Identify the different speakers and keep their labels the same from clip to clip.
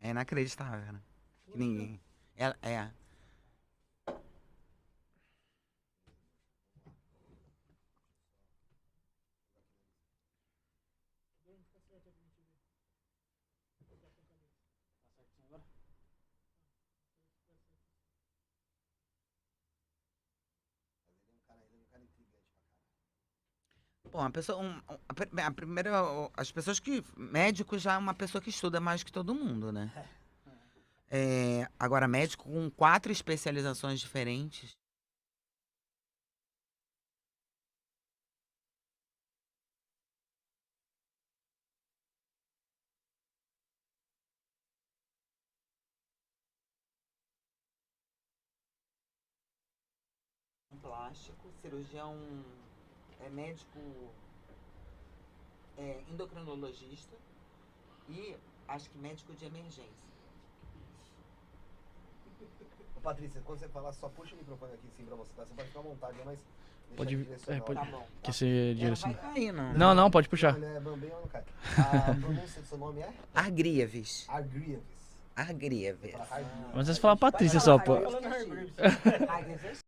Speaker 1: É inacreditável, cara. Que ninguém. Ela é. Bom, a pessoa. um- um- a pri- a primeira. o- As pessoas que. Médico já é uma pessoa que estuda mais que todo mundo, né? É, agora, médico com quatro especializações diferentes. Um Plástico, cirurgião. É médico é, endocrinologista e acho que médico de emergência.
Speaker 2: Ô, Patrícia, quando você falar, só puxa o microfone aqui em cima pra você, tá? Você pode ficar à vontade, né? mas. deixa
Speaker 3: Pode-
Speaker 2: direcional.
Speaker 3: é, pode-
Speaker 1: Tá bom.
Speaker 3: Que se
Speaker 1: Ela
Speaker 3: diga assim.
Speaker 1: vai cair, não.
Speaker 3: Não, não, pode puxar.
Speaker 2: Ele é bambinho ou não cai? A pronúncia do seu nome é?
Speaker 1: Argrieves.
Speaker 2: Argrieves.
Speaker 1: Argrieves.
Speaker 2: Fala Argrieves.
Speaker 3: Mas vocês falam Patrícia só, pô.
Speaker 1: Argrieves.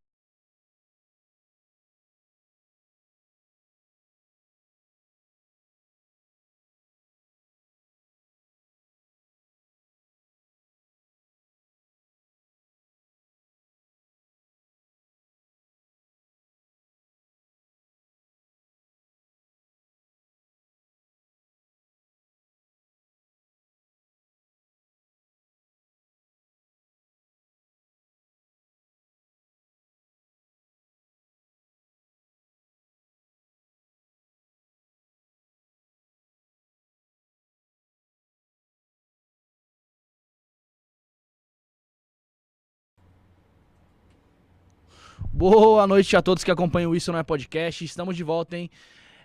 Speaker 3: Boa noite a todos que acompanham o Isso Não É Podcast. Estamos de volta, hein?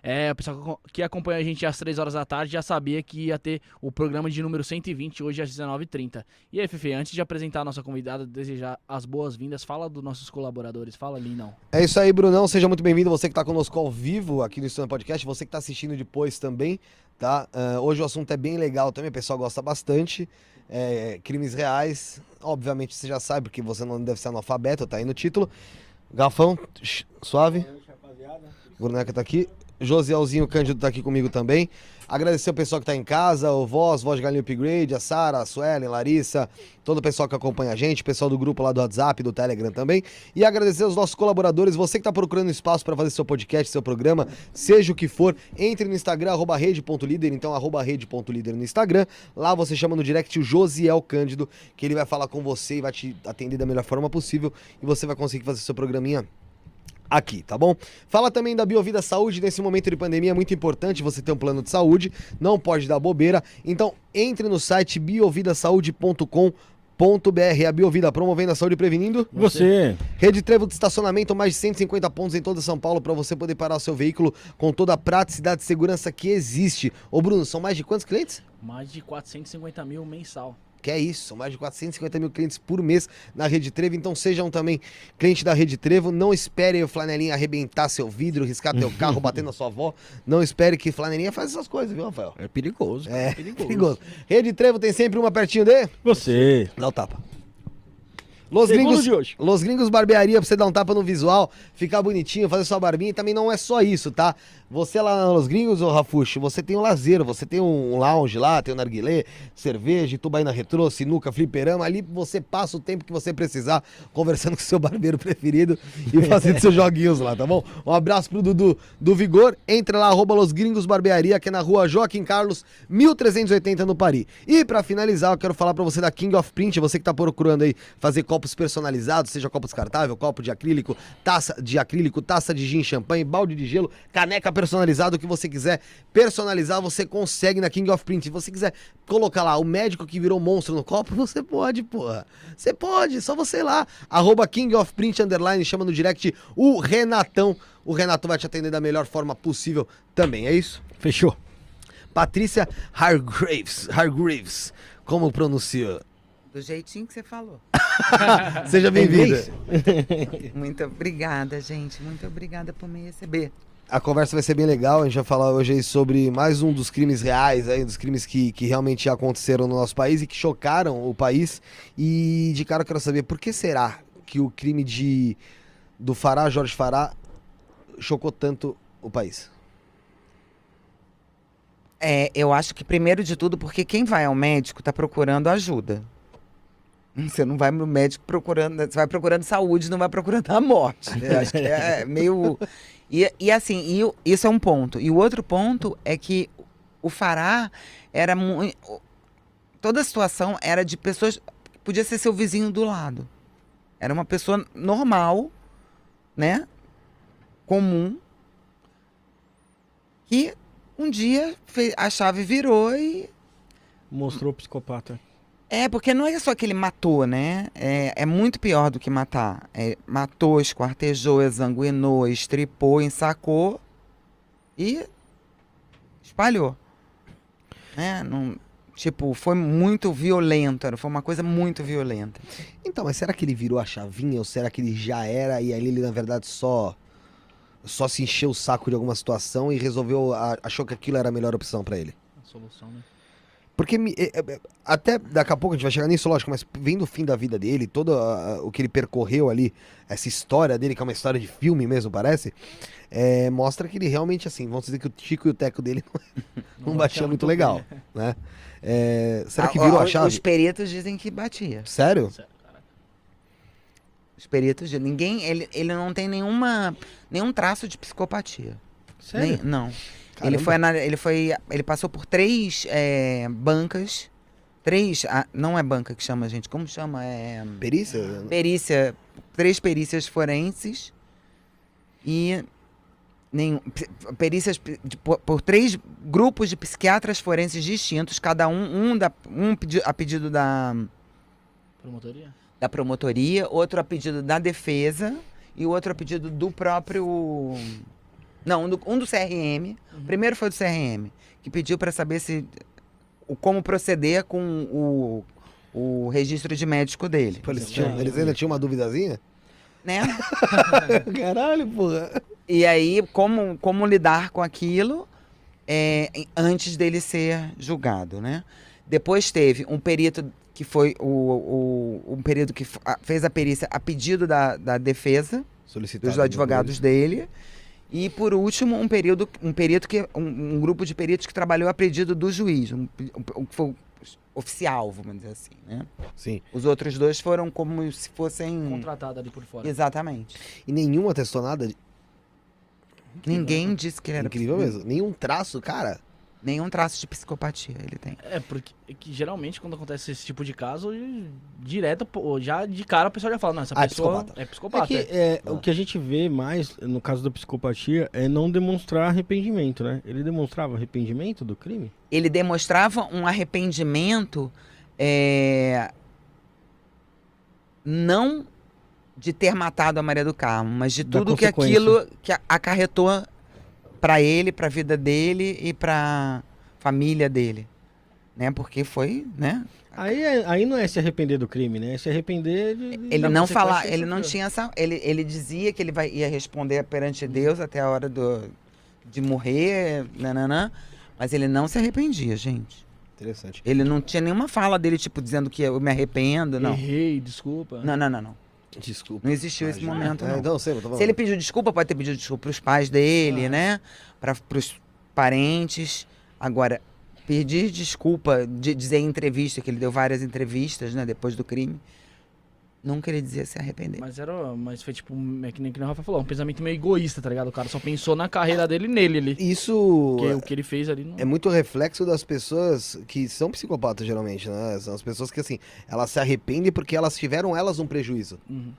Speaker 3: É, o pessoal que acom- que acompanha a gente às 3 horas da tarde já sabia que ia ter o programa de número 120 hoje às 19h30. E aí, Fefe, antes de apresentar a nossa convidada, desejar as boas-vindas, fala dos nossos colaboradores, fala ali, não.
Speaker 2: É isso aí, Brunão. Seja muito bem-vindo. Você que está conosco ao vivo aqui no Estúdio Podcast, você que está assistindo depois também, tá? Ah, hoje o assunto é bem legal também, o pessoal gosta bastante. É, crimes reais, obviamente você já sabe, porque você não deve ser analfabeto, tá aí no título. Gafão, sh- suave. Bruneca tá aqui. Josielzinho Cândido tá aqui comigo também. Agradecer o pessoal que tá em casa, o Voz, Voz de Galinha Upgrade, a Sara, a Suelen, Larissa, todo o pessoal que acompanha a gente, o pessoal do grupo lá do WhatsApp, do Telegram também. E agradecer aos nossos colaboradores, você que tá procurando espaço para fazer seu podcast, seu programa, seja o que for, entre no Instagram, arroba rede.líder, então arroba rede.líder no Instagram. Lá você chama no direct o Josiel Cândido, que ele vai falar com você e vai te atender da melhor forma possível e você vai conseguir fazer seu programinha aqui, tá bom? Fala também da Biovida Saúde, nesse momento de pandemia é muito importante você ter um plano de saúde, não pode dar bobeira. Então, entre no site biovidasaude.com.br. A Biovida promovendo a saúde e prevenindo.
Speaker 4: Você.
Speaker 2: Rede Trevo de estacionamento, mais de 150 pontos em toda São Paulo para você poder parar o seu veículo com toda a praticidade e segurança que existe. Ô Bruno, são mais de quantos clientes?
Speaker 3: Mais de 450 mil mensal.
Speaker 2: Que é isso, são mais de 450 mil clientes por mês na Rede Trevo, então sejam também cliente da Rede Trevo, não espere o Flanelinha arrebentar seu vidro, riscar teu carro, bater na sua avó, não espere que Flanelinha faz essas coisas, viu Rafael?
Speaker 4: É perigoso.
Speaker 2: É, perigoso. Rede Trevo tem sempre uma pertinho de...
Speaker 4: Você.
Speaker 2: Dá o tapa. Los Gringos,
Speaker 4: de hoje.
Speaker 2: Los Gringos Barbearia, pra você dar um tapa no visual, ficar bonitinho, fazer sua barbinha. E também não é só isso, tá? Você lá na Los Gringos, ô Rafuxo, você tem um lazer, você tem um lounge lá, tem um narguilé, cerveja, tubaína retrô, sinuca, fliperama. Ali você passa o tempo que você precisar conversando com o seu barbeiro preferido e fazendo seus joguinhos lá, tá bom? Um abraço pro Dudu do Vigor. Entra lá, arroba Los Gringos Barbearia, que é na rua Joaquim Carlos, 1380 no Paris. E pra finalizar, eu quero falar pra você da King of Print, você que tá procurando aí fazer copos personalizados, seja copo descartável, copo de acrílico, taça de acrílico, taça de gin, champanhe, balde de gelo, caneca personalizada, o que você quiser personalizar, você consegue na King of Print. Se você quiser colocar lá o médico que virou monstro no copo, você pode, porra. Você pode, só você ir lá. Arroba King of Print Underline, chama no direct o Renatão. O Renato vai te atender da melhor forma possível também, é isso?
Speaker 4: Fechou.
Speaker 2: Patrícia Hargraves, Hargraves, como pronuncia?
Speaker 1: Do jeitinho que você falou.
Speaker 2: Seja bem-vinda.
Speaker 1: Muito obrigada, gente. Muito obrigada por me receber.
Speaker 2: A conversa vai ser bem legal. A gente vai falar hoje aí sobre mais um dos crimes reais, aí, dos crimes que, que realmente aconteceram no nosso país e que chocaram o país. E de cara eu quero saber por que será que o crime de do Fará, Jorge Fará, chocou tanto o país?
Speaker 1: É, eu acho que primeiro de tudo, porque quem vai ao médico tá procurando ajuda. Você não vai no médico procurando, você vai procurando saúde, não vai procurando a morte. Eu acho que é meio. E, e assim, e o- isso é um ponto. E o outro ponto é que o Fará era muito. Toda a situação era de pessoas. Podia ser seu vizinho do lado. Era uma pessoa normal, né? Comum. Que um dia fe- a chave virou e
Speaker 4: Mostrou o psicopata.
Speaker 1: é, porque não é só que ele matou, né? É, é muito pior do que matar. É, matou, esquartejou, exanguinou, estripou, ensacou e espalhou. Né? Não- tipo, foi muito violento, era- foi uma coisa muito violenta.
Speaker 2: Então, mas será que ele virou a chavinha ou será que ele já era e ali ele na verdade só só se encheu o saco de alguma situação e resolveu a- achou que aquilo era a melhor opção pra ele?
Speaker 3: A solução, né?
Speaker 2: Porque me- é- é- é- até daqui a pouco a gente vai chegar nisso, lógico, mas vendo o fim da vida dele, todo a- a- o que ele percorreu ali, essa história dele, que é uma história de filme mesmo, parece, é, mostra que ele realmente, assim, vamos dizer que o Tico e o Teco dele não, batia muito legal, né? É, será que
Speaker 1: Ah,
Speaker 2: virou
Speaker 1: ó,
Speaker 2: a
Speaker 1: Os
Speaker 2: chave?
Speaker 1: peritos dizem que batia.
Speaker 2: Sério?
Speaker 1: Os peritos dizem. Ninguém, ele, ele não tem nenhuma, nenhum traço de psicopatia.
Speaker 4: Sério?
Speaker 1: Nem- não.
Speaker 2: Caramba.
Speaker 1: Ele foi, ana- ele foi. Ele passou por três eh, bancas. Três. ah, não é banca que chama, gente. Como chama? É,
Speaker 2: Perícia?
Speaker 1: perícia. Três perícias forenses. E. Nenhum, pe- perícias pe- de- por, por três grupos de psiquiatras forenses distintos, cada um, um, da, um pedi- a pedido da,
Speaker 3: Promotoria?
Speaker 1: da promotoria, outro a pedido da defesa e o outro a pedido do próprio. Não, um do, um do CRM.
Speaker 3: Uhum.
Speaker 1: O primeiro foi do CRM, que pediu para saber se o, como proceder com o, o registro de médico dele.
Speaker 2: Pô, Tipo, eles, tinham- eles ainda tinham uma duvidazinha?
Speaker 1: Né?
Speaker 2: Caralho, porra.
Speaker 1: E aí, como, como lidar com aquilo é, em- antes dele ser julgado, né? Depois teve um perito que foi o, o um perito que f- a- fez a perícia a pedido da, da defesa,
Speaker 2: Solicitado.
Speaker 1: dos advogados dele. E por último, um período, um perito que um, um grupo de peritos que trabalhou a pedido do juiz, um, pe- um- um- que foi o oficial, vamos dizer assim, né?
Speaker 2: Sim.
Speaker 1: Os outros dois foram como se fossem
Speaker 3: Contratada ali por fora.
Speaker 1: exatamente.
Speaker 2: E nenhuma testou nada?
Speaker 1: Ninguém disse que ele era
Speaker 2: Incrível
Speaker 1: psico-
Speaker 2: mesmo. Nenhum traço, cara.
Speaker 1: Nenhum traço de psicopatia ele tem.
Speaker 3: É, porque é que geralmente quando acontece esse tipo de caso, e- direto, pô, já de cara o pessoal já fala, não, essa
Speaker 2: Ah, é
Speaker 3: pessoa
Speaker 2: psicopata.
Speaker 3: é
Speaker 4: É
Speaker 3: psicopata.
Speaker 4: que é, o que a gente vê mais no caso da psicopatia é não demonstrar arrependimento, né? Ele demonstrava arrependimento do crime?
Speaker 1: Ele demonstrava um arrependimento é, não de ter matado a Maria do Carmo, mas de
Speaker 4: Da
Speaker 1: tudo que
Speaker 4: consequência.
Speaker 1: aquilo que a- acarretou para ele, para a vida dele e para família dele, né? Porque foi, né?
Speaker 4: Aí, é- aí não é se arrepender do crime, né? É se arrepender de. de-
Speaker 1: Ele
Speaker 3: Da
Speaker 1: não
Speaker 3: consequência
Speaker 1: falar,
Speaker 3: que
Speaker 1: ele não
Speaker 3: sofreu.
Speaker 1: tinha essa, ele, ele dizia que ele vai, ia responder perante Deus até a hora do, de morrer, nananã, mas ele não se arrependia, gente.
Speaker 2: Interessante.
Speaker 1: Ele não tinha nenhuma fala dele, tipo, dizendo que eu me arrependo, não.
Speaker 3: Errei, desculpa.
Speaker 1: Não, não, não, não.
Speaker 2: Desculpa.
Speaker 1: Não existiu esse
Speaker 2: né? Ah, já.
Speaker 1: momento,
Speaker 2: É,
Speaker 1: não.
Speaker 2: Não, sei, eu tô falando.
Speaker 1: Se ele pediu desculpa, pode ter pedido desculpa pros pais dele,
Speaker 2: Ah.
Speaker 1: né? Para pros parentes. Agora, pedir desculpa, de dizer em entrevista, que ele deu várias entrevistas, né, depois do crime, não queria dizer se arrepender.
Speaker 3: Mas era. Mas foi tipo, um- é que nem que nem o Rafa falou, um pensamento meio egoísta, tá ligado? O cara só pensou na carreira dele e nele ali.
Speaker 2: Isso
Speaker 3: Porque o que ele fez ali não.
Speaker 2: é muito reflexo das pessoas que são psicopatas, geralmente, né? São as pessoas que, assim, elas se arrependem porque elas tiveram elas um prejuízo.
Speaker 3: Uhum.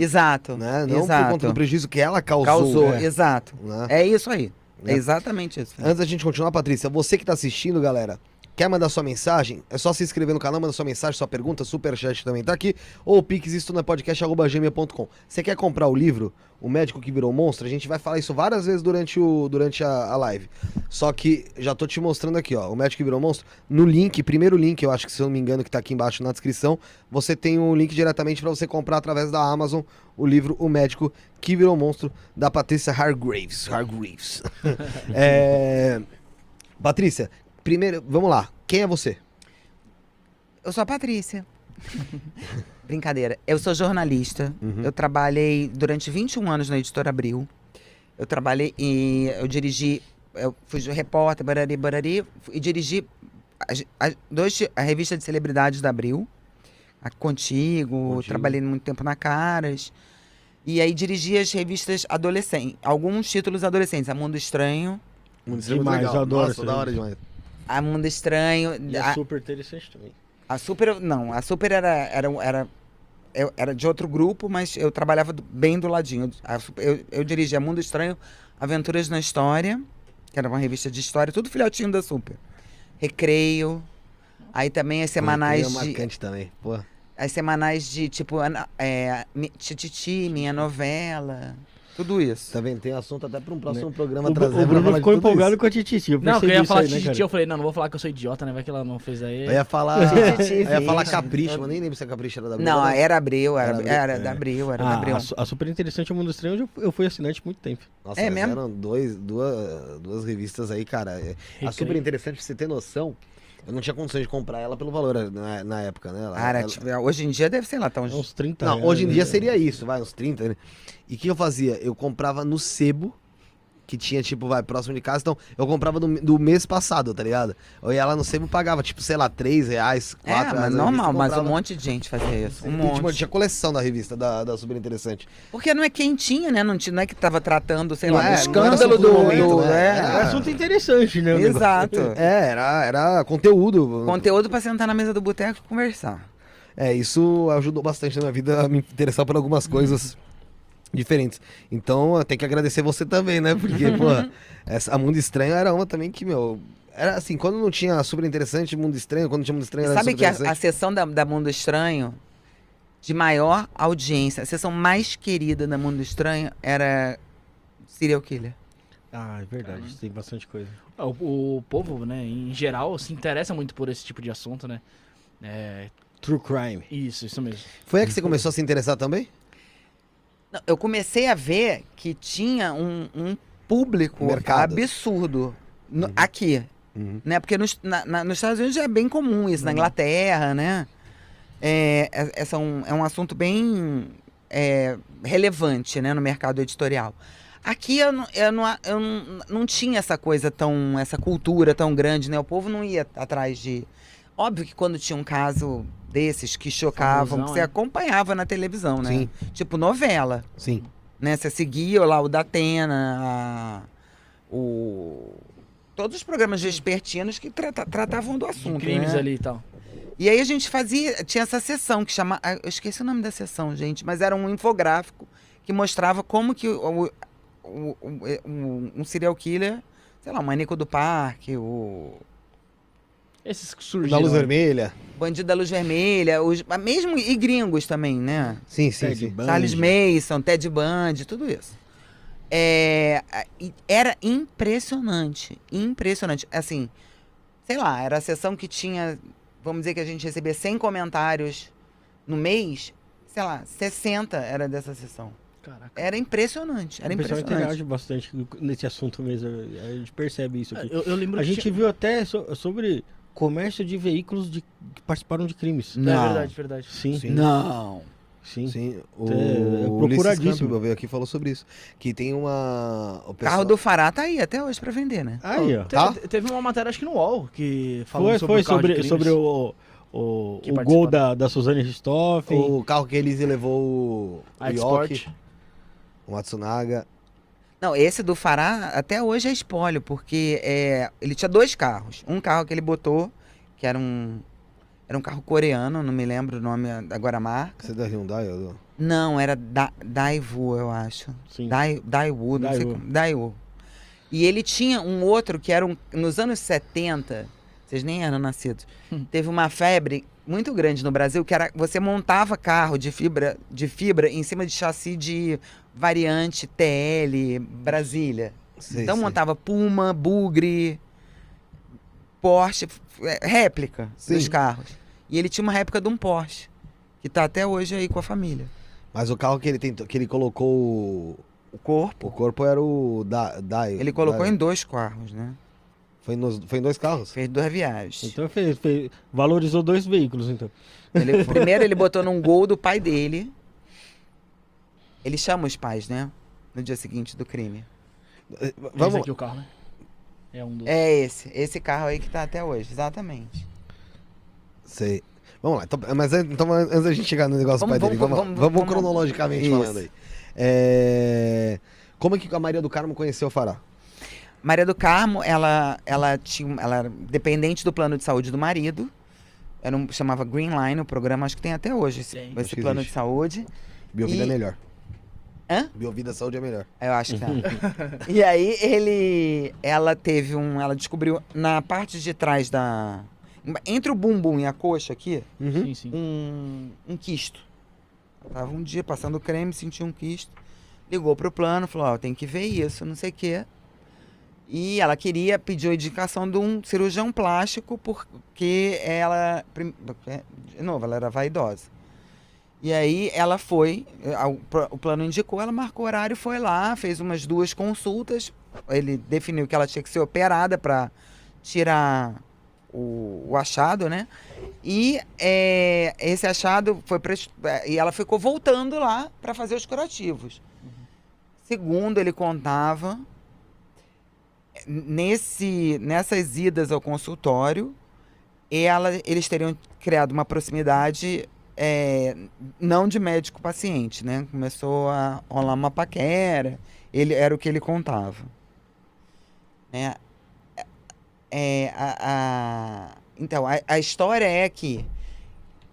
Speaker 1: Exato.
Speaker 2: Né? Não por conta
Speaker 1: Exato.
Speaker 2: do prejuízo que ela causou.
Speaker 1: Causou,
Speaker 2: né?
Speaker 1: exato.
Speaker 2: Né?
Speaker 1: É isso aí.
Speaker 2: É.
Speaker 1: É exatamente isso.
Speaker 2: Antes da gente continuar, Patrícia, você que tá assistindo, galera, Quer mandar sua mensagem? É só se inscrever no canal, manda sua mensagem, sua pergunta, superchat também tá aqui, ou pixistonapodcast.gmail.com. Você quer comprar o livro, O Médico que Virou Monstro? A gente vai falar isso várias vezes durante, o, durante a, a live. Só que já tô te mostrando aqui, ó, O Médico que Virou Monstro, no link, primeiro link, eu acho que se eu não me engano, que tá aqui embaixo na descrição, você tem um link diretamente para você comprar através da Amazon o livro O Médico que Virou Monstro, da Patrícia Hargraves. Hargraves. É, Patrícia, primeiro, vamos lá. Quem é você?
Speaker 1: Eu sou a Patrícia. Brincadeira. Eu sou jornalista.
Speaker 2: Uhum.
Speaker 1: Eu trabalhei durante 21 anos na Editora Abril. Eu trabalhei e eu dirigi, eu fui repórter, barari, barari, e dirigi as- as- dois, a revista de celebridades da Abril, a Contigo,
Speaker 2: Contigo.
Speaker 1: trabalhei muito tempo na Caras. E aí dirigi as revistas adolescentes, alguns títulos adolescentes, A Mundo Estranho,
Speaker 4: Demais, eu
Speaker 2: Um
Speaker 4: adoro
Speaker 2: Nossa,
Speaker 4: essa
Speaker 2: da hora
Speaker 4: gente.
Speaker 2: demais.
Speaker 1: A Mundo Estranho,
Speaker 4: E
Speaker 1: a-
Speaker 4: é super interessante também.
Speaker 1: A Super, não, a Super era, era, era, eu- era de outro grupo, mas eu trabalhava do- bem do ladinho. A Super- eu, eu dirigia Mundo Estranho, Aventuras na História, que era uma revista de história, tudo filhotinho da Super. Recreio, aí também as semanais
Speaker 2: É
Speaker 1: de,
Speaker 2: marcante também. Pô.
Speaker 1: as semanais de tipo, ana- é, Mi- Tititi, Minha Novela, tudo isso.
Speaker 2: Tá vendo? Tem assunto até pra um próximo
Speaker 4: próximo
Speaker 2: programa
Speaker 4: Né? O, Bru-
Speaker 2: trazer.
Speaker 4: o Bruno ficou empolgado com a Tititi. Eu
Speaker 3: Não, que eu
Speaker 4: percebi
Speaker 3: ia
Speaker 4: isso
Speaker 3: falar
Speaker 4: aí,
Speaker 3: de
Speaker 4: né,
Speaker 3: Tititi,
Speaker 4: cara?
Speaker 3: eu falei, não, não vou falar que eu sou idiota, né? Vai que ela não fez aí.
Speaker 2: Eu ia falar. eu ia falar
Speaker 1: Sim.
Speaker 2: capricho, mas nem lembro se é capricho era da Bruna,
Speaker 1: Não,
Speaker 2: né?
Speaker 1: era Abril,
Speaker 2: Era
Speaker 1: era,
Speaker 2: Abril, é.
Speaker 1: era da Abril, era da
Speaker 4: Ah,
Speaker 1: Abril.
Speaker 4: a, su- a super interessante é o Mundo Estranho, eu, eu fui assinante há muito tempo.
Speaker 2: Nossa,
Speaker 1: É
Speaker 2: mas
Speaker 1: mesmo?
Speaker 2: eram dois, duas, duas revistas aí, cara. É- A super interessante pra você ter noção. Eu não tinha condições de comprar ela pelo valor na, na época, né? Ela-
Speaker 1: Cara,
Speaker 2: ela-
Speaker 1: tipo, hoje em dia deve, sei lá, tá
Speaker 4: É
Speaker 1: uns
Speaker 4: uns 30
Speaker 2: Não, hoje em
Speaker 4: reais,
Speaker 2: dia
Speaker 4: né?
Speaker 2: seria isso, vai, uns 30, né? E o que eu fazia? Eu comprava no sebo, que tinha, tipo, vai, próximo de casa. Então, eu comprava do, do mês passado, tá ligado? Eu ia lá no sebo e pagava, tipo, sei lá, 3 reais, 4
Speaker 1: É,
Speaker 2: reais. a
Speaker 1: mas
Speaker 2: revista,
Speaker 1: normal,
Speaker 2: eu
Speaker 1: mas um
Speaker 2: comprava-
Speaker 1: monte de gente fazia isso. Um
Speaker 2: E, tipo, eu
Speaker 1: monte.
Speaker 2: tinha coleção da revista, da, da Super Interessante.
Speaker 1: Porque não é quentinha, né? Não, ti- não é que tava tratando, sei
Speaker 2: Não
Speaker 1: lá,
Speaker 2: é,
Speaker 1: do
Speaker 2: não era
Speaker 1: escândalo do.
Speaker 2: assunto do momento,
Speaker 1: do-
Speaker 2: né?
Speaker 1: é.
Speaker 4: É um assunto interessante, né? o negócio.
Speaker 1: Exato.
Speaker 2: É, era, era conteúdo.
Speaker 1: Conteúdo pra sentar na mesa do boteco e conversar.
Speaker 2: É, isso ajudou bastante na minha vida a me interessar por algumas coisas diferentes. Então, eu tenho que agradecer você também, né? Porque, pô, essa, a Mundo Estranho era uma também que, meu. Era assim, quando não tinha super interessante Mundo Estranho, quando tinha Mundo Estranho era
Speaker 1: Sabe
Speaker 2: super
Speaker 1: que a, a
Speaker 2: interessante.
Speaker 1: sessão da, da Mundo Estranho, de maior audiência, a sessão mais querida da Mundo Estranho era Serial Killer.
Speaker 4: Ah, é verdade, tem bastante coisa.
Speaker 3: Ah, O, o povo, né, em geral, se interessa muito por esse tipo de assunto, né? É,
Speaker 4: True crime.
Speaker 3: isso, isso mesmo.
Speaker 2: Foi aí que você começou a se interessar também?
Speaker 1: Não, Eu comecei a ver que tinha um, um público
Speaker 2: Mercado.
Speaker 1: absurdo no- aqui.
Speaker 2: Uhum.
Speaker 1: né? Porque nos, na- na- nos Estados Unidos é bem comum isso, na Inglaterra, né? É, é- é são- é um assunto bem é, relevante né, no mercado editorial. Aqui eu, não- eu, não, a- eu não, não tinha essa coisa tão, essa cultura tão grande, né? O povo não ia atrás de. Óbvio que quando tinha um caso desses que chocavam,
Speaker 3: Famosão,
Speaker 1: que você
Speaker 3: é.
Speaker 1: acompanhava na televisão, né?
Speaker 2: Sim.
Speaker 1: Tipo novela
Speaker 2: Sim.
Speaker 1: né? Você seguia lá o da Atena, o... todos os programas vespertinos que trata- tratavam do assunto.
Speaker 3: crimes
Speaker 1: né?
Speaker 3: ali e tal.
Speaker 1: E aí a gente fazia, tinha essa sessão que chama, ah, eu esqueci o nome da sessão, gente, mas era um infográfico que mostrava como que o, o- o- é, um- um serial killer, sei lá, o Manico do Parque, o
Speaker 3: Esses que
Speaker 2: Da
Speaker 3: surgiram.
Speaker 2: Luz
Speaker 3: né?
Speaker 2: Vermelha.
Speaker 1: Bandido da Luz Vermelha, os, ah, mesmo e gringos também, né?
Speaker 2: Sim, sim,
Speaker 4: Ted
Speaker 2: sim.
Speaker 4: Bundy.
Speaker 1: Charles Mason, Ted Bundy, tudo isso. É, a- e era impressionante, impressionante. Assim, sei lá, era a sessão que tinha, vamos dizer que a gente recebia 100 comentários no mês, sei lá, 60 era dessa sessão.
Speaker 3: Caraca.
Speaker 1: Era impressionante, era
Speaker 4: o pessoal
Speaker 1: impressionante.
Speaker 4: interage bastante nesse assunto mesmo. A gente percebe isso aqui.
Speaker 3: Eu, Ah, eu lembro
Speaker 4: A
Speaker 3: que
Speaker 4: gente viu até so- sobre comércio de veículos de- que participaram de crimes.
Speaker 3: tinha... É
Speaker 1: Não.
Speaker 3: verdade, verdade.
Speaker 4: Sim, sim.
Speaker 1: Não.
Speaker 2: Sim, o
Speaker 4: É,
Speaker 2: procuradíssimo.
Speaker 4: procuradíssimo.
Speaker 2: Ulisses Campbell veio aqui e falou sobre isso. Que tem uma... O
Speaker 1: Carro do Fará tá aí até hoje pra vender, né?
Speaker 4: Aí, ó.
Speaker 3: Te-
Speaker 2: Tá?
Speaker 3: te- teve uma matéria, acho que no UOL, que falou
Speaker 4: Foi,
Speaker 3: sobre
Speaker 4: foi
Speaker 3: o carro de
Speaker 4: sobre,
Speaker 3: crimes.
Speaker 4: sobre o, o,
Speaker 3: Que
Speaker 4: o
Speaker 3: participaram.
Speaker 4: gol da, da Suzane Ristoffen.
Speaker 2: O carro que eles levou o, o
Speaker 3: A
Speaker 2: York,
Speaker 3: Export.
Speaker 2: o Matsunaga.
Speaker 1: Não, esse do Fará até hoje é espólio, porque é, ele tinha dois carros. Um carro que ele botou, que era um, era um carro coreano, não me lembro o nome agora a marca.
Speaker 2: Você é da Hyundai? eu dou.
Speaker 1: Não, era da, Daewoo, eu acho.
Speaker 4: Sim.
Speaker 1: Dai, Daewoo, não sei
Speaker 4: Daewoo.
Speaker 1: como. Daewoo. E ele tinha um outro que era um, nos anos 70, Vocês nem eram nascidos. Teve uma febre muito grande no Brasil que era você montava carro de fibra, de fibra em cima de chassi de variante TL Brasília.
Speaker 2: Sei,
Speaker 1: então
Speaker 2: sei.
Speaker 1: montava Puma, Bugre, Porsche, é, réplica dos
Speaker 2: Sim.
Speaker 1: carros. E ele tinha uma réplica de um Porsche, que tá até hoje aí com a família.
Speaker 2: Mas o carro que ele, tentou, que ele colocou o-
Speaker 1: O corpo.
Speaker 2: o corpo era o da, da
Speaker 1: Ele colocou
Speaker 2: da-
Speaker 1: em dois carros, né?
Speaker 2: Foi, nos- foi em dois carros?
Speaker 1: Fez duas viagens.
Speaker 4: Então fez, fez- valorizou dois veículos, então.
Speaker 1: Ele- primeiro ele botou num gol do pai dele. Ele chama os pais, né? No dia seguinte do crime.
Speaker 3: Vamos.
Speaker 2: Eh, Vamos.
Speaker 3: aqui o carro, né? É um dos.
Speaker 1: É esse, esse carro aí que tá até hoje, exatamente.
Speaker 2: Sei. Vamos lá. Então, mas an- então, an- antes da gente chegar no negócio
Speaker 1: Vamos-
Speaker 2: do pai dele,
Speaker 1: vamos-
Speaker 2: vamos,
Speaker 1: vamos-
Speaker 2: lá. vamos,
Speaker 1: vamos-
Speaker 2: cronologicamente
Speaker 1: Isso.
Speaker 2: falando aí. É, Como é que a Maria do Carmo conheceu o Fará?
Speaker 1: Maria do Carmo, ela, ela, tinha, um- ela era dependente do plano de saúde do marido. Era um, chamava Green Line o programa, acho que tem até hoje esse,
Speaker 3: Tem.
Speaker 1: esse
Speaker 2: Acho que
Speaker 1: plano
Speaker 2: existe.
Speaker 1: de saúde.
Speaker 2: Biovida
Speaker 1: E-
Speaker 2: é melhor.
Speaker 1: Hã?
Speaker 2: Biovida Saúde é melhor.
Speaker 1: Eu acho que tá. e aí ele. Ela teve um. Ela descobriu na parte de trás da. Entre o bumbum e a coxa aqui,
Speaker 3: Sim, sim.
Speaker 1: um, um quisto. Eu tava um dia passando creme, senti um quisto. Ligou pro plano, falou, ó, tem que ver isso, não sei o quê. E ela queria, pediu a indicação de um cirurgião plástico, porque ela, prim- é, de novo, ela era vaidosa. E aí ela foi, eh, a- o pl- o plano indicou, ela marcou horário, foi lá, fez umas duas consultas. Ele definiu que ela tinha que ser operada para tirar o, o achado, né? E eh, esse achado foi pres- eh, e ela ficou voltando lá para fazer os curativos. Segundo ele contava, eh, nesse nessas idas ao consultório, ela eles teriam criado uma proximidade eh, não de médico paciente, né? Começou a rolar uma paquera. Ele era o que ele contava. Né? É, a, a- Então, a, a história é que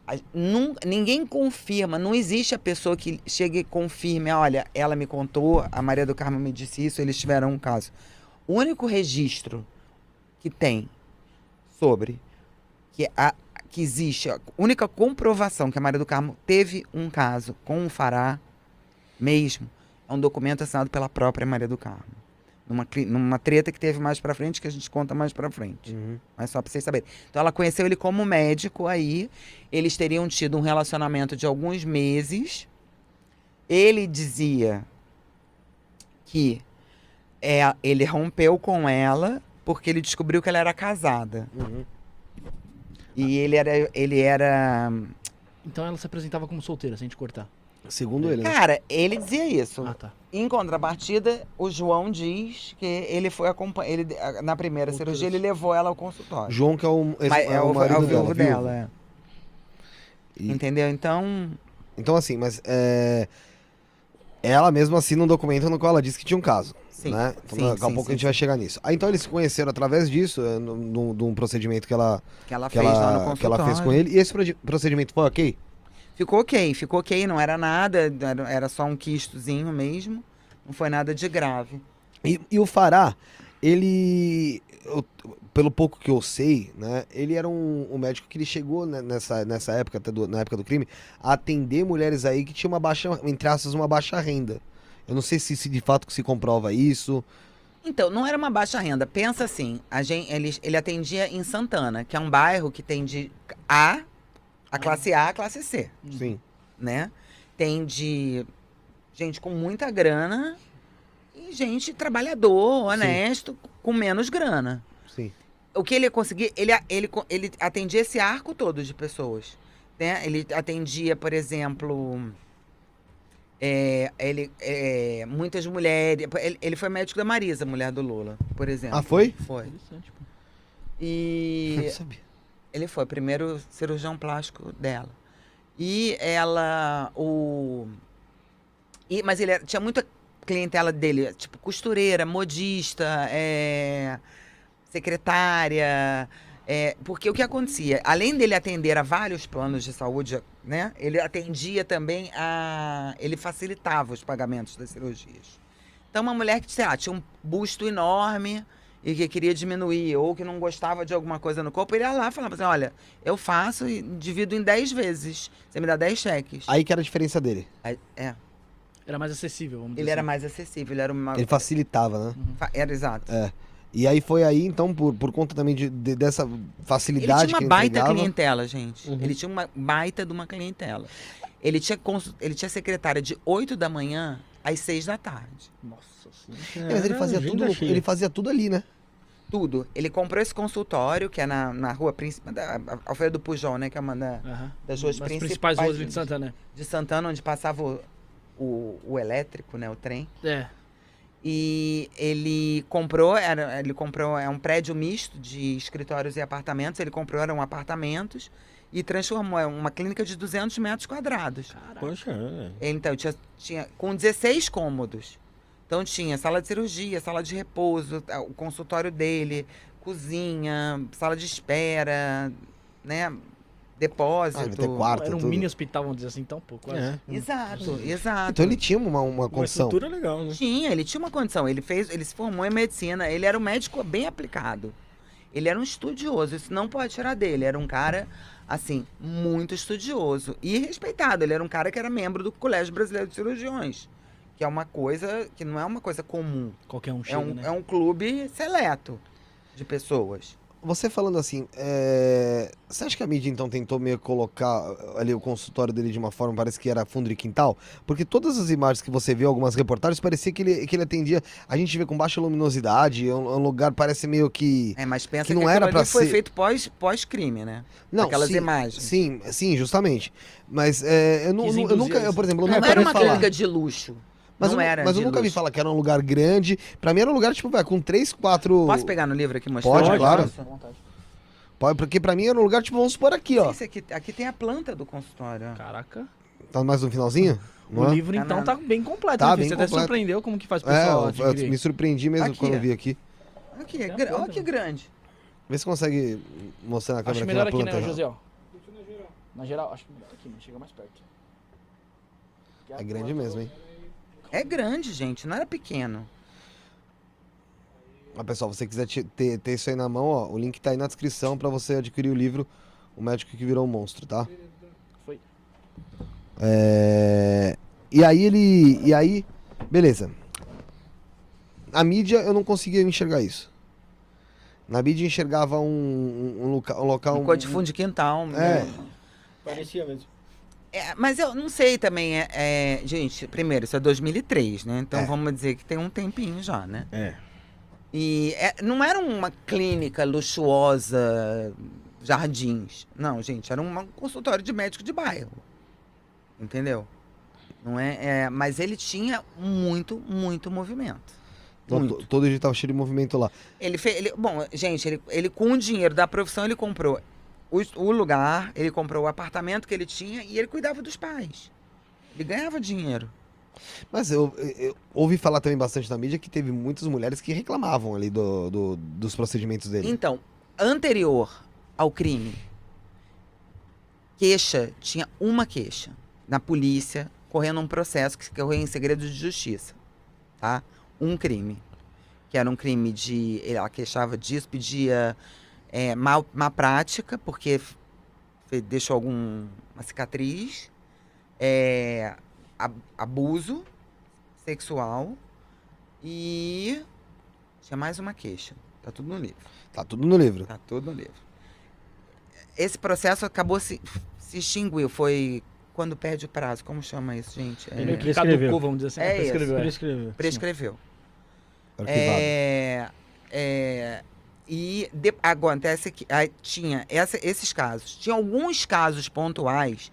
Speaker 1: a- nun- ninguém confirma, não existe a pessoa que chegue e confirme, olha, ela me contou, a Maria do Carmo me disse isso, eles tiveram um caso. O único registro que tem sobre que a que existe, a única comprovação que a Maria do Carmo teve um caso com o Fará mesmo, é um documento assinado pela própria Maria do Carmo. Numa, cli- numa treta que teve mais pra frente, que a gente conta mais pra frente. Mas só pra vocês saberem. Então ela conheceu ele como médico aí. Eles teriam tido um relacionamento de alguns meses. Ele dizia que é, ele rompeu com ela porque ele descobriu que ela era casada. E ele era. Ele era.
Speaker 3: Então ela se apresentava como solteira, se a gente cortar.
Speaker 2: Segundo ele, né?
Speaker 1: Cara, ele dizia isso.
Speaker 3: Ah, tá.
Speaker 1: Em contrapartida, o João diz que ele foi acompanhar. Ele, na primeira
Speaker 4: Putz.
Speaker 1: cirurgia, ele levou ela ao consultório.
Speaker 2: João, que é o, esse-
Speaker 1: Mas é, o, é o
Speaker 2: marido
Speaker 1: viúvo
Speaker 2: viu?
Speaker 1: dela. é.
Speaker 2: E-
Speaker 1: Entendeu? Então.
Speaker 2: Então, assim, mas é, ela mesma assina um documento no qual ela diz que tinha um caso.
Speaker 1: Sim.
Speaker 2: né? Então,
Speaker 1: sim,
Speaker 2: daqui a
Speaker 1: sim,
Speaker 2: pouco a
Speaker 1: sim,
Speaker 2: gente vai chegar nisso. Ah, então eles se conheceram através disso, é, num- num- de um procedimento que ela,
Speaker 1: Que ela
Speaker 2: que,
Speaker 1: fez lá no
Speaker 2: ela,
Speaker 1: consultório.
Speaker 2: que ela fez com ele. E esse prodi- procedimento foi ok?
Speaker 1: Ficou ok, ficou ok, não era nada, era, era só um quistozinho mesmo. Não foi nada de grave.
Speaker 2: E, e o Fará, ele. eu- pelo pouco que eu sei, né? Ele era um, um médico que ele chegou né, nessa, nessa época, até do- na época do crime, a atender mulheres aí que tinham uma baixa, entre aspas, uma baixa renda. Eu não sei se, se de fato que se comprova isso.
Speaker 1: Então, não era uma baixa renda. Pensa assim, a gente, ele, ele atendia em Santana, que é um bairro que tem de A, a classe A, a classe C,
Speaker 2: Sim.
Speaker 1: né? Tem de gente com muita grana e gente trabalhador, honesto, com menos grana.
Speaker 2: Sim.
Speaker 1: o que ele conseguia, ele, ele, ele atendia esse arco todo de pessoas. Né? Ele atendia, por exemplo, é, ele, é, muitas mulheres. Ele, ele foi médico da Marisa, mulher do Lula, por exemplo.
Speaker 2: Ah, foi?
Speaker 1: Foi.
Speaker 3: Interessante, pô.
Speaker 1: E
Speaker 2: Não sabia.
Speaker 1: ele foi o primeiro cirurgião plástico dela. E ela. O... E, mas ele era- tinha muita clientela dele, tipo costureira, modista, é, secretária. é, porque o que acontecia? Além dele atender a vários planos de saúde, né? Ele atendia também a. Ele facilitava os pagamentos das cirurgias. Então, uma mulher que, sei lá, tinha um busto enorme e que queria diminuir ou que não gostava de alguma coisa no corpo, ele ia lá e falava assim: olha, eu faço e divido em 10 vezes. Você me dá 10 cheques.
Speaker 2: Aí que era a diferença dele.
Speaker 1: Aí- é.
Speaker 3: Era mais acessível, vamos dizer
Speaker 1: Ele era
Speaker 3: assim.
Speaker 1: mais acessível, ele era uma.
Speaker 2: Ele facilitava, né?
Speaker 1: fa- Era exato.
Speaker 2: É. E aí foi aí, então, por, por conta também de, de- dessa
Speaker 1: Ele tinha
Speaker 2: facilidade
Speaker 1: uma
Speaker 2: que ele
Speaker 1: baita
Speaker 2: entregava.
Speaker 1: clientela, gente.
Speaker 4: Uhum.
Speaker 1: Ele tinha uma baita de uma clientela. Ele tinha, consu- ele tinha secretária de 8 da manhã às 6 da tarde.
Speaker 3: Nossa senhora.
Speaker 2: É, mas
Speaker 1: né?
Speaker 2: ele
Speaker 4: Era
Speaker 2: fazia, tudo,
Speaker 4: agenda cheia.
Speaker 2: ele fazia tudo ali, né?
Speaker 1: Tudo. Ele comprou esse consultório, que é na, na rua principal. da- Alfredo Pujol, né? Que é uma da-
Speaker 3: Aham.
Speaker 1: das ruas
Speaker 3: Mas
Speaker 1: principais.
Speaker 3: principais ruas de Santana, né?
Speaker 1: de Santana, onde passava o, o, o elétrico, né? O trem.
Speaker 3: É.
Speaker 1: E ele comprou, era, ele comprou, é um prédio misto de escritórios e apartamentos. Ele comprou, eram apartamentos e transformou é uma clínica de 200 metros quadrados.
Speaker 3: Caraca.
Speaker 4: Poxa, é.
Speaker 1: Então, tinha, tinha com 16 cômodos. Então tinha sala de cirurgia, sala de repouso, tá, o consultório dele, cozinha, sala de espera, né?
Speaker 2: Ah,
Speaker 1: Depósito.
Speaker 2: até quarto,
Speaker 3: Era um
Speaker 2: tudo.
Speaker 3: mini hospital, vamos dizer assim, tão pouco. quase.
Speaker 4: é.
Speaker 1: Exato, exato.
Speaker 2: Então ele tinha
Speaker 1: né?
Speaker 2: uma, uma
Speaker 4: Uma
Speaker 2: condição.
Speaker 4: estrutura legal, né?
Speaker 1: Tinha, ele tinha uma condição. Ele fez, ele se formou em medicina. Ele era um médico bem aplicado. Ele era um estudioso. Isso não pode tirar dele. Era um cara assim muito estudioso e respeitado. Ele era um cara que era membro do Colégio Brasileiro de Cirurgiões, que é uma coisa que não é uma coisa comum.
Speaker 3: Qualquer um
Speaker 1: É
Speaker 3: chega,
Speaker 1: um,
Speaker 3: né?
Speaker 1: é um clube seleto de pessoas.
Speaker 2: Você falando assim, é, você acha que a mídia então tentou meio colocar eh, ali o consultório dele de uma forma, parece que era fundo de quintal? Porque todas as imagens que você viu, algumas reportagens, parecia que ele, que ele atendia. A gente vê com baixa luminosidade, é um, é um lugar parece meio que.
Speaker 1: É, mas pensa
Speaker 2: Que
Speaker 1: que,
Speaker 2: não
Speaker 1: aquilo
Speaker 2: era
Speaker 1: ali
Speaker 2: pra
Speaker 1: foi
Speaker 2: ser-
Speaker 1: feito pós pós crime, né?
Speaker 2: Não,
Speaker 1: Aquelas
Speaker 2: sim,
Speaker 1: imagens.
Speaker 2: sim, sim, justamente. Mas é, eu, nu-
Speaker 3: Quis
Speaker 2: nu- eu
Speaker 3: induzir
Speaker 2: nunca, eu,
Speaker 3: eles.
Speaker 2: por exemplo, eu
Speaker 1: Não,
Speaker 2: nunca
Speaker 1: era
Speaker 2: ouvi
Speaker 1: uma
Speaker 2: falar.
Speaker 1: clínica de luxo.
Speaker 2: Mas,
Speaker 1: não
Speaker 2: eu, nu-
Speaker 1: era
Speaker 2: mas
Speaker 1: de
Speaker 2: eu nunca vi
Speaker 1: luxo.
Speaker 2: falar que era um lugar grande. Pra mim era um lugar, tipo, vai, com três, quatro.
Speaker 1: Posso pegar no livro aqui e mostrar?
Speaker 2: Pode, claro.
Speaker 1: Nossa.
Speaker 2: Pode- Porque pra mim era um lugar, tipo, vamos supor aqui, ó.
Speaker 1: Esse aqui, aqui tem a planta do consultório. ó.
Speaker 3: Caraca.
Speaker 2: Tá mais no finalzinho? Não
Speaker 3: O
Speaker 2: é?
Speaker 3: livro,
Speaker 1: Tá
Speaker 3: então,
Speaker 1: na-
Speaker 3: tá bem completo.
Speaker 2: Tá
Speaker 3: né,
Speaker 2: bem
Speaker 3: filho? Você até
Speaker 2: completo.
Speaker 3: surpreendeu como que faz o
Speaker 2: É,
Speaker 3: pessoal
Speaker 2: eu- eu
Speaker 3: adquirir.
Speaker 2: me surpreendi mesmo
Speaker 1: Aqui,
Speaker 2: quando
Speaker 3: é.
Speaker 1: ó.
Speaker 2: eu vi aqui.
Speaker 1: Aqui, é
Speaker 3: Tem a
Speaker 1: gra-
Speaker 3: planta,
Speaker 1: olha que
Speaker 3: né?
Speaker 1: grande.
Speaker 2: Vê se consegue mostrar na câmera
Speaker 3: Acho
Speaker 2: aqui
Speaker 3: melhor
Speaker 2: na
Speaker 3: aqui,
Speaker 2: planta.
Speaker 3: né, José? ó. Na geral, acho que melhor aqui, mano. Chega mais perto.
Speaker 2: é grande mesmo, hein?
Speaker 1: É grande, gente, não era pequeno.
Speaker 2: Mas, pessoal, se você quiser te- ter, ter isso aí na mão, ó, o link tá aí na descrição pra você adquirir o livro O Médico que Virou um Monstro, tá?
Speaker 3: Foi.
Speaker 2: É... E aí ele... E aí... Beleza. Na mídia eu não conseguia enxergar isso. Na mídia eu enxergava um, um, um loca- um local...
Speaker 1: Um cor de fundo de quintal.
Speaker 2: É.
Speaker 1: né?
Speaker 4: Parecia mesmo.
Speaker 1: É, mas eu não sei também. é- é, gente, primeiro, isso é 2003, né? Então
Speaker 2: É.
Speaker 1: vamos dizer que tem um tempinho já, né?
Speaker 4: É.
Speaker 1: E é- não era uma clínica luxuosa, jardins. Não, gente, era um consultório de médico de bairro. Entendeu? Não é, é, mas ele tinha muito, muito movimento.
Speaker 2: Então, to- Todo dia tava cheio de movimento lá.
Speaker 1: Ele fez. Ele, bom, gente, ele, ele com o dinheiro da profissão, ele comprou o, o lugar, ele comprou o apartamento que ele tinha e ele cuidava dos pais. Ele ganhava dinheiro.
Speaker 2: Mas eu, eu- eu ouvi falar também bastante na mídia que teve muitas mulheres que reclamavam ali do, do- dos procedimentos dele.
Speaker 1: Então, anterior ao crime, queixa, tinha uma queixa na polícia, correndo um processo que correu em segredo de justiça, tá? Um crime, que era um crime de... Ela queixava disso, pedia é, mal- má, prática, porque f- fe- deixou alguma cicatriz, é, ab- abuso sexual e tinha mais uma queixa. Tá tudo no livro.
Speaker 2: Tá tudo no livro.
Speaker 1: Tá tudo no livro. Esse processo acabou se, se extinguiu. Foi quando perde o prazo. Como chama isso, gente? É,
Speaker 3: Ele
Speaker 4: prescreveu.
Speaker 3: caducou, vamos dizer assim.
Speaker 1: É isso.
Speaker 3: prescreveu,
Speaker 4: Ele escreveu.
Speaker 1: prescreveu.
Speaker 2: Arquivado.
Speaker 1: É, é, e de, acontece que aí tinha essa- esses casos. Tinha alguns casos pontuais,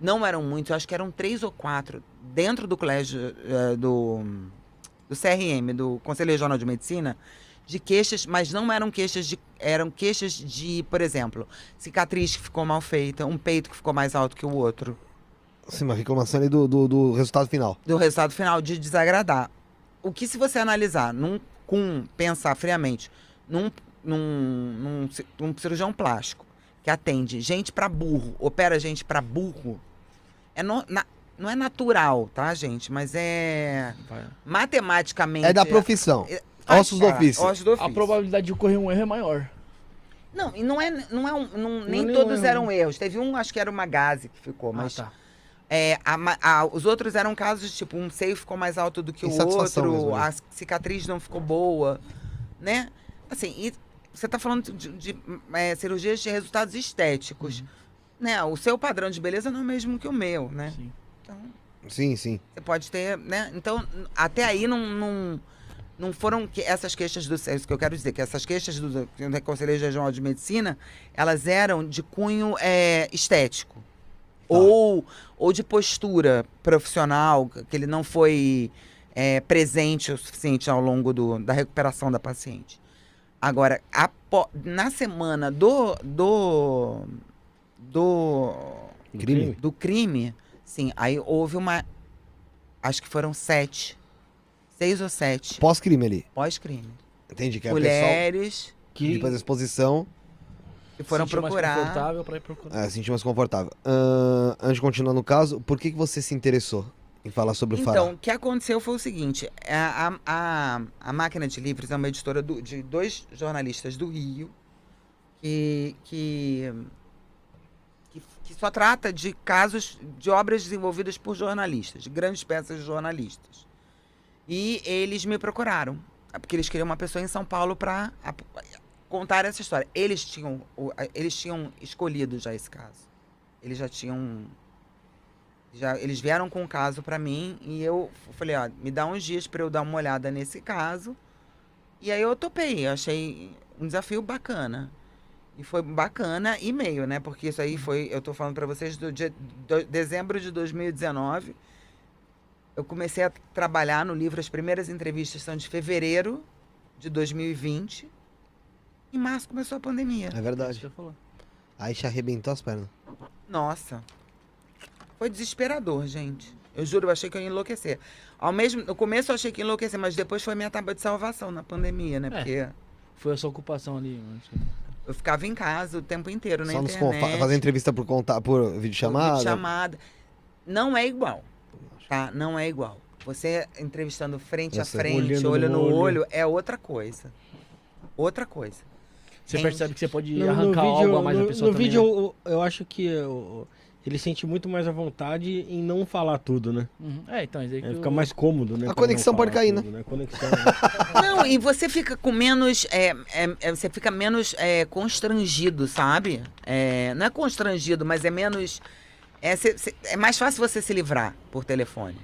Speaker 1: não eram muitos, eu acho que eram três ou quatro, dentro do colégio eh, do, do CRM, do Conselho Regional de Medicina, de queixas, mas não eram queixas de. Eram queixas de, por exemplo, cicatriz que ficou mal feita, um peito que ficou mais alto que o outro
Speaker 2: Sim, uma reclamação ali do, do, do resultado final.
Speaker 1: do resultado final de desagradar. O que se você analisar num, com pensar friamente num, num, num ci- num cirurgião plástico que atende gente pra burro, opera gente pra burro, é no- na- não é natural, tá, gente? Mas é
Speaker 3: Vai.
Speaker 1: matematicamente
Speaker 2: É da profissão.
Speaker 1: é-
Speaker 2: Ossos do
Speaker 1: Ah,
Speaker 2: ofício.
Speaker 1: Ossos do
Speaker 3: A
Speaker 1: ofício.
Speaker 3: probabilidade de ocorrer um erro é maior.
Speaker 1: Não, e não é, não é um, Ah, não- nem
Speaker 4: nenhum
Speaker 1: todos
Speaker 4: erro.
Speaker 1: eram erros. Teve um, acho que era uma gaze que ficou, mas
Speaker 3: tá.
Speaker 1: é, a ma- a- os outros eram casos tipo um seio ficou mais alto do que o
Speaker 2: Insatisfação
Speaker 1: outro,
Speaker 2: mesmo, né?
Speaker 1: a cicatriz não ficou boa, né? Assim, e você tá falando de, de, é, cirurgias de resultados estéticos,
Speaker 2: Uhum.
Speaker 1: né? O seu padrão de beleza não é o mesmo que o meu, né?
Speaker 3: Sim.
Speaker 1: Então
Speaker 2: Sim, sim.
Speaker 1: você pode ter, né? Então, n- até aí não, não, não foram que essas queixas do. É isso que eu quero dizer, que essas queixas do, do Conselheiro Regional de Medicina, elas eram de cunho é, estético. Ou, ou de postura profissional, que ele não foi é, presente o suficiente ao longo do, da recuperação da paciente. Agora, apo- na semana do. do. do
Speaker 4: Do
Speaker 2: Crime.
Speaker 1: do crime, sim, aí houve uma. Acho que foram sete. Seis ou sete
Speaker 2: Pós-crime ali.
Speaker 1: pós-crime.
Speaker 2: Entende? Que é o pessoal
Speaker 1: Mulheres
Speaker 4: Que...
Speaker 2: depois da exposição
Speaker 1: que foram
Speaker 3: Sentiu Mais
Speaker 1: procurar.
Speaker 3: confortável pra ir procurar.
Speaker 2: é, se sentiu mais confortável. Ahn, antes de continuar no caso, por que, que você se interessou em falar sobre o fará?
Speaker 1: Então, o que aconteceu foi o seguinte: é, a, a, a, a Máquina de Livros é uma editora do- de dois jornalistas do Rio que, que, que, que só trata de casos de obras desenvolvidas por jornalistas, de grandes peças de jornalistas. E eles me procuraram, é porque eles queriam uma pessoa em São Paulo para contar essa história. Eles tinham, o- a- eles tinham escolhido já esse caso. Eles já tinham. Já, eles vieram com o caso para mim e eu falei: ó, me dá uns dias para eu dar uma olhada nesse caso. E aí eu topei, eu achei um desafio bacana. E foi bacana e meio, né? Porque isso aí foi, eu tô falando para vocês, do dia, do, dezembro de 2019. Eu comecei a trabalhar no livro, as primeiras entrevistas são de fevereiro de 2020. Em março começou a pandemia.
Speaker 2: É
Speaker 3: É isso que
Speaker 2: verdade.
Speaker 3: eu ia falar.
Speaker 2: Aí te arrebentou as pernas.
Speaker 1: Nossa. Foi desesperador, gente. Eu juro, eu achei que eu ia enlouquecer. Ao mesmo, no começo eu achei que ia enlouquecer, mas depois foi minha tábua de salvação na pandemia, né?
Speaker 3: É.
Speaker 1: Porque
Speaker 3: Foi a sua ocupação ali. mano.
Speaker 1: eu ficava em casa o tempo inteiro, na
Speaker 2: Só nos
Speaker 1: internet.
Speaker 2: confa- fazer entrevista por contar por videochamada.
Speaker 1: chamada. Não é igual, tá? Não é igual. Você entrevistando frente
Speaker 2: Eu
Speaker 1: a
Speaker 2: sei.
Speaker 1: frente,
Speaker 4: Olhando
Speaker 1: olho
Speaker 4: no
Speaker 1: no olho.
Speaker 4: olho.
Speaker 1: é outra coisa. Outra coisa.
Speaker 3: Você
Speaker 1: Gente.
Speaker 3: percebe que você pode
Speaker 4: No, no
Speaker 3: arrancar algo
Speaker 4: vídeo,
Speaker 3: a mais da
Speaker 4: no,
Speaker 3: pessoa
Speaker 4: no
Speaker 3: também,
Speaker 4: vídeo
Speaker 3: né?
Speaker 4: eu, eu acho que eu- ele sente muito mais à vontade em não falar tudo, né?
Speaker 3: Uhum. É, então, isso aí que
Speaker 4: É,
Speaker 3: eu-
Speaker 4: fica mais cômodo, né?
Speaker 2: A
Speaker 4: pra
Speaker 2: conexão
Speaker 4: não
Speaker 2: pode
Speaker 4: falar
Speaker 2: cair,
Speaker 4: tudo, né? A Conexão.
Speaker 1: Não, e você fica com menos. é, é, é, você fica menos é, constrangido, sabe? É, não é constrangido, mas é menos. É, cê- cê- é mais fácil você se livrar por telefone.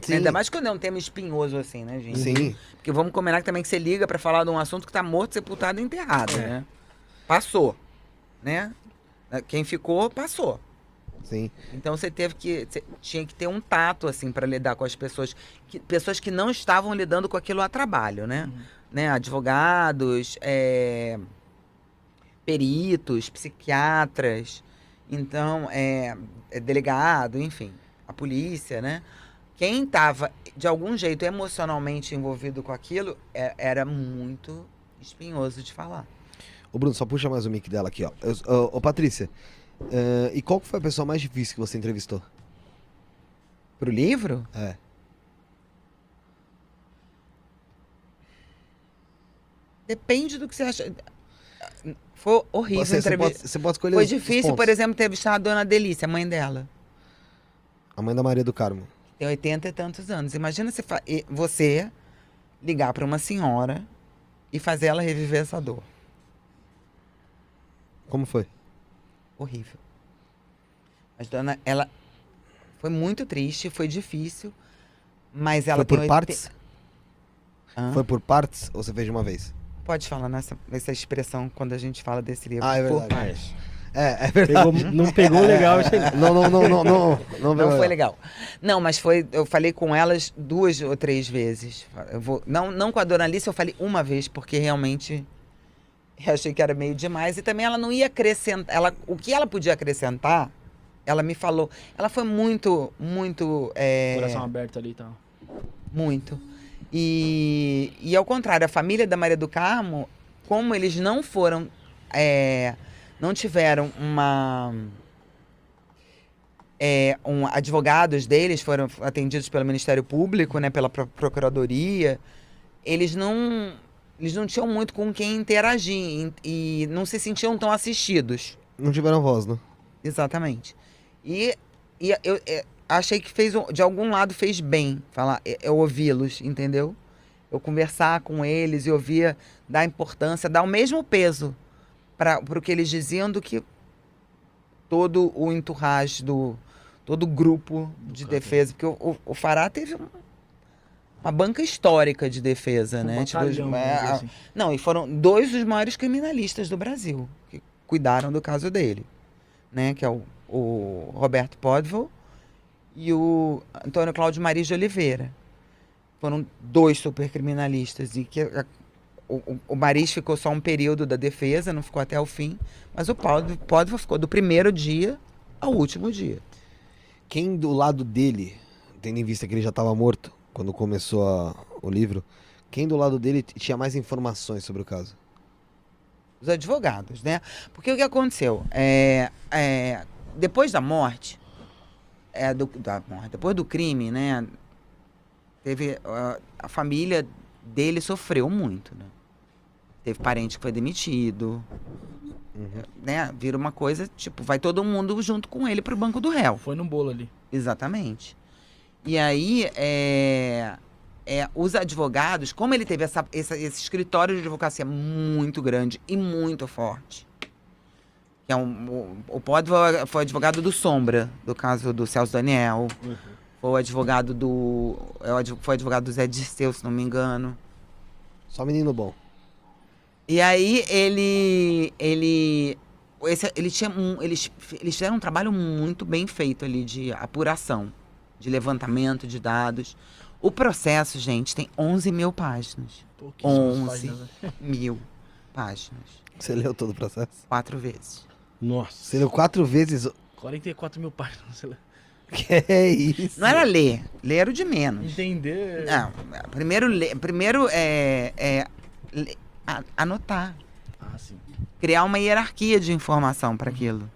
Speaker 2: Sim.
Speaker 1: Ainda mais quando é um tema espinhoso assim, né, gente?
Speaker 2: Sim.
Speaker 1: Porque vamos combinar que também que você liga pra falar de um assunto que tá morto, sepultado e enterrado,
Speaker 2: É.
Speaker 1: né? Passou, né? É, Quem ficou, passou.
Speaker 2: Sim.
Speaker 1: Então você teve que. Você tinha que ter um tato, assim, para lidar com as pessoas. Que, pessoas que não estavam lidando com aquilo a trabalho, né?
Speaker 3: Uhum.
Speaker 1: né? Advogados, é, peritos, psiquiatras, então, é, é, delegado, enfim, a polícia, né? Quem estava, de algum jeito, emocionalmente envolvido com aquilo, é- era muito espinhoso de falar.
Speaker 2: Ô, Bruno, só puxa mais o mic dela aqui, ó. Eu- ô, ô, Patrícia, eh, e qual que foi a pessoa mais difícil que você entrevistou?
Speaker 1: Pro livro?
Speaker 2: É.
Speaker 1: Depende do que você acha. Foi horrível
Speaker 2: Você, você,
Speaker 1: entrevi-
Speaker 2: pode, você pode escolher
Speaker 1: Foi
Speaker 2: os- os
Speaker 1: difícil, por
Speaker 2: pontos.
Speaker 1: exemplo, entrevistar a dona Delícia, a mãe dela.
Speaker 2: A mãe da Maria do Carmo.
Speaker 1: Tem 80 e tantos anos. Imagina se fa- e- você ligar para uma senhora e fazer ela reviver essa dor.
Speaker 2: Como foi?
Speaker 1: Horrível. Mas dona, ela foi muito triste, foi difícil, mas ela
Speaker 2: foi por
Speaker 1: tem 80
Speaker 2: partes?
Speaker 1: Hã?
Speaker 2: Foi por partes ou você fez de uma vez?
Speaker 1: Pode falar nessa, nessa expressão quando a gente fala desse livro.
Speaker 2: Ah, é
Speaker 1: Por
Speaker 2: verdade.
Speaker 1: partes.
Speaker 2: É, é verdade.
Speaker 4: Pegou- não pegou
Speaker 3: É.
Speaker 4: legal isso aí.
Speaker 2: Não, não, não, não, não. Não,
Speaker 1: Não foi legal.
Speaker 2: legal.
Speaker 1: Não, mas foi. Eu falei com elas duas ou três vezes. Eu vou, não, não com a dona Alice, eu falei uma vez, porque realmente eu achei que era meio demais. E também ela não ia acrescentar. Ela, o que ela podia acrescentar, ela me falou. Ela foi muito, muito. é,
Speaker 3: Coração aberto ali e tal.
Speaker 1: muito. E, e ao contrário, a família da Maria do Carmo, como eles não foram. é, não tiveram uma. é, um, advogados deles foram atendidos pelo Ministério Público, né, pela pro- Procuradoria. eles não eles não tinham muito com quem interagir e, e não se sentiam tão assistidos.
Speaker 2: Não tiveram voz, né?
Speaker 1: Exatamente. E, e eu, é, achei que fez um- de algum lado fez bem falar, eu- eu ouvi-los, entendeu? Eu conversar com eles e ouvir dar importância, dar o mesmo peso para o que eles diziam do que todo o entourage do todo o grupo de
Speaker 3: campo.
Speaker 1: defesa, porque o, o, o Fará teve um- uma banca histórica de defesa, né?
Speaker 3: Um
Speaker 1: Tipo,
Speaker 3: batalhão,
Speaker 1: é,
Speaker 3: vamos dizer
Speaker 1: a-
Speaker 3: assim.
Speaker 1: não, e foram dois dos maiores criminalistas do Brasil que cuidaram do caso dele, né? Que é o, o Roberto Podville e o Antônio Cláudio Maria de Oliveira. Foram dois supercriminalistas e que a- o, o- o Maris ficou só um período da defesa, não ficou até o fim, mas o Podville, Podville ficou do primeiro dia ao último dia.
Speaker 2: Quem do lado dele, tendo em vista que ele já estava morto quando começou a- o livro, quem do lado dele t- tinha mais informações sobre o caso?
Speaker 1: os advogados, né? Porque o que aconteceu? É, é, depois da morte, é, do- da morte, depois do crime, né? Teve. ah, a família dele sofreu muito, né? Teve parente que foi demitido, né? Vira uma coisa, tipo, vai todo mundo junto com ele pro banco do réu.
Speaker 3: Foi no bolo ali.
Speaker 1: Exatamente. E aí, é, é, os advogados, como ele teve essa- essa- esse escritório de advocacia muito grande e muito forte, que é um, o, o Pódio foi advogado do Sombra, do caso do Celso Daniel, foi o advogado do. é o advo- Foi advogado do Zé Dirceu, se não me engano.
Speaker 2: Só menino bom.
Speaker 1: E aí ele. ele. Esse, ele tinha, um- eles, eles fizeram um trabalho muito bem feito ali de apuração, de levantamento de dados. O processo, gente, tem 11 mil páginas.
Speaker 3: Pouquíssimas
Speaker 1: Onze.
Speaker 3: páginas, né?
Speaker 1: Mil páginas.
Speaker 2: Você leu todo o processo?
Speaker 1: Quatro vezes.
Speaker 4: Nossa.
Speaker 2: Você leu quatro vezes. o-
Speaker 3: 44 mil páginas. sei lá.
Speaker 2: Que é isso?
Speaker 1: Não era ler, ler era o de menos.
Speaker 3: Entender.
Speaker 1: Não, primeiro, le- primeiro é, é, le- a- anotar.
Speaker 3: Ah, sim.
Speaker 1: criar uma hierarquia de informação
Speaker 3: Uhum.
Speaker 1: para aquilo,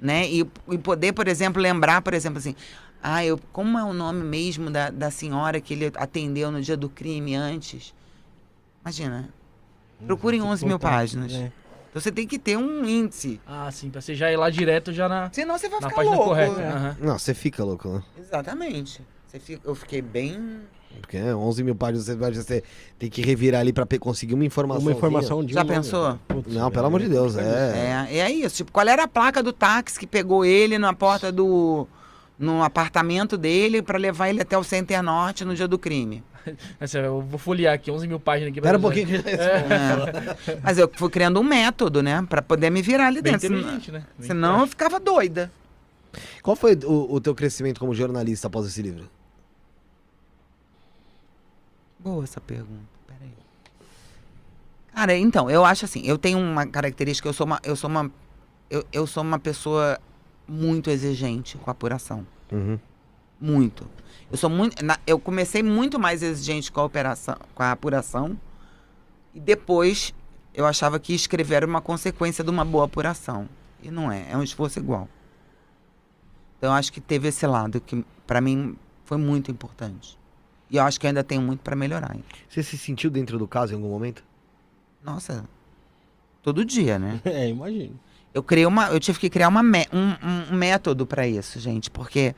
Speaker 1: né? E, e poder, por exemplo, lembrar, por exemplo, assim, ah, eu, como é o nome mesmo da, da senhora que ele atendeu no dia do crime antes? Imagina.
Speaker 3: Uhum,
Speaker 1: Procurem 11 mil páginas.
Speaker 3: né?
Speaker 4: É.
Speaker 1: Então você tem que ter um índice.
Speaker 3: Ah, sim. Pra você já ir lá direto já na,
Speaker 1: Senão você vai
Speaker 3: na
Speaker 1: ficar
Speaker 3: página
Speaker 1: louco. né? É,
Speaker 3: correta. né? Aham.
Speaker 2: Não, você fica louco, né?
Speaker 1: Exatamente. Você fica- eu fiquei bem.
Speaker 2: Porque é, 11 mil páginas, você, vai- você tem que revirar ali pra pe- conseguir uma informação.
Speaker 4: Uma informação de
Speaker 1: Já
Speaker 4: um
Speaker 1: pensou?
Speaker 4: Putz,
Speaker 2: Não,
Speaker 4: velho.
Speaker 2: pelo amor de Deus, é.
Speaker 1: É, e é isso. Tipo, qual era a placa do táxi que pegou ele na porta do. no apartamento dele para levar ele até o Center Norte no dia do crime?
Speaker 3: É sério, Eu vou folhear aqui, 11 mil páginas aqui. pra
Speaker 2: Pera um
Speaker 3: nós-
Speaker 2: pouquinho que eu já respondo.
Speaker 1: É. Mas eu fui criando um método, né? Pra poder me virar ali
Speaker 3: Bem
Speaker 1: dentro. Senão,
Speaker 3: inteligente, né? Bem
Speaker 1: senão eu ficava doida.
Speaker 2: Qual foi o, o teu crescimento como jornalista após esse livro?
Speaker 1: Boa essa pergunta. Peraí. Cara, então, eu acho assim, eu tenho uma característica, eu sou uma. Eu sou uma, eu, eu sou uma pessoa muito exigente com a apuração.
Speaker 2: Uhum.
Speaker 1: Muito. Eu sou muito. na- eu comecei muito mais exigente com a operação, com a apuração. E depois eu achava que escrever era uma consequência de uma boa apuração. E não é, é um esforço igual. Então eu acho que teve esse lado que pra mim foi muito importante. E eu acho que eu ainda tenho muito pra melhorar. hein?
Speaker 2: Você se sentiu dentro do caso em algum momento?
Speaker 1: Nossa, todo dia, né?
Speaker 4: É, imagino.
Speaker 1: Eu criei uma, eu tive que criar uma mé- um, um método para isso, gente, porque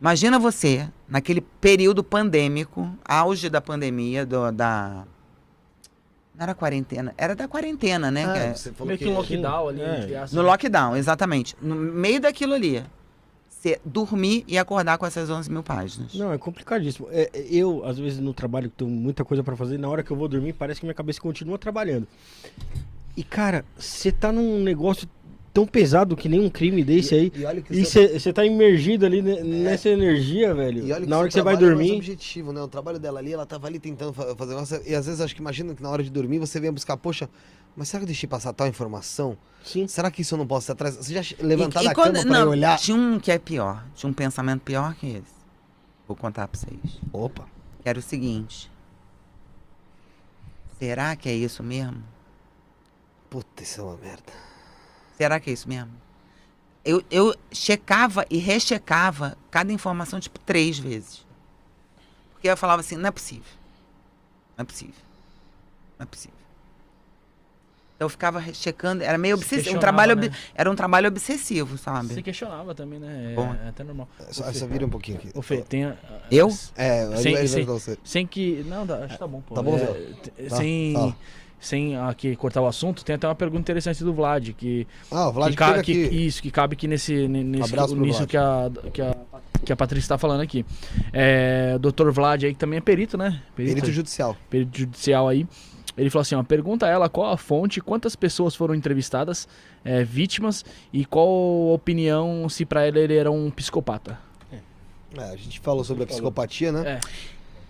Speaker 1: imagina você naquele período pandêmico, auge da pandemia, do, da não era quarentena, era da quarentena, né? que é-
Speaker 2: Ah, você falou
Speaker 3: Meio que um lockdown ali,
Speaker 4: Sim, é.
Speaker 3: entre aspas.
Speaker 1: no lockdown, exatamente, no meio daquilo ali, você dormir e acordar com essas 11 mil páginas.
Speaker 4: Não, é complicadíssimo. É, é, eu, às vezes, no trabalho, tenho muita coisa pra fazer. Na hora que eu vou dormir, parece que minha cabeça continua trabalhando. E, cara, você tá num negócio tão pesado que nem um crime desse aí.
Speaker 2: E olha que
Speaker 4: E
Speaker 2: seu- É.
Speaker 4: você tá imergido ali ne- nessa energia, velho.
Speaker 2: E olha
Speaker 4: Na hora que
Speaker 2: seu
Speaker 4: você vai
Speaker 2: trabalho é mais
Speaker 4: dormir.
Speaker 2: objetivo, né? O trabalho dela ali, ela tava ali tentando fa- fazer um negócio. E às vezes acho que imagina que na hora de dormir você venha buscar, poxa, mas será que eu deixei passar tal informação?
Speaker 4: Sim.
Speaker 2: Será que isso eu não posso ter atrás? Você já che-
Speaker 1: E-
Speaker 2: levantar
Speaker 1: e
Speaker 2: da
Speaker 1: quando-
Speaker 2: cama pra ir
Speaker 1: não,
Speaker 2: olhar?
Speaker 1: Tinha um que é pior, tinha um pensamento pior que esse. Vou contar para vocês.
Speaker 2: Opa.
Speaker 1: que era o seguinte: será que é isso mesmo?
Speaker 2: Puta, isso é uma merda.
Speaker 1: Será que é isso mesmo? Eu, eu checava e rechecava cada informação, tipo, três vezes. Porque eu falava assim: não é possível. Não é possível. Não é possível. Então, Eu ficava re- checando, era meio
Speaker 3: Se
Speaker 1: obsessivo. Um
Speaker 3: questionava,
Speaker 1: trabalho, obs-
Speaker 3: né?
Speaker 1: Era um trabalho obsessivo, sabe?
Speaker 3: Você questionava também, né? É,
Speaker 1: Bom.
Speaker 3: é até normal.
Speaker 2: Só, só vira um pouquinho aqui.
Speaker 3: Ô, Fê, tem. a-
Speaker 1: Eu?
Speaker 3: as-
Speaker 2: É, eu
Speaker 3: Sem-
Speaker 2: ajudo-
Speaker 3: sem-
Speaker 2: ajudo você.
Speaker 3: Sem que. Não, dá- acho que tá bom, pô.
Speaker 2: Tá bom,
Speaker 3: É,
Speaker 2: Zé?
Speaker 3: t-
Speaker 2: Tá,
Speaker 3: sem.
Speaker 2: fala.
Speaker 3: Sem ah, aqui cortar o assunto, tem até uma pergunta interessante do Vlad, que,
Speaker 2: Ah, o Vlad
Speaker 3: que, ca-
Speaker 2: chega
Speaker 3: que-
Speaker 2: aqui.
Speaker 3: isso, que cabe aqui nesse, ne- nesse
Speaker 2: Abraço pro
Speaker 3: nisso
Speaker 2: Vlad.
Speaker 3: que a, que, a, que a Patrícia tá falando aqui. É, o doutor Vlad aí, que também é perito, né?
Speaker 2: Perito judicial.
Speaker 3: perito judicial aí. Ele falou assim: ó, pergunta a ela qual a fonte, quantas pessoas foram entrevistadas, é, vítimas, e qual a opinião se pra ela ele era um psicopata.
Speaker 2: É, a gente falou sobre a psicopatia, né?
Speaker 3: É.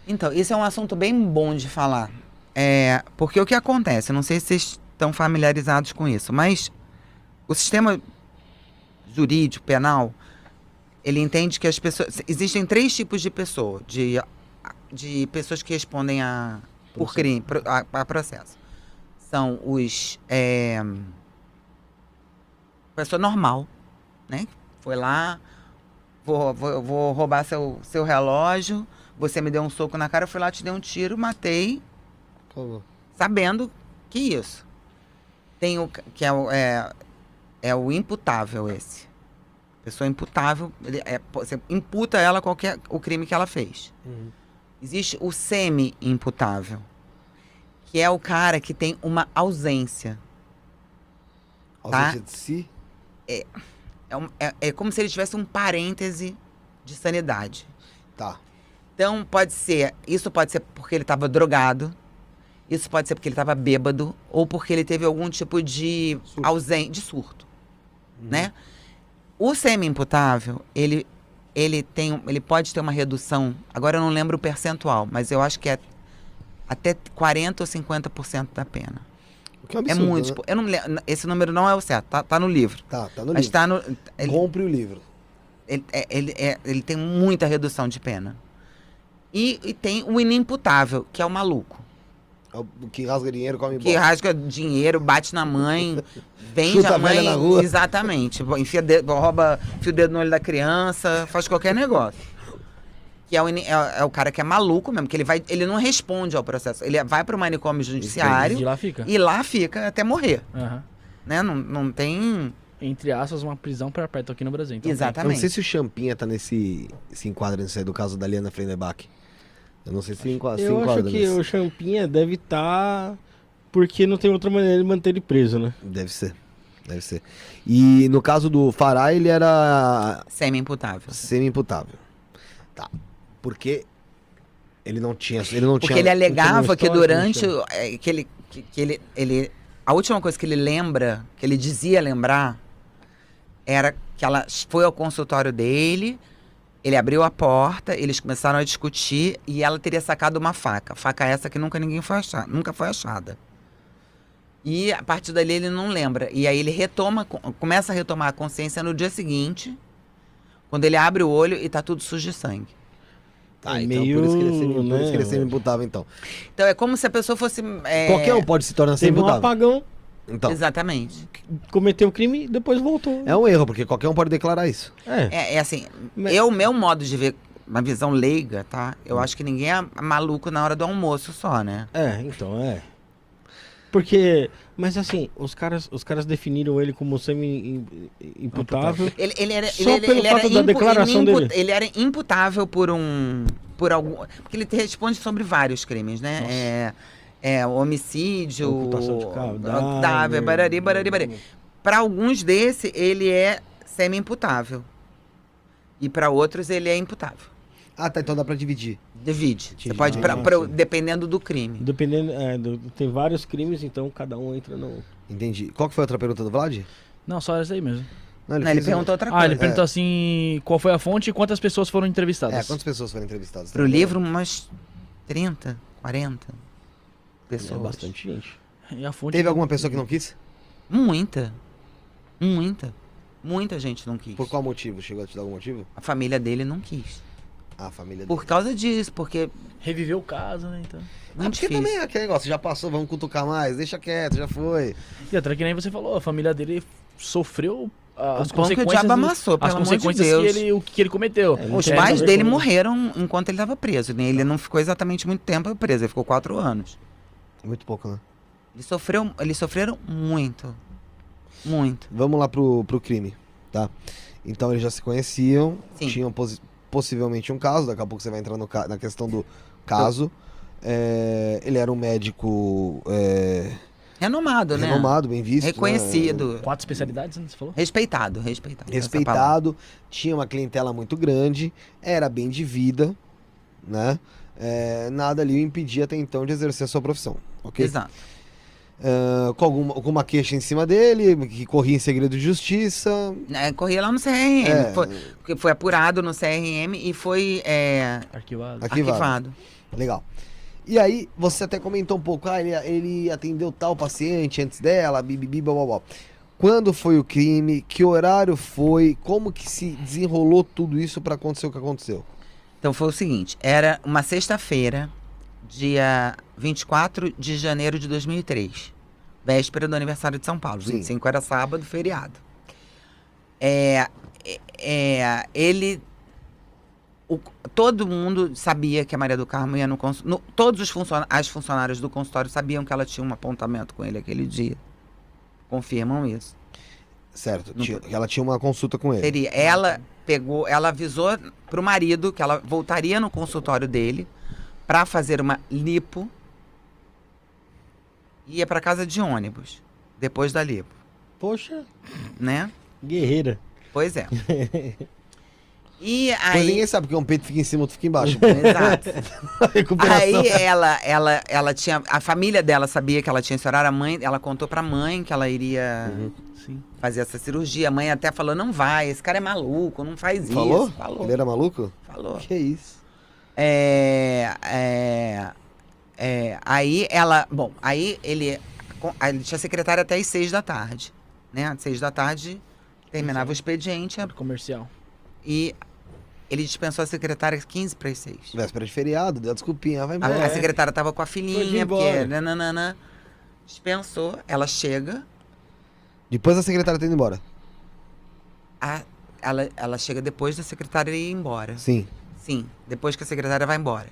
Speaker 1: Então, esse é um assunto bem bom de falar. É, porque o que acontece, não sei se vocês estão familiarizados com isso, mas o sistema jurídico, penal, ele entende que as pessoas. Existem três tipos de pessoa, de, de pessoas que respondem a, por crime, pro- a, a processo. São os. É, pessoa normal, né? Foi lá, vou, vou, vou roubar seu, seu relógio você me deu um soco na cara, eu fui lá, te dei um tiro, matei,
Speaker 3: É,
Speaker 2: Por favor.
Speaker 1: sabendo que isso. Tem o c- que é o, é, é o imputável esse. Pessoa imputável, ele é, po- você imputa ela qualquer o crime que ela fez.
Speaker 2: Uhum.
Speaker 1: Existe o semi-imputável, que é o cara que tem uma ausência. Tá.
Speaker 2: Ausência de si.
Speaker 1: É, um- é- é como se ele tivesse um parêntese de sanidade.
Speaker 2: Tá.
Speaker 1: Então pode ser, isso pode ser porque ele estava drogado, isso pode ser porque ele estava bêbado ou porque ele teve algum tipo de
Speaker 2: Surto. Uhum.
Speaker 1: ausente de surto, né? O semi-imputável, ele ele tem, um- ele pode ter uma redução. Agora eu não lembro o percentual, mas eu acho que é até 40 ou 50% da pena.
Speaker 2: O que é um
Speaker 1: é
Speaker 2: absurdo,
Speaker 1: muito,
Speaker 2: né?
Speaker 1: tipo, eu não me lembro, esse número não é o certo, tá, tá no livro.
Speaker 2: Tá, tá no
Speaker 1: mas
Speaker 2: livro.
Speaker 1: tá no ele-
Speaker 2: Compre o livro.
Speaker 1: ele, é- ele, é- ele tem muita redução de pena. E, e tem o inimputável, que é o maluco.
Speaker 2: É O que rasga dinheiro, come
Speaker 1: Que
Speaker 2: bola.
Speaker 1: rasga dinheiro, bate na mãe, vende
Speaker 2: Chuta a
Speaker 1: a mãe.
Speaker 2: velha na rua.
Speaker 1: Exatamente. Bo- Enfia dedo, rouba fio dedo no olho da criança, faz qualquer negócio. Que é o, ini- é, é o cara que é maluco mesmo, que ele, vai, ele não responde ao processo. Ele vai pro manicômio
Speaker 3: De
Speaker 1: judiciário
Speaker 3: lá fica.
Speaker 1: e lá fica até morrer.
Speaker 3: Aham.
Speaker 1: Né? Não, não tem.
Speaker 3: Entre aspas, uma prisão perpétua aqui no Brasil. Então,
Speaker 2: Eu não
Speaker 1: Exatamente.
Speaker 2: sei se o Champinha tá nesse. se enquadra nisso aí do caso da Liana Freidenbach. Eu não sei se enquadra. se
Speaker 4: Eu acho
Speaker 2: enquadra
Speaker 4: que
Speaker 2: nisso.
Speaker 4: o Champinha deve estar. porque não tem outra maneira de manter ele preso, né?
Speaker 2: Deve ser. Deve ser. E no caso do Fará, ele era
Speaker 1: Semi-imputável.
Speaker 2: semi-imputável. Tá. Porque ele não tinha. Ele não
Speaker 1: Porque
Speaker 2: tinha.
Speaker 1: ele é alegava
Speaker 4: histórico,
Speaker 1: que durante.
Speaker 4: não
Speaker 1: o- é, Que ele, que, que ele, ele. A última coisa que ele lembra, que ele dizia lembrar, era que ela foi ao consultório dele, ele abriu a porta, eles começaram a discutir e ela teria sacado uma faca. Faca essa que nunca ninguém foi achar, nunca foi achada. E a partir dali ele não lembra. E aí ele retoma, co- começa a retomar a consciência no dia seguinte, quando ele abre o olho e tá tudo sujo de sangue.
Speaker 2: Tá,
Speaker 4: É
Speaker 2: então por isso que ele é semi-
Speaker 4: meio,
Speaker 2: por isso que ele é
Speaker 4: né?
Speaker 2: semi-imputável, então.
Speaker 1: Então é como se a pessoa fosse. é,
Speaker 2: Qualquer um pode se tornar
Speaker 4: Teve um
Speaker 2: semi-imputável.
Speaker 4: apagão,
Speaker 2: Então.
Speaker 1: Exatamente.
Speaker 4: cometeu o crime e depois voltou.
Speaker 2: É um erro, porque qualquer um pode declarar isso.
Speaker 4: É.
Speaker 1: É, é assim,
Speaker 4: Mas-
Speaker 1: eu, meu modo de ver, uma visão leiga, tá? Eu acho que ninguém é maluco na hora do almoço só, né?
Speaker 4: É, então, é. Porque. Mas assim, os caras, os caras definiram ele como semi-imputável.
Speaker 1: Ele, ele era,
Speaker 4: Só
Speaker 1: ele, ele-
Speaker 4: pelo
Speaker 1: ele era
Speaker 4: fato da declaração dele.
Speaker 1: ele era imputável por um. por algum. Porque ele te responde sobre vários crimes, né? É, é, homicídio,
Speaker 4: Ocultação de né? cadáver.
Speaker 1: cadáver, barari, barari, barari. Para alguns desse, ele é semi-imputável. E para outros, ele é imputável.
Speaker 2: Ah, tá, então dá pra dividir.
Speaker 1: Divide. Você
Speaker 4: Divide.
Speaker 1: pode, pra,
Speaker 4: Ah,
Speaker 1: pra-
Speaker 4: sim.
Speaker 1: dependendo do crime.
Speaker 4: Dependendo. é, do- tem vários crimes, então cada um entra no.
Speaker 2: Entendi. Qual que foi a outra pergunta do Vlad?
Speaker 3: Não, só essa aí mesmo.
Speaker 2: Não,
Speaker 1: Não, ele
Speaker 2: fez- um-
Speaker 1: perguntou outra
Speaker 3: Ah,
Speaker 1: coisa. é.
Speaker 3: ele perguntou assim: qual foi a fonte e quantas pessoas foram
Speaker 2: É,
Speaker 3: entrevistadas.
Speaker 2: quantas pessoas foram entrevistadas?
Speaker 1: É. Pro livro, umas 30, 40
Speaker 4: É
Speaker 2: é
Speaker 1: pessoas.
Speaker 4: bastante gente.
Speaker 3: E a fonte.
Speaker 2: Teve alguma pessoa que não quis?
Speaker 1: Muita. Muita. Muita gente não quis.
Speaker 2: Por qual motivo? Chegou a te dar algum motivo?
Speaker 1: A família dele não quis.
Speaker 2: Ah, a família dele.
Speaker 1: Por causa disso, porque
Speaker 3: Reviveu o caso, né? Então.
Speaker 2: Ah,
Speaker 1: muito
Speaker 2: porque
Speaker 1: difícil.
Speaker 2: também é aquele negócio, já passou, vamos cutucar mais, deixa quieto, já foi.
Speaker 3: E até que nem você falou, a família dele sofreu ah,
Speaker 1: O
Speaker 3: as
Speaker 1: pão é que o
Speaker 3: consequências.
Speaker 1: diabo
Speaker 3: do-
Speaker 1: amassou,
Speaker 3: as
Speaker 1: pelo amor de
Speaker 3: consequências
Speaker 1: Deus.
Speaker 3: que ele, o que ele cometeu.
Speaker 4: É, não
Speaker 1: Os
Speaker 4: tem
Speaker 1: pais
Speaker 4: nada a ver
Speaker 1: dele
Speaker 4: com-
Speaker 1: morreram enquanto ele estava preso. né? Ele não ficou exatamente muito tempo preso, ele ficou quatro anos.
Speaker 2: Muito pouco, né?
Speaker 1: Eles, sofreu, eles sofreram muito. Muito.
Speaker 2: Vamos lá pro, pro crime, tá? Então eles já se conheciam,
Speaker 1: Sim.
Speaker 2: tinham posi- possivelmente um caso, daqui a pouco você vai entrar no ca- na questão do caso. É, ele era um médico é,
Speaker 1: Renomado, né?
Speaker 2: renomado, bem visto. né?
Speaker 1: Reconhecido.
Speaker 3: Quatro especialidades, né? Você falou?
Speaker 1: Respeitado, respeitado. essa é palavra.
Speaker 2: respeitado, tinha uma clientela muito grande, era bem de vida, né? É, nada ali o impedia até então de exercer a sua profissão, ok?
Speaker 1: Exato.
Speaker 2: Ah, com, alguma, com uma queixa em cima dele, que corria em segredo de justiça.
Speaker 1: É, corria lá no CRM.
Speaker 2: É,
Speaker 1: Foi, porque foi apurado no CRM e foi é,
Speaker 2: Arquivado.
Speaker 3: Arquivado.
Speaker 1: arquivado.
Speaker 2: Legal. E aí, você até comentou um pouco, ah, ele, ele atendeu tal paciente antes dela, bibibi, bababá. Quando foi o crime? Que horário foi? Como que se desenrolou tudo isso pra acontecer o que aconteceu?
Speaker 1: Então foi o seguinte: era uma sexta-feira, dia 24 de janeiro de 2003, véspera do aniversário de São Paulo.
Speaker 2: Sim.
Speaker 1: 25 era sábado, feriado. É, é, é, ele. o- todo mundo sabia que a Maria do Carmo ia no consultório. Todos os funciona- as funcionárias do consultório sabiam que ela tinha um apontamento com ele aquele dia. Confirmam isso.
Speaker 2: Certo,
Speaker 1: Não
Speaker 2: tinha- ela tinha uma consulta com ele.
Speaker 1: Seria. Ela pegou, ela avisou pro marido que ela voltaria no consultório dele pra fazer uma lipo. e Ia pra casa de ônibus depois da lipo,
Speaker 4: Poxa,
Speaker 1: né?
Speaker 4: guerreira.
Speaker 1: Pois é. E
Speaker 2: Pois
Speaker 1: aí,
Speaker 2: ninguém sabe que um peito fica em cima, outro fica embaixo.
Speaker 1: exato.
Speaker 2: A recuperação.
Speaker 1: Aí ela, ela, ela tinha, a família dela sabia que ela tinha esse horário, a mãe, ela contou pra mãe que ela iria
Speaker 3: Sim.
Speaker 1: fazer essa cirurgia. A mãe até falou: "Não vai, esse cara é maluco, não faz
Speaker 2: Falou?
Speaker 1: isso". Falou.
Speaker 2: Ele era maluco?
Speaker 1: Falou.
Speaker 2: Que isso.
Speaker 1: É, é, é, aí ela. Bom, aí ele. com- aí Ele tinha secretária até as seis da tarde. Né? Às seis da tarde terminava o expediente
Speaker 3: Comercial.
Speaker 1: e ele dispensou a secretária às 15 para as seis.
Speaker 2: Véspera de feriado, deu a desculpinha,
Speaker 1: A,
Speaker 2: vai embora.
Speaker 1: a secretária tava com a filhinha, porque.
Speaker 4: embora.
Speaker 1: Nananana, dispensou, ela chega,
Speaker 2: Depois a secretária tá indo embora.
Speaker 1: a- ela, ela chega depois da secretária ir embora.
Speaker 2: Sim.
Speaker 1: Sim, depois que a secretária vai embora.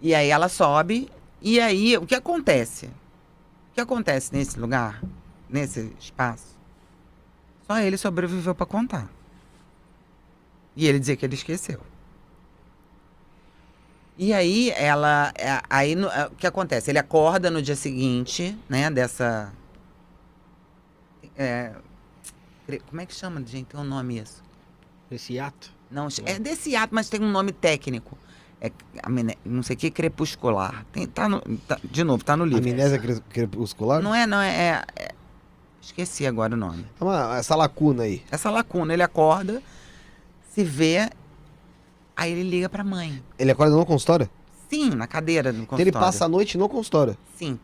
Speaker 1: E aí ela sobe, e aí o que acontece? O que acontece nesse lugar, nesse espaço? Só ele sobreviveu pra contar. E ele dizia que ele esqueceu. E aí ela. é, Aí no- é, o que acontece? Ele acorda no dia seguinte, né, dessa. é, cri- como é que chama, gente? Tem um nome isso.
Speaker 4: Esse ato.
Speaker 1: Não, é desse ato, mas tem um nome técnico. É amne- não sei o que crepuscular. Tem, tá no- tá- de novo, tá no livro.
Speaker 2: Amnésia cre- crepuscular?
Speaker 1: Não é, não é, é- é- Esqueci agora o nome.
Speaker 2: É uma- essa lacuna aí.
Speaker 1: Essa lacuna, ele acorda, se vê, aí ele liga pra mãe.
Speaker 2: Ele acorda no consultório?
Speaker 1: Sim, na cadeira do
Speaker 2: Então
Speaker 1: consultório.
Speaker 2: ele passa a noite no consultório.
Speaker 1: Sim.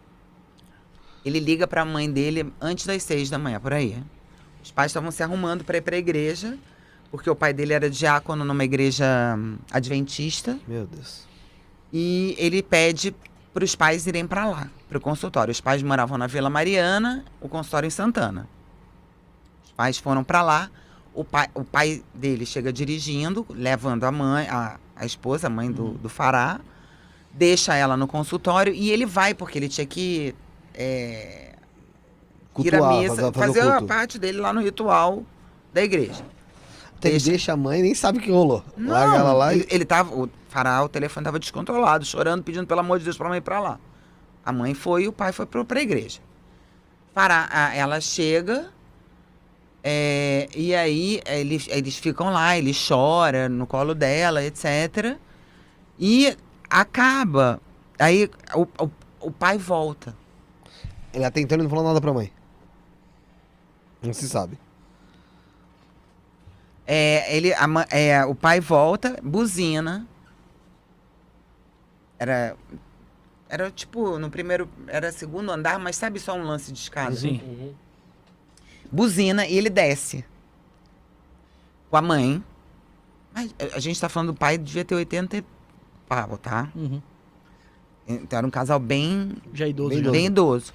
Speaker 1: Ele liga pra mãe dele antes das seis da manhã, por aí. Os pais estavam se arrumando pra ir pra igreja, porque o pai dele era diácono numa igreja hum, adventista.
Speaker 2: Meu Deus.
Speaker 1: E ele pede para os pais irem para lá, para o consultório. Os pais moravam na Vila Mariana, o consultório em Santana. Os pais foram para lá. O pai, o pai dele chega dirigindo, levando a mãe, a, a esposa, a mãe do, do Fará, deixa ela no consultório e ele vai, porque ele tinha que é, ir
Speaker 2: Cultuar,
Speaker 1: à missa,
Speaker 2: fazer, fazer o
Speaker 1: a
Speaker 2: culto.
Speaker 1: parte dele lá no ritual da igreja.
Speaker 2: Então ele
Speaker 1: Deixa-
Speaker 2: deixa a mãe e nem sabe o que rolou.
Speaker 1: Não,
Speaker 2: Larga ela lá
Speaker 1: ele,
Speaker 2: e...
Speaker 1: ele tava, o fará, o telefone tava descontrolado, chorando, pedindo pelo amor de Deus pra mãe ir pra lá. A mãe foi e o pai foi pro, pra igreja. Fará, a- ela chega, é, e aí eles, eles ficam lá, ele chora no colo dela, etc. E acaba. Aí o, o, o pai volta.
Speaker 2: Ele até então ele não falou nada pra mãe. Não se sabe.
Speaker 1: É, ele, a ma- é, o pai volta, buzina. Era. Era tipo, no primeiro. Era segundo andar, mas sabe só um lance de escada?
Speaker 3: Sim.
Speaker 1: Buzina e ele desce. Com a mãe. Mas a- a gente tá falando do pai, devia ter 80 e pau, tá?
Speaker 3: Uhum.
Speaker 1: Então era um casal bem
Speaker 3: Já é idoso.
Speaker 2: Bem
Speaker 3: já.
Speaker 1: Bem idoso.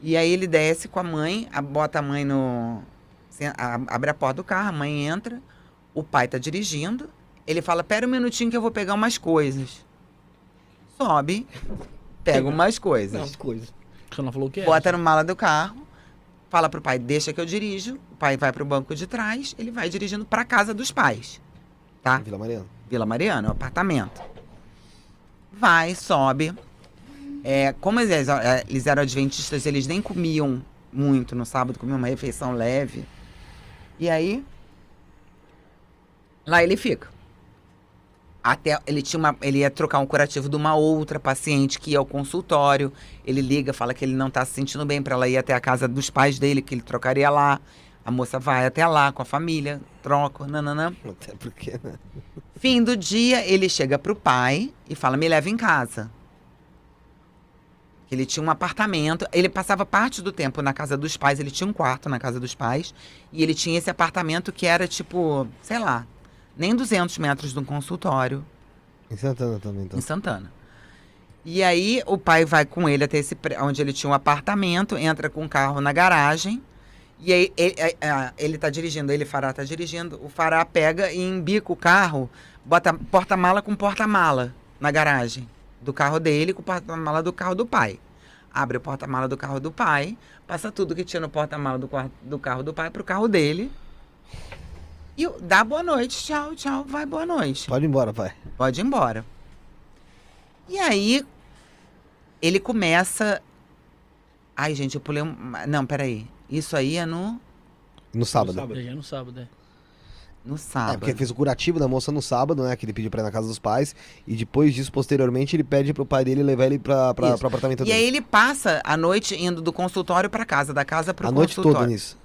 Speaker 1: E aí ele desce com a mãe, a- bota a mãe no. se- a- abre a porta do carro, a mãe entra, o pai tá dirigindo. Ele fala: Pera um minutinho que eu vou pegar umas coisas. Sobe, pega umas coisas.
Speaker 4: Essas coisas.
Speaker 3: Você não falou o que é?
Speaker 1: Bota no mala do carro, fala pro pai, deixa que eu dirijo. O pai vai pro banco de trás, ele vai dirigindo pra casa dos pais. Tá?
Speaker 2: Vila Mariana.
Speaker 1: Vila Mariana, o apartamento. Vai, sobe. É, como eles, é, eles eram adventistas, eles nem comiam muito no sábado, comiam uma refeição leve. E aí, lá ele fica. Até ele tinha uma, ele ia trocar um curativo de uma outra paciente que ia ao consultório. Ele liga, fala que ele não tá se sentindo bem para ela ir até a casa dos pais dele, que ele trocaria lá. A moça vai até lá com a família, troca, nananã.
Speaker 2: Até porque, né?
Speaker 1: Fim do dia, ele chega pro pai e fala: me leva em casa. Ele tinha um apartamento, ele passava parte do tempo na casa dos pais, ele tinha um quarto na casa dos pais, e ele tinha esse apartamento que era tipo, sei lá, nem 200 metros de um consultório
Speaker 2: Em Santana também, então.
Speaker 1: em Santana. E aí o pai vai com ele até esse pre- onde ele tinha um apartamento, entra com o carro na garagem. E aí ele, é- é, ele tá dirigindo, ele Fará tá dirigindo, o Fará pega e embica o carro, bota porta-mala com porta-mala na garagem do carro dele com o porta-mala do carro do pai. Abre o porta-mala do carro do pai, passa tudo que tinha no porta-mala do, quar- do carro do pai pro carro dele. E o- dá boa noite, tchau, tchau, vai boa noite
Speaker 2: Pode ir embora, pai.
Speaker 1: pode ir embora. E aí, ele começa. Ai, gente, eu pulei um. Não, peraí. Isso aí é no,
Speaker 2: No sábado.
Speaker 4: sábado.
Speaker 3: Já no sábado, é.
Speaker 1: no
Speaker 2: É,
Speaker 1: sábado.
Speaker 2: porque ele fez o curativo da moça no sábado, né? Que ele pediu pra ir na casa dos pais. E depois disso, posteriormente, ele pede pro pai dele levar ele pra, pra,
Speaker 1: Isso.
Speaker 2: pro apartamento
Speaker 1: E
Speaker 2: dele.
Speaker 1: aí, ele passa a noite indo do consultório pra casa, da casa pro
Speaker 2: a noite
Speaker 1: consultório.
Speaker 2: toda nisso.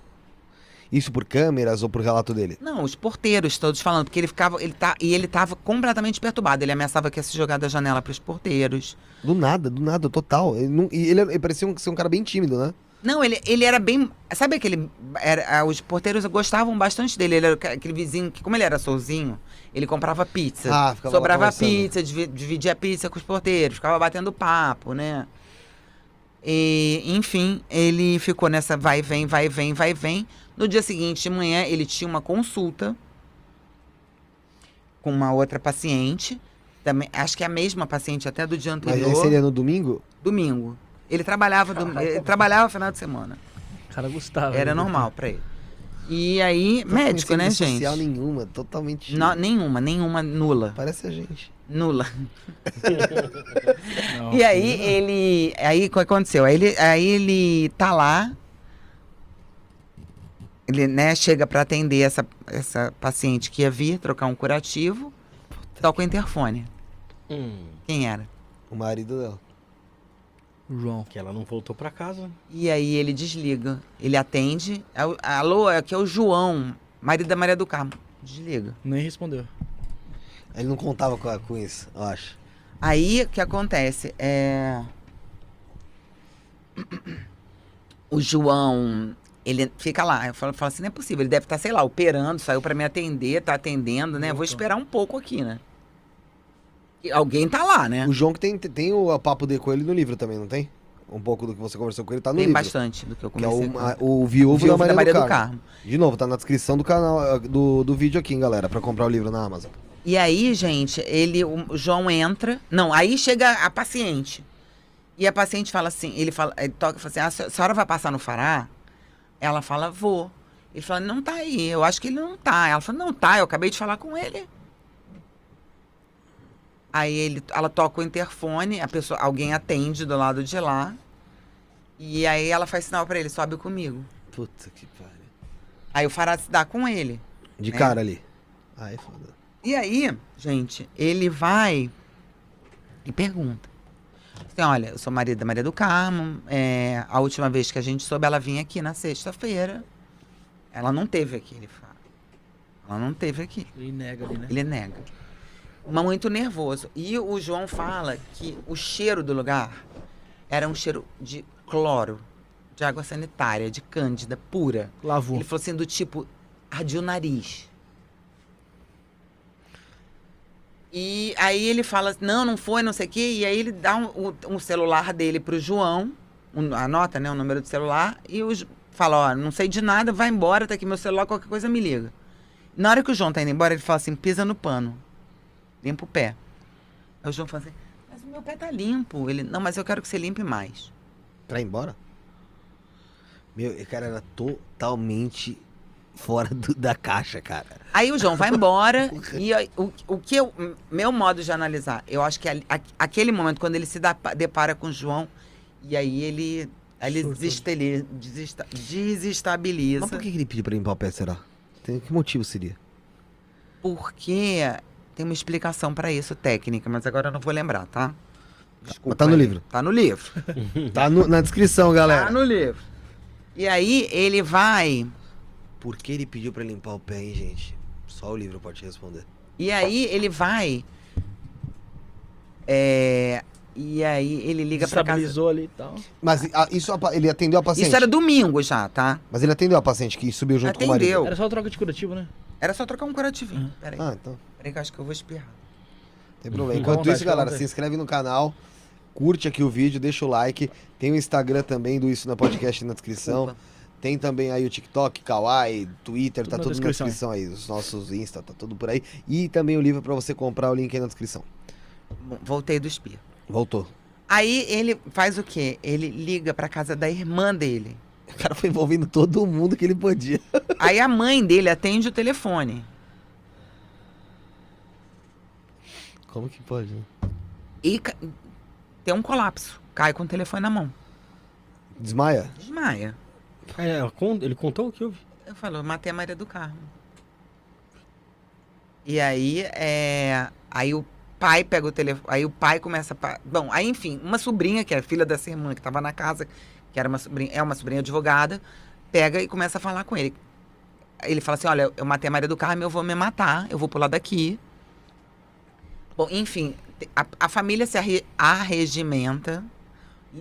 Speaker 2: Isso por câmeras ou por relato dele?
Speaker 1: Não, os porteiros todos falando, porque ele ficava. Ele tá, e ele tava completamente perturbado. Ele ameaçava que ia se jogar da janela pros porteiros.
Speaker 2: Do nada, do nada, total. Ele não- e ele, ele parecia um, ser um cara bem tímido, né?
Speaker 1: Não, ele, ele era bem. Sabe aquele. Era, ah, os porteiros gostavam bastante dele. Ele era ca- aquele vizinho que, como ele era sozinho, ele comprava pizza.
Speaker 2: Ah, ficava lá
Speaker 1: Sobrava
Speaker 2: conversando.
Speaker 1: pizza, divi- dividia a pizza com os porteiros, ficava batendo papo, né? E, enfim, ele ficou nessa vai e vem, vai e vem, vai e vem. No dia seguinte de manhã, ele tinha uma consulta com uma outra paciente. Também, acho que é a mesma paciente até do dia
Speaker 2: Mas
Speaker 1: anterior.
Speaker 2: aí seria no domingo?
Speaker 1: Domingo. Ele trabalhava, dom- ele trabalhava final de semana.
Speaker 3: O cara gostava.
Speaker 1: Era
Speaker 3: né?
Speaker 1: normal pra ele. E aí,
Speaker 2: Não
Speaker 1: médico,
Speaker 2: tem
Speaker 1: né,
Speaker 2: rede
Speaker 1: gente?
Speaker 2: social nenhuma, totalmente.
Speaker 1: Não- nenhuma, nenhuma, nula.
Speaker 2: Parece a gente.
Speaker 1: Nula.
Speaker 3: Não.
Speaker 1: E aí ele. Aí o que aconteceu? Aí ele, aí ele tá lá. Ele né, chega pra atender essa, essa paciente que ia vir, trocar um curativo. Toca o interfone.
Speaker 4: Hum,
Speaker 1: Quem era?
Speaker 2: O marido dela.
Speaker 3: João.
Speaker 4: que ela não voltou pra casa.
Speaker 1: E aí ele desliga. Ele atende. É o- Alô, aqui é o João, marido da Maria do Carmo. Desliga.
Speaker 3: Nem respondeu.
Speaker 2: Ele não contava com, a- com isso, eu acho.
Speaker 1: Aí o que acontece? É... O João, ele fica lá. Eu falo, falo assim: não é possível. Ele deve estar, sei lá, operando, saiu para me atender, tá atendendo, né? Vou esperar um pouco aqui, né? E alguém tá lá, né?
Speaker 2: O João que tem, tem o papo dele com ele no livro também, não tem? Um pouco do que você conversou com ele tá no
Speaker 1: Tem
Speaker 2: livro.
Speaker 1: bastante do que eu
Speaker 2: Que é
Speaker 1: comecei.
Speaker 2: o,
Speaker 1: com-
Speaker 2: a- o viúvo,
Speaker 1: Viúva
Speaker 2: da Maria,
Speaker 1: do Carmo.
Speaker 2: De novo, tá na descrição do canal eh, do, do vídeo aqui, hein, galera, pra comprar o livro na Amazon.
Speaker 1: E aí, gente, ele, o João entra. Não, aí chega a paciente. E a paciente fala assim, ele fala, ele toca e fala assim: "Ah, a se- a senhora vai passar no Fará? Ela fala, vou. Ele fala, não tá aí, eu acho que ele não tá. Ela fala, não tá, eu acabei de falar com ele. Aí ele, ela toca o interfone, a pessoa, alguém atende do lado de lá. E aí ela faz sinal pra ele, sobe comigo.
Speaker 2: Puta que pariu.
Speaker 1: Aí o Fará se dá com ele.
Speaker 2: De
Speaker 1: É.
Speaker 2: cara ali. Aí foda.
Speaker 1: E aí, gente, ele vai e pergunta. Assim, olha, eu sou marido da Maria do Carmo. é, a última vez que a gente soube, ela vinha aqui na sexta-feira. Ela não teve aqui, ele fala. Ela não teve aqui.
Speaker 3: Ele nega ali, né?
Speaker 1: Ele nega. Mas muito nervoso. E o João fala que o cheiro do lugar era um cheiro de cloro, de água sanitária, de cândida pura.
Speaker 3: Lavou.
Speaker 1: Ele falou assim, do tipo, ardia o nariz. E aí ele fala, não, não foi, não sei o quê. E aí ele dá um, o- um celular dele pro João, um- anota, né, o número do celular. E o, Jo- fala, ó, não sei de nada, vai embora, tá aqui meu celular, qualquer coisa me liga. Na hora que o João tá indo embora, ele fala assim, pisa no pano. Limpa o pé. Aí o João fala assim, mas Meu pé tá limpo. Ele, não, mas eu quero que você limpe mais.
Speaker 2: Pra ir embora? Meu, e, cara, era totalmente fora do- da caixa, cara.
Speaker 1: Aí o João vai embora e aí, o, o que eu, meu modo de analisar, eu acho que ali- a- aquele momento quando ele se dá- depara com o João e aí ele, aí ele
Speaker 4: Surtou.
Speaker 1: desestele- desesta- desestabiliza.
Speaker 2: Mas por que que ele pediu pra limpar o pé, será? Tem, que motivo seria? Tá,
Speaker 1: Porque tem uma explicação pra isso técnica, mas agora eu não vou lembrar, tá? Desculpa.
Speaker 2: tá no
Speaker 1: aí.
Speaker 2: livro.
Speaker 1: Tá no livro.
Speaker 2: Tá no- na descrição,
Speaker 1: tá
Speaker 2: galera.
Speaker 1: no livro. E aí ele vai
Speaker 2: Por que ele pediu pra limpar o pé, hein, gente? Só o livro pode responder.
Speaker 1: E aí ele vai. É, e aí ele liga pra casa.
Speaker 3: Estabilizou ali e tal.
Speaker 2: Mas ah, isso, a pa- ele atendeu a paciente?
Speaker 1: Isso era domingo já, tá?
Speaker 2: Mas ele atendeu a paciente que subiu junto com o marido?
Speaker 1: Atendeu.
Speaker 3: Era só troca de curativo, né?
Speaker 1: Era só trocar um curativinho. Peraí,
Speaker 2: Ah, então.
Speaker 1: peraí que eu acho que eu vou espirrar.
Speaker 2: Tem problema.
Speaker 3: Fica à
Speaker 2: Enquanto
Speaker 3: Uhum. vontade,
Speaker 2: isso,
Speaker 3: fica à
Speaker 2: galera,
Speaker 3: vontade.
Speaker 2: se inscreve no canal, curte aqui o vídeo, deixa o like. Tem o Instagram também do Isso na Podcast na descrição.
Speaker 1: Desculpa.
Speaker 2: Tem também aí o TikTok, Kawaii, Twitter,
Speaker 3: Tudo
Speaker 2: tá
Speaker 3: na
Speaker 2: tudo
Speaker 3: descrição.
Speaker 2: na descrição aí. Os nossos Insta, tá tudo por aí. E também o livro pra você comprar, o link aí na descrição.
Speaker 1: Bom, Voltei do espirro.
Speaker 2: Voltou.
Speaker 1: Aí ele faz o quê? Ele liga pra casa da irmã dele.
Speaker 2: O cara foi envolvendo todo mundo que ele podia.
Speaker 1: Aí a mãe dele atende o telefone.
Speaker 2: Como que pode, né?
Speaker 1: E ca- tem um colapso. Cai com o telefone na mão.
Speaker 2: Desmaia?
Speaker 1: Desmaia.
Speaker 4: Ah, é, con- ele contou o que houve?
Speaker 1: Eu falo, eu matei a Maria do Carmo. E aí, é... aí o pai pega o telefone, aí o pai começa a... pa- Bom, aí enfim, uma sobrinha, que é filha dessa irmã que tava na casa, que era uma sobrinha, é uma sobrinha advogada, pega e começa a falar com ele. Aí Ele fala assim, olha, eu matei a Maria do Carmo, eu vou me matar, eu vou pular daqui. Bom, enfim, te- a, a família se arre- arregimenta.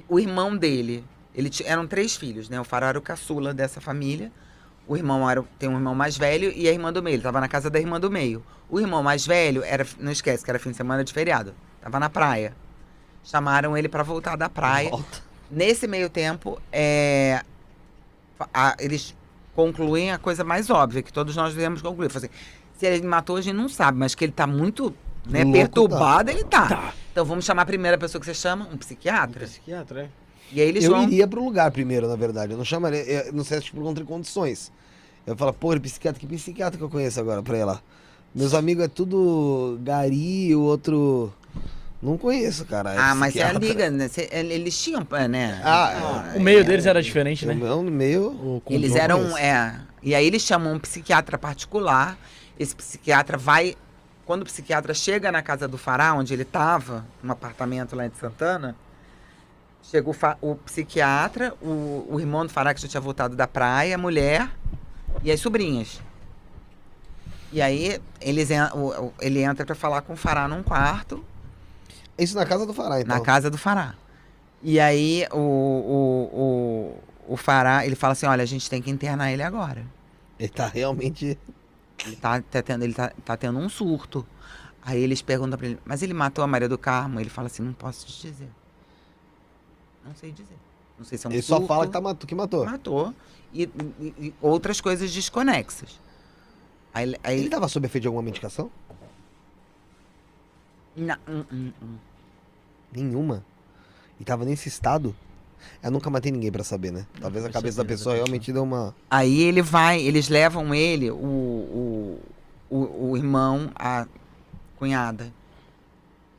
Speaker 1: O irmão dele, ele ti- eram três filhos, né? O Faro era o caçula dessa família. O irmão era, o- tem um irmão mais velho e a irmã do meio. Ele tava na casa da irmã do meio. O irmão mais velho, era, não esquece que era fim de semana de feriado. Tava na praia. Chamaram ele para voltar da praia.
Speaker 2: Volta.
Speaker 1: Nesse meio tempo, é, a- eles concluem a coisa mais óbvia, que todos nós devemos concluir. Falam assim, se ele me matou, a gente não sabe, mas que ele tá muito né,
Speaker 2: Louco,
Speaker 1: perturbado, ele tá.
Speaker 4: Tá.
Speaker 1: Então vamos chamar a primeira pessoa que você chama, um psiquiatra.
Speaker 4: Psiquiatra, é?
Speaker 1: E aí eles
Speaker 2: Eu
Speaker 1: vão.
Speaker 2: iria pro lugar primeiro, na verdade. Eu não chamaria, eu não sei se por contra condições. Eu falo, pô, ele é psiquiatra, que psiquiatra que eu conheço agora pra ir lá? Meus amigos é tudo Gari, o outro. Não conheço, cara. É
Speaker 1: Ah, mas você
Speaker 2: psiquiatra.
Speaker 1: liga, né? Cê- eles tinham, né?
Speaker 2: Ah,
Speaker 3: O meio deles
Speaker 1: é.
Speaker 3: era
Speaker 2: Eu
Speaker 3: diferente, né?
Speaker 2: não, no meio.
Speaker 4: O contou,
Speaker 1: Eles
Speaker 4: eu
Speaker 1: eram.
Speaker 4: conheço.
Speaker 1: É, e aí eles chamam um psiquiatra particular. Esse psiquiatra vai. Quando o psiquiatra chega na casa do Fará, onde ele estava, num apartamento lá de Santana, chega o, fa- o psiquiatra, o, o irmão do Fará, que já tinha voltado da praia, a mulher e as sobrinhas. E aí eles, en- o- o- ele entra para falar com o Fará num quarto,
Speaker 2: Isso na casa do Fará, então.
Speaker 1: na casa do Fará. E aí o, o, o, o Fará, ele fala assim, olha, a gente tem que internar ele agora.
Speaker 2: Ele tá realmente.
Speaker 1: Ele tá, tá tendo, ele tá, tá tendo um surto. Aí eles perguntam pra ele, mas ele matou a Maria do Carmo? Ele fala assim, não posso te dizer. Não sei dizer. Não sei se é um
Speaker 2: Ele
Speaker 1: surto.
Speaker 2: só fala que, tá matou, que matou.
Speaker 1: Matou. E, e- e outras coisas desconexas. Aí, ele- aí
Speaker 2: Ele tava sob efeito de alguma medicação?
Speaker 1: na- hum, hum, hum.
Speaker 2: Nenhuma. E tava nesse estado? Eu nunca matei ninguém pra saber, né? Talvez a
Speaker 3: com
Speaker 2: cabeça da
Speaker 3: certeza,
Speaker 2: pessoa
Speaker 3: né?
Speaker 2: realmente deu uma.
Speaker 1: Aí ele vai, eles levam ele, o, o, o, o irmão, a cunhada,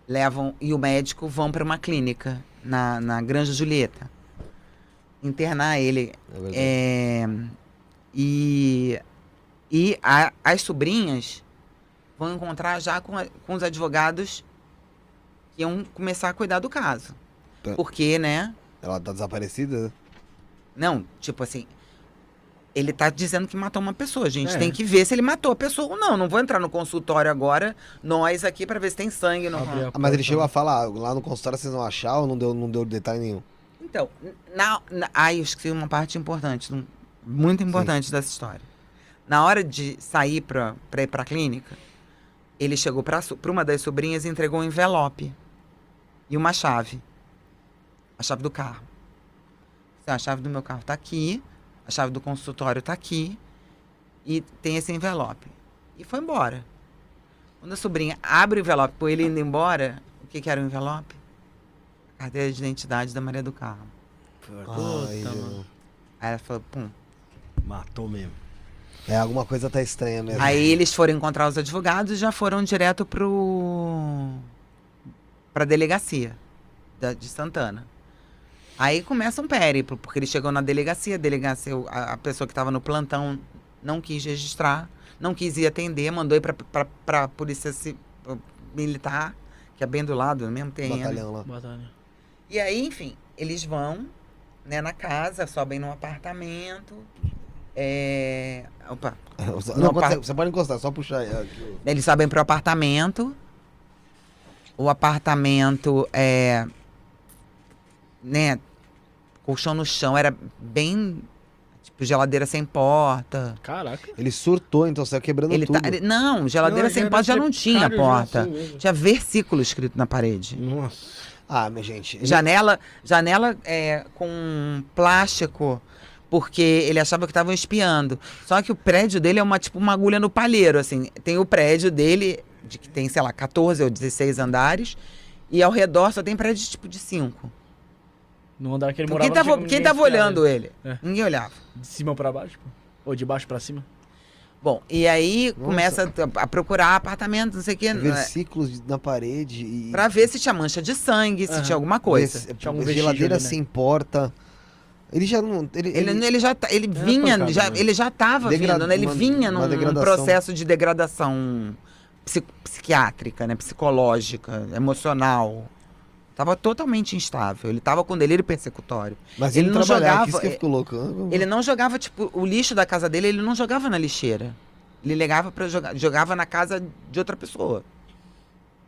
Speaker 1: levam e o médico vão pra uma clínica na, na Granja Julieta. Internar ele
Speaker 2: na verdade.
Speaker 1: É, e e a- as sobrinhas vão encontrar já com, a- com os advogados que iam começar a cuidar do caso.
Speaker 2: Tá.
Speaker 1: Porque, né?
Speaker 2: Ela tá desaparecida, né?
Speaker 1: Não, tipo assim. Ele tá dizendo que matou uma pessoa, gente.
Speaker 4: É.
Speaker 1: Tem que ver se ele matou a pessoa ou não. Não vou entrar no consultório agora, nós aqui, pra ver se tem sangue. No...
Speaker 3: Abriu a
Speaker 2: Ah, mas ele
Speaker 3: porta.
Speaker 2: chegou a falar, ah, lá no consultório vocês vão achar ou não deu, não deu detalhe nenhum?
Speaker 1: Então, na, na, ai, eu esqueci uma parte importante, um- muito importante dessa história. Na hora de sair pra, pra ir pra clínica, ele chegou pra, so- pra uma das sobrinhas e entregou um envelope e uma chave. A chave do carro. Assim, "Ó, A chave do meu carro tá aqui, a chave do consultório tá aqui e tem esse envelope. E foi embora. Quando a sobrinha abre o envelope com ele indo embora, o que, que era o envelope? carteira de identidade da Maria do Carmo.
Speaker 2: Ai,
Speaker 3: Puta,
Speaker 2: meu.
Speaker 3: mano.
Speaker 1: Aí ela falou, pum.
Speaker 4: Matou mesmo.
Speaker 2: É, alguma coisa tá estranha mesmo.
Speaker 1: Aí eles foram encontrar os advogados e já foram direto pro. pra delegacia da- de Santana. Aí começa um périplo, porque ele chegou na delegacia, a delegacia, o- a, a pessoa que estava no plantão não quis registrar, não quis ir atender, mandou ir pra, pra, pra polícia ci- militar, que é bem do lado, no mesmo terreno.
Speaker 2: Batalhão lá.
Speaker 3: Batalha.
Speaker 1: E aí, enfim, eles vão né, na casa, sobem num apartamento. É... Opa,
Speaker 2: Não,
Speaker 1: Não,
Speaker 2: quando
Speaker 1: pa-
Speaker 2: você, você pode encostar, só puxar. aí, ó, aqui, ó.
Speaker 1: Eles sobem pro apartamento. O apartamento é. Né? Colchão no chão era bem. Tipo, geladeira sem porta.
Speaker 3: Caraca.
Speaker 2: Ele surtou, então saiu quebrando
Speaker 1: Ele
Speaker 2: tudo.
Speaker 1: tá, ele- não, geladeira sem porta já
Speaker 4: tipo
Speaker 1: não tinha
Speaker 4: né,
Speaker 1: porta.
Speaker 4: assim.
Speaker 1: Tinha versículo escrito na parede.
Speaker 4: Nossa.
Speaker 2: Ah, minha gente. ele-
Speaker 1: Janela, janela é, com plástico, porque ele achava que estavam espiando. Só que o prédio dele é uma tipo uma agulha no palheiro, assim. Tem o prédio dele, de que tem, sei lá, 14 ou 16 andares, e ao redor só tem prédio tipo de 5.
Speaker 3: No andar que ele
Speaker 1: Então,
Speaker 3: morava.
Speaker 1: quem
Speaker 3: não
Speaker 1: tava,
Speaker 3: tinha como
Speaker 1: quem
Speaker 3: ninguém
Speaker 1: tava
Speaker 3: espiar
Speaker 1: olhando ele?
Speaker 3: É.
Speaker 1: Ninguém olhava.
Speaker 3: ele. De cima pra baixo, pô. Ou de baixo pra cima.
Speaker 1: Bom, e aí
Speaker 2: Nossa.
Speaker 1: começa a, a procurar apartamento, não sei o quê, né,
Speaker 2: Versículos de- na parede e.
Speaker 1: pra ver se tinha mancha de sangue, se
Speaker 3: Aham.
Speaker 1: tinha alguma coisa.
Speaker 2: Esse-
Speaker 3: Tinha algum vestígio
Speaker 2: geladeira
Speaker 3: ali, né?
Speaker 2: sem porta. Ele já não. Ele,
Speaker 1: Ele,
Speaker 2: ele- É
Speaker 1: ele já tá- ele
Speaker 4: Era
Speaker 1: vinha,
Speaker 4: pancada,
Speaker 1: já,
Speaker 4: né?
Speaker 1: ele já estava
Speaker 2: Degra-
Speaker 1: vindo, né? Ele
Speaker 2: uma-
Speaker 1: vinha
Speaker 2: uma
Speaker 1: num,
Speaker 2: degradação.
Speaker 1: processo de degradação psi- psiquiátrica, né? Psicológica, emocional. Tava totalmente instável. Ele tava com delírio persecutório.
Speaker 2: mas
Speaker 1: ele
Speaker 2: ele,
Speaker 1: não
Speaker 2: trabalhava.
Speaker 1: jogava,
Speaker 2: Isso que eu
Speaker 1: é-
Speaker 2: fico louco. Ah,
Speaker 1: Ele não jogava, tipo, o lixo da casa dele, ele não jogava na lixeira. Ele ligava para jogar, jogava na casa de outra pessoa.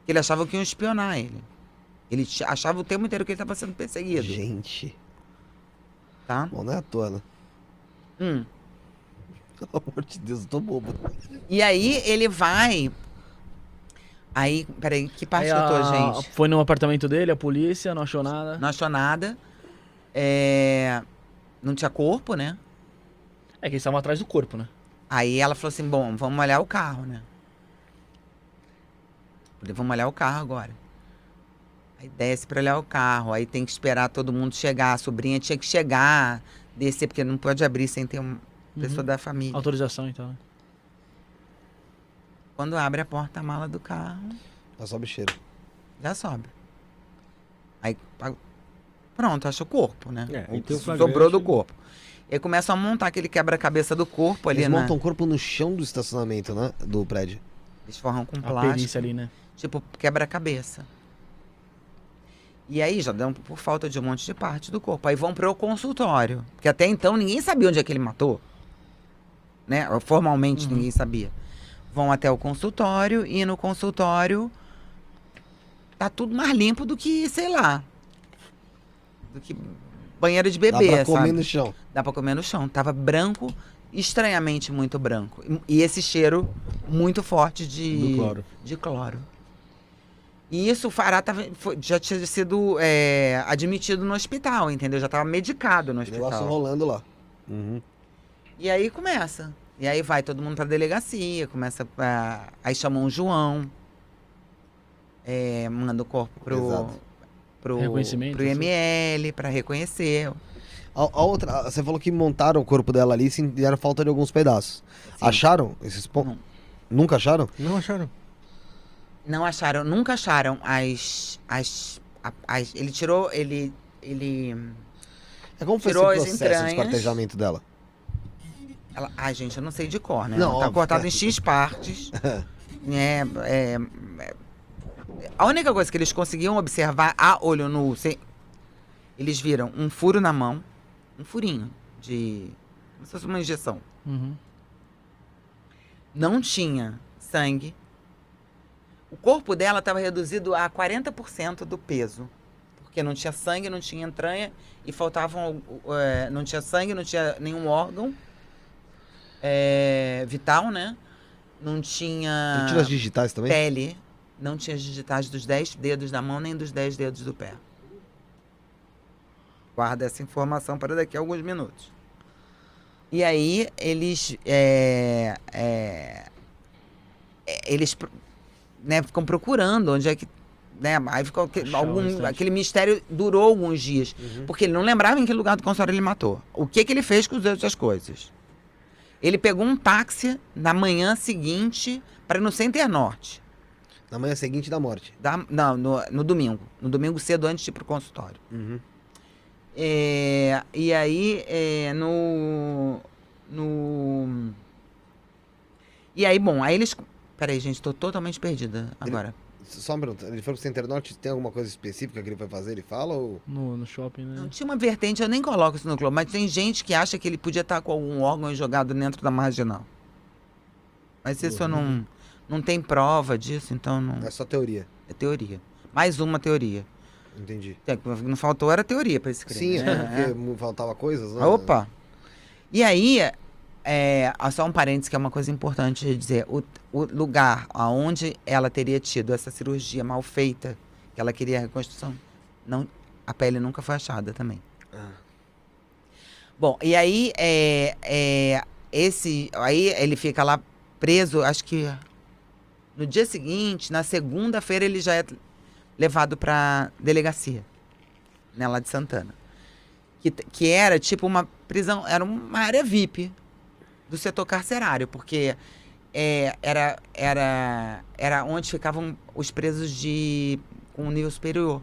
Speaker 1: Ele achava que iam espionar ele. Ele t- achava o tempo inteiro que ele estava sendo perseguido,
Speaker 2: Ah, Gente.
Speaker 1: tá?
Speaker 2: Bom, não é à toa, né?
Speaker 1: Hum.
Speaker 2: Pelo amor de Deus, eu tô bobo.
Speaker 1: E aí ele vai. Aí, peraí, que parte
Speaker 3: Aí
Speaker 1: que eu tô,
Speaker 3: a-
Speaker 1: gente?
Speaker 3: Foi no apartamento dele, a polícia, não achou nada.
Speaker 1: Não achou nada. É, Não tinha corpo, né?
Speaker 3: É que eles estavam atrás do corpo, né?
Speaker 1: Aí ela falou assim: bom, vamos olhar o carro, né? Falei, Vamos olhar o carro agora. Aí desce pra olhar o carro. Aí tem que esperar todo mundo chegar. A sobrinha tinha que chegar, descer, porque não pode abrir sem ter uma pessoa da família.
Speaker 3: Autorização, então. né?
Speaker 1: Quando abre a porta-mala do carro.
Speaker 2: É só bicheiro.
Speaker 1: Já sobe. Aí pa- pronto, acha o corpo, né?
Speaker 4: É,
Speaker 1: O
Speaker 4: aí tem o
Speaker 1: que
Speaker 4: flagrante.
Speaker 1: sobrou do corpo. E aí começam a montar aquele quebra-cabeça do corpo ali,
Speaker 2: Eles
Speaker 1: né?
Speaker 2: montam o corpo no chão do estacionamento, né? Do prédio.
Speaker 1: Eles forram com
Speaker 3: A
Speaker 1: Um plástico.
Speaker 3: perícia ali, né?
Speaker 1: Tipo, quebra-cabeça. E aí já dão por falta de um monte de parte do corpo. Aí vão pro consultório. Porque até então ninguém sabia onde é que ele matou. Né? Formalmente
Speaker 3: Uhum.
Speaker 1: ninguém sabia. Vão até o consultório e no consultório tá tudo mais limpo do que, sei lá. Do que banheiro de
Speaker 2: Dá pra
Speaker 1: bebê,
Speaker 2: comer
Speaker 1: sabe?
Speaker 2: no chão.
Speaker 1: Dá pra comer no chão. Tava branco, estranhamente muito branco. E e esse cheiro muito forte de
Speaker 4: Do cloro.
Speaker 1: de cloro. E isso o Fará tava- foi- já tinha sido é, admitido no hospital, entendeu? Já estava medicado no
Speaker 2: O negócio
Speaker 1: hospital.
Speaker 2: rolando lá. Uhum.
Speaker 1: E aí começa. E aí vai todo mundo pra delegacia, começa. a- aí chamam o João, é, manda o corpo pro,
Speaker 2: Exato.
Speaker 1: pro,
Speaker 3: Reconhecimento,
Speaker 1: pro
Speaker 3: assim.
Speaker 1: IML, pra reconhecer.
Speaker 2: A, a outra, a- você falou que montaram o corpo dela ali e sentiram falta de alguns pedaços. Acharam esses pontos?
Speaker 1: Não.
Speaker 2: Nunca acharam?
Speaker 4: Não acharam?
Speaker 1: Não acharam, nunca acharam as. as, a- as ele tirou. Ele. ele
Speaker 2: É como foi
Speaker 1: Tirou
Speaker 2: esse
Speaker 1: as
Speaker 2: processo de
Speaker 1: entranhas.
Speaker 2: cortejamento dela?
Speaker 1: Ela... Ai, gente, eu não sei de cor, né? Ela
Speaker 2: Não,
Speaker 1: tá
Speaker 2: óbvio. é.
Speaker 1: cortado em X partes. né? É, é, A única coisa que eles conseguiam observar a olho nu, sem- eles viram um furo na mão, um furinho de. como se fosse uma injeção.
Speaker 3: Uhum.
Speaker 1: Não tinha sangue. O corpo dela estava reduzido a 40% do peso. Porque não tinha sangue, não tinha entranha e faltavam. eh, não tinha sangue, não tinha nenhum órgão eh, vital, né? Não tinha
Speaker 2: Ele tira as digitais também?
Speaker 1: pele. Não tinha as digitais dos 10 dedos da mão nem dos 10 dedos do pé. Guarda essa informação para daqui a alguns minutos. E aí, eles. é, é, é, eles pro- né, ficam procurando onde é que né? Aí ficou que-
Speaker 4: Achar o
Speaker 1: algum,
Speaker 4: restante.
Speaker 1: aquele mistério durou alguns dias. Porque ele não lembrava em que lugar do consultório ele matou. O que, que ele fez com as outras coisas? Ele pegou um táxi na manhã seguinte para ir no Center Norte.
Speaker 2: Na manhã seguinte da morte.
Speaker 1: da- não, no, no domingo. No domingo cedo antes de ir pro consultório. É, e aí, é, no, no. E aí, bom, aí eles. Peraí, gente, tô totalmente perdida agora.
Speaker 2: Só uma pergunta, ele foi pro Center Norte, é tem alguma coisa específica que ele foi fazer? Ele fala ou...
Speaker 3: No, no shopping,
Speaker 1: Não
Speaker 3: né?
Speaker 1: tinha uma vertente, eu nem coloco isso no clube, mas tem gente que acha que ele podia estar com algum órgão jogado dentro da marginal. Mas isso eu não. Não tem prova disso, então não.
Speaker 2: É só teoria.
Speaker 1: É teoria. Mais uma teoria.
Speaker 2: Entendi.
Speaker 1: É, que Não faltou era teoria pra esse crime.
Speaker 2: Sim,
Speaker 1: né?
Speaker 2: é porque mu- faltava coisas, né?
Speaker 1: Ah, Opa! E aí, é, ah, só um parênteses que é uma coisa importante de dizer. O, o lugar aonde ela teria tido essa cirurgia mal feita, que ela queria a reconstrução, não, a pele nunca foi achada também.
Speaker 2: Ah.
Speaker 1: Bom, e aí, é, é, esse, aí ele fica lá preso, acho que no dia seguinte, na segunda-feira, ele já é levado para delegacia, né, lá de Santana. Que, t- que era tipo uma prisão, era uma área VIP do setor carcerário, porque é, era, era, era onde ficavam os presos de com um nível superior.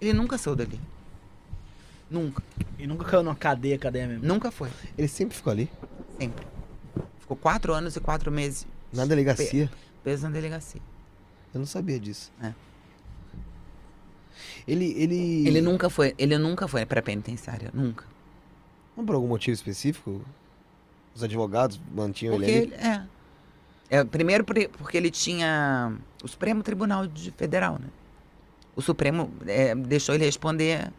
Speaker 1: Ele nunca saiu dali. Nunca.
Speaker 3: E nunca caiu numa cadeia, cadeia mesmo.
Speaker 1: Nunca foi.
Speaker 2: Ele sempre ficou ali,
Speaker 1: Sempre. Ficou quatro anos e quatro meses
Speaker 2: na delegacia.
Speaker 1: preso na delegacia.
Speaker 2: Eu não sabia disso.
Speaker 1: É.
Speaker 2: Ele, ele...
Speaker 1: Ele nunca foi, ele nunca foi pra penitenciária, nunca.
Speaker 2: Não por algum motivo específico? Os advogados mantinham
Speaker 1: Porque
Speaker 2: ele ali?
Speaker 1: ele, é. É, Primeiro por- porque ele tinha o Supremo Tribunal de- Federal, né? O Supremo é, deixou ele responder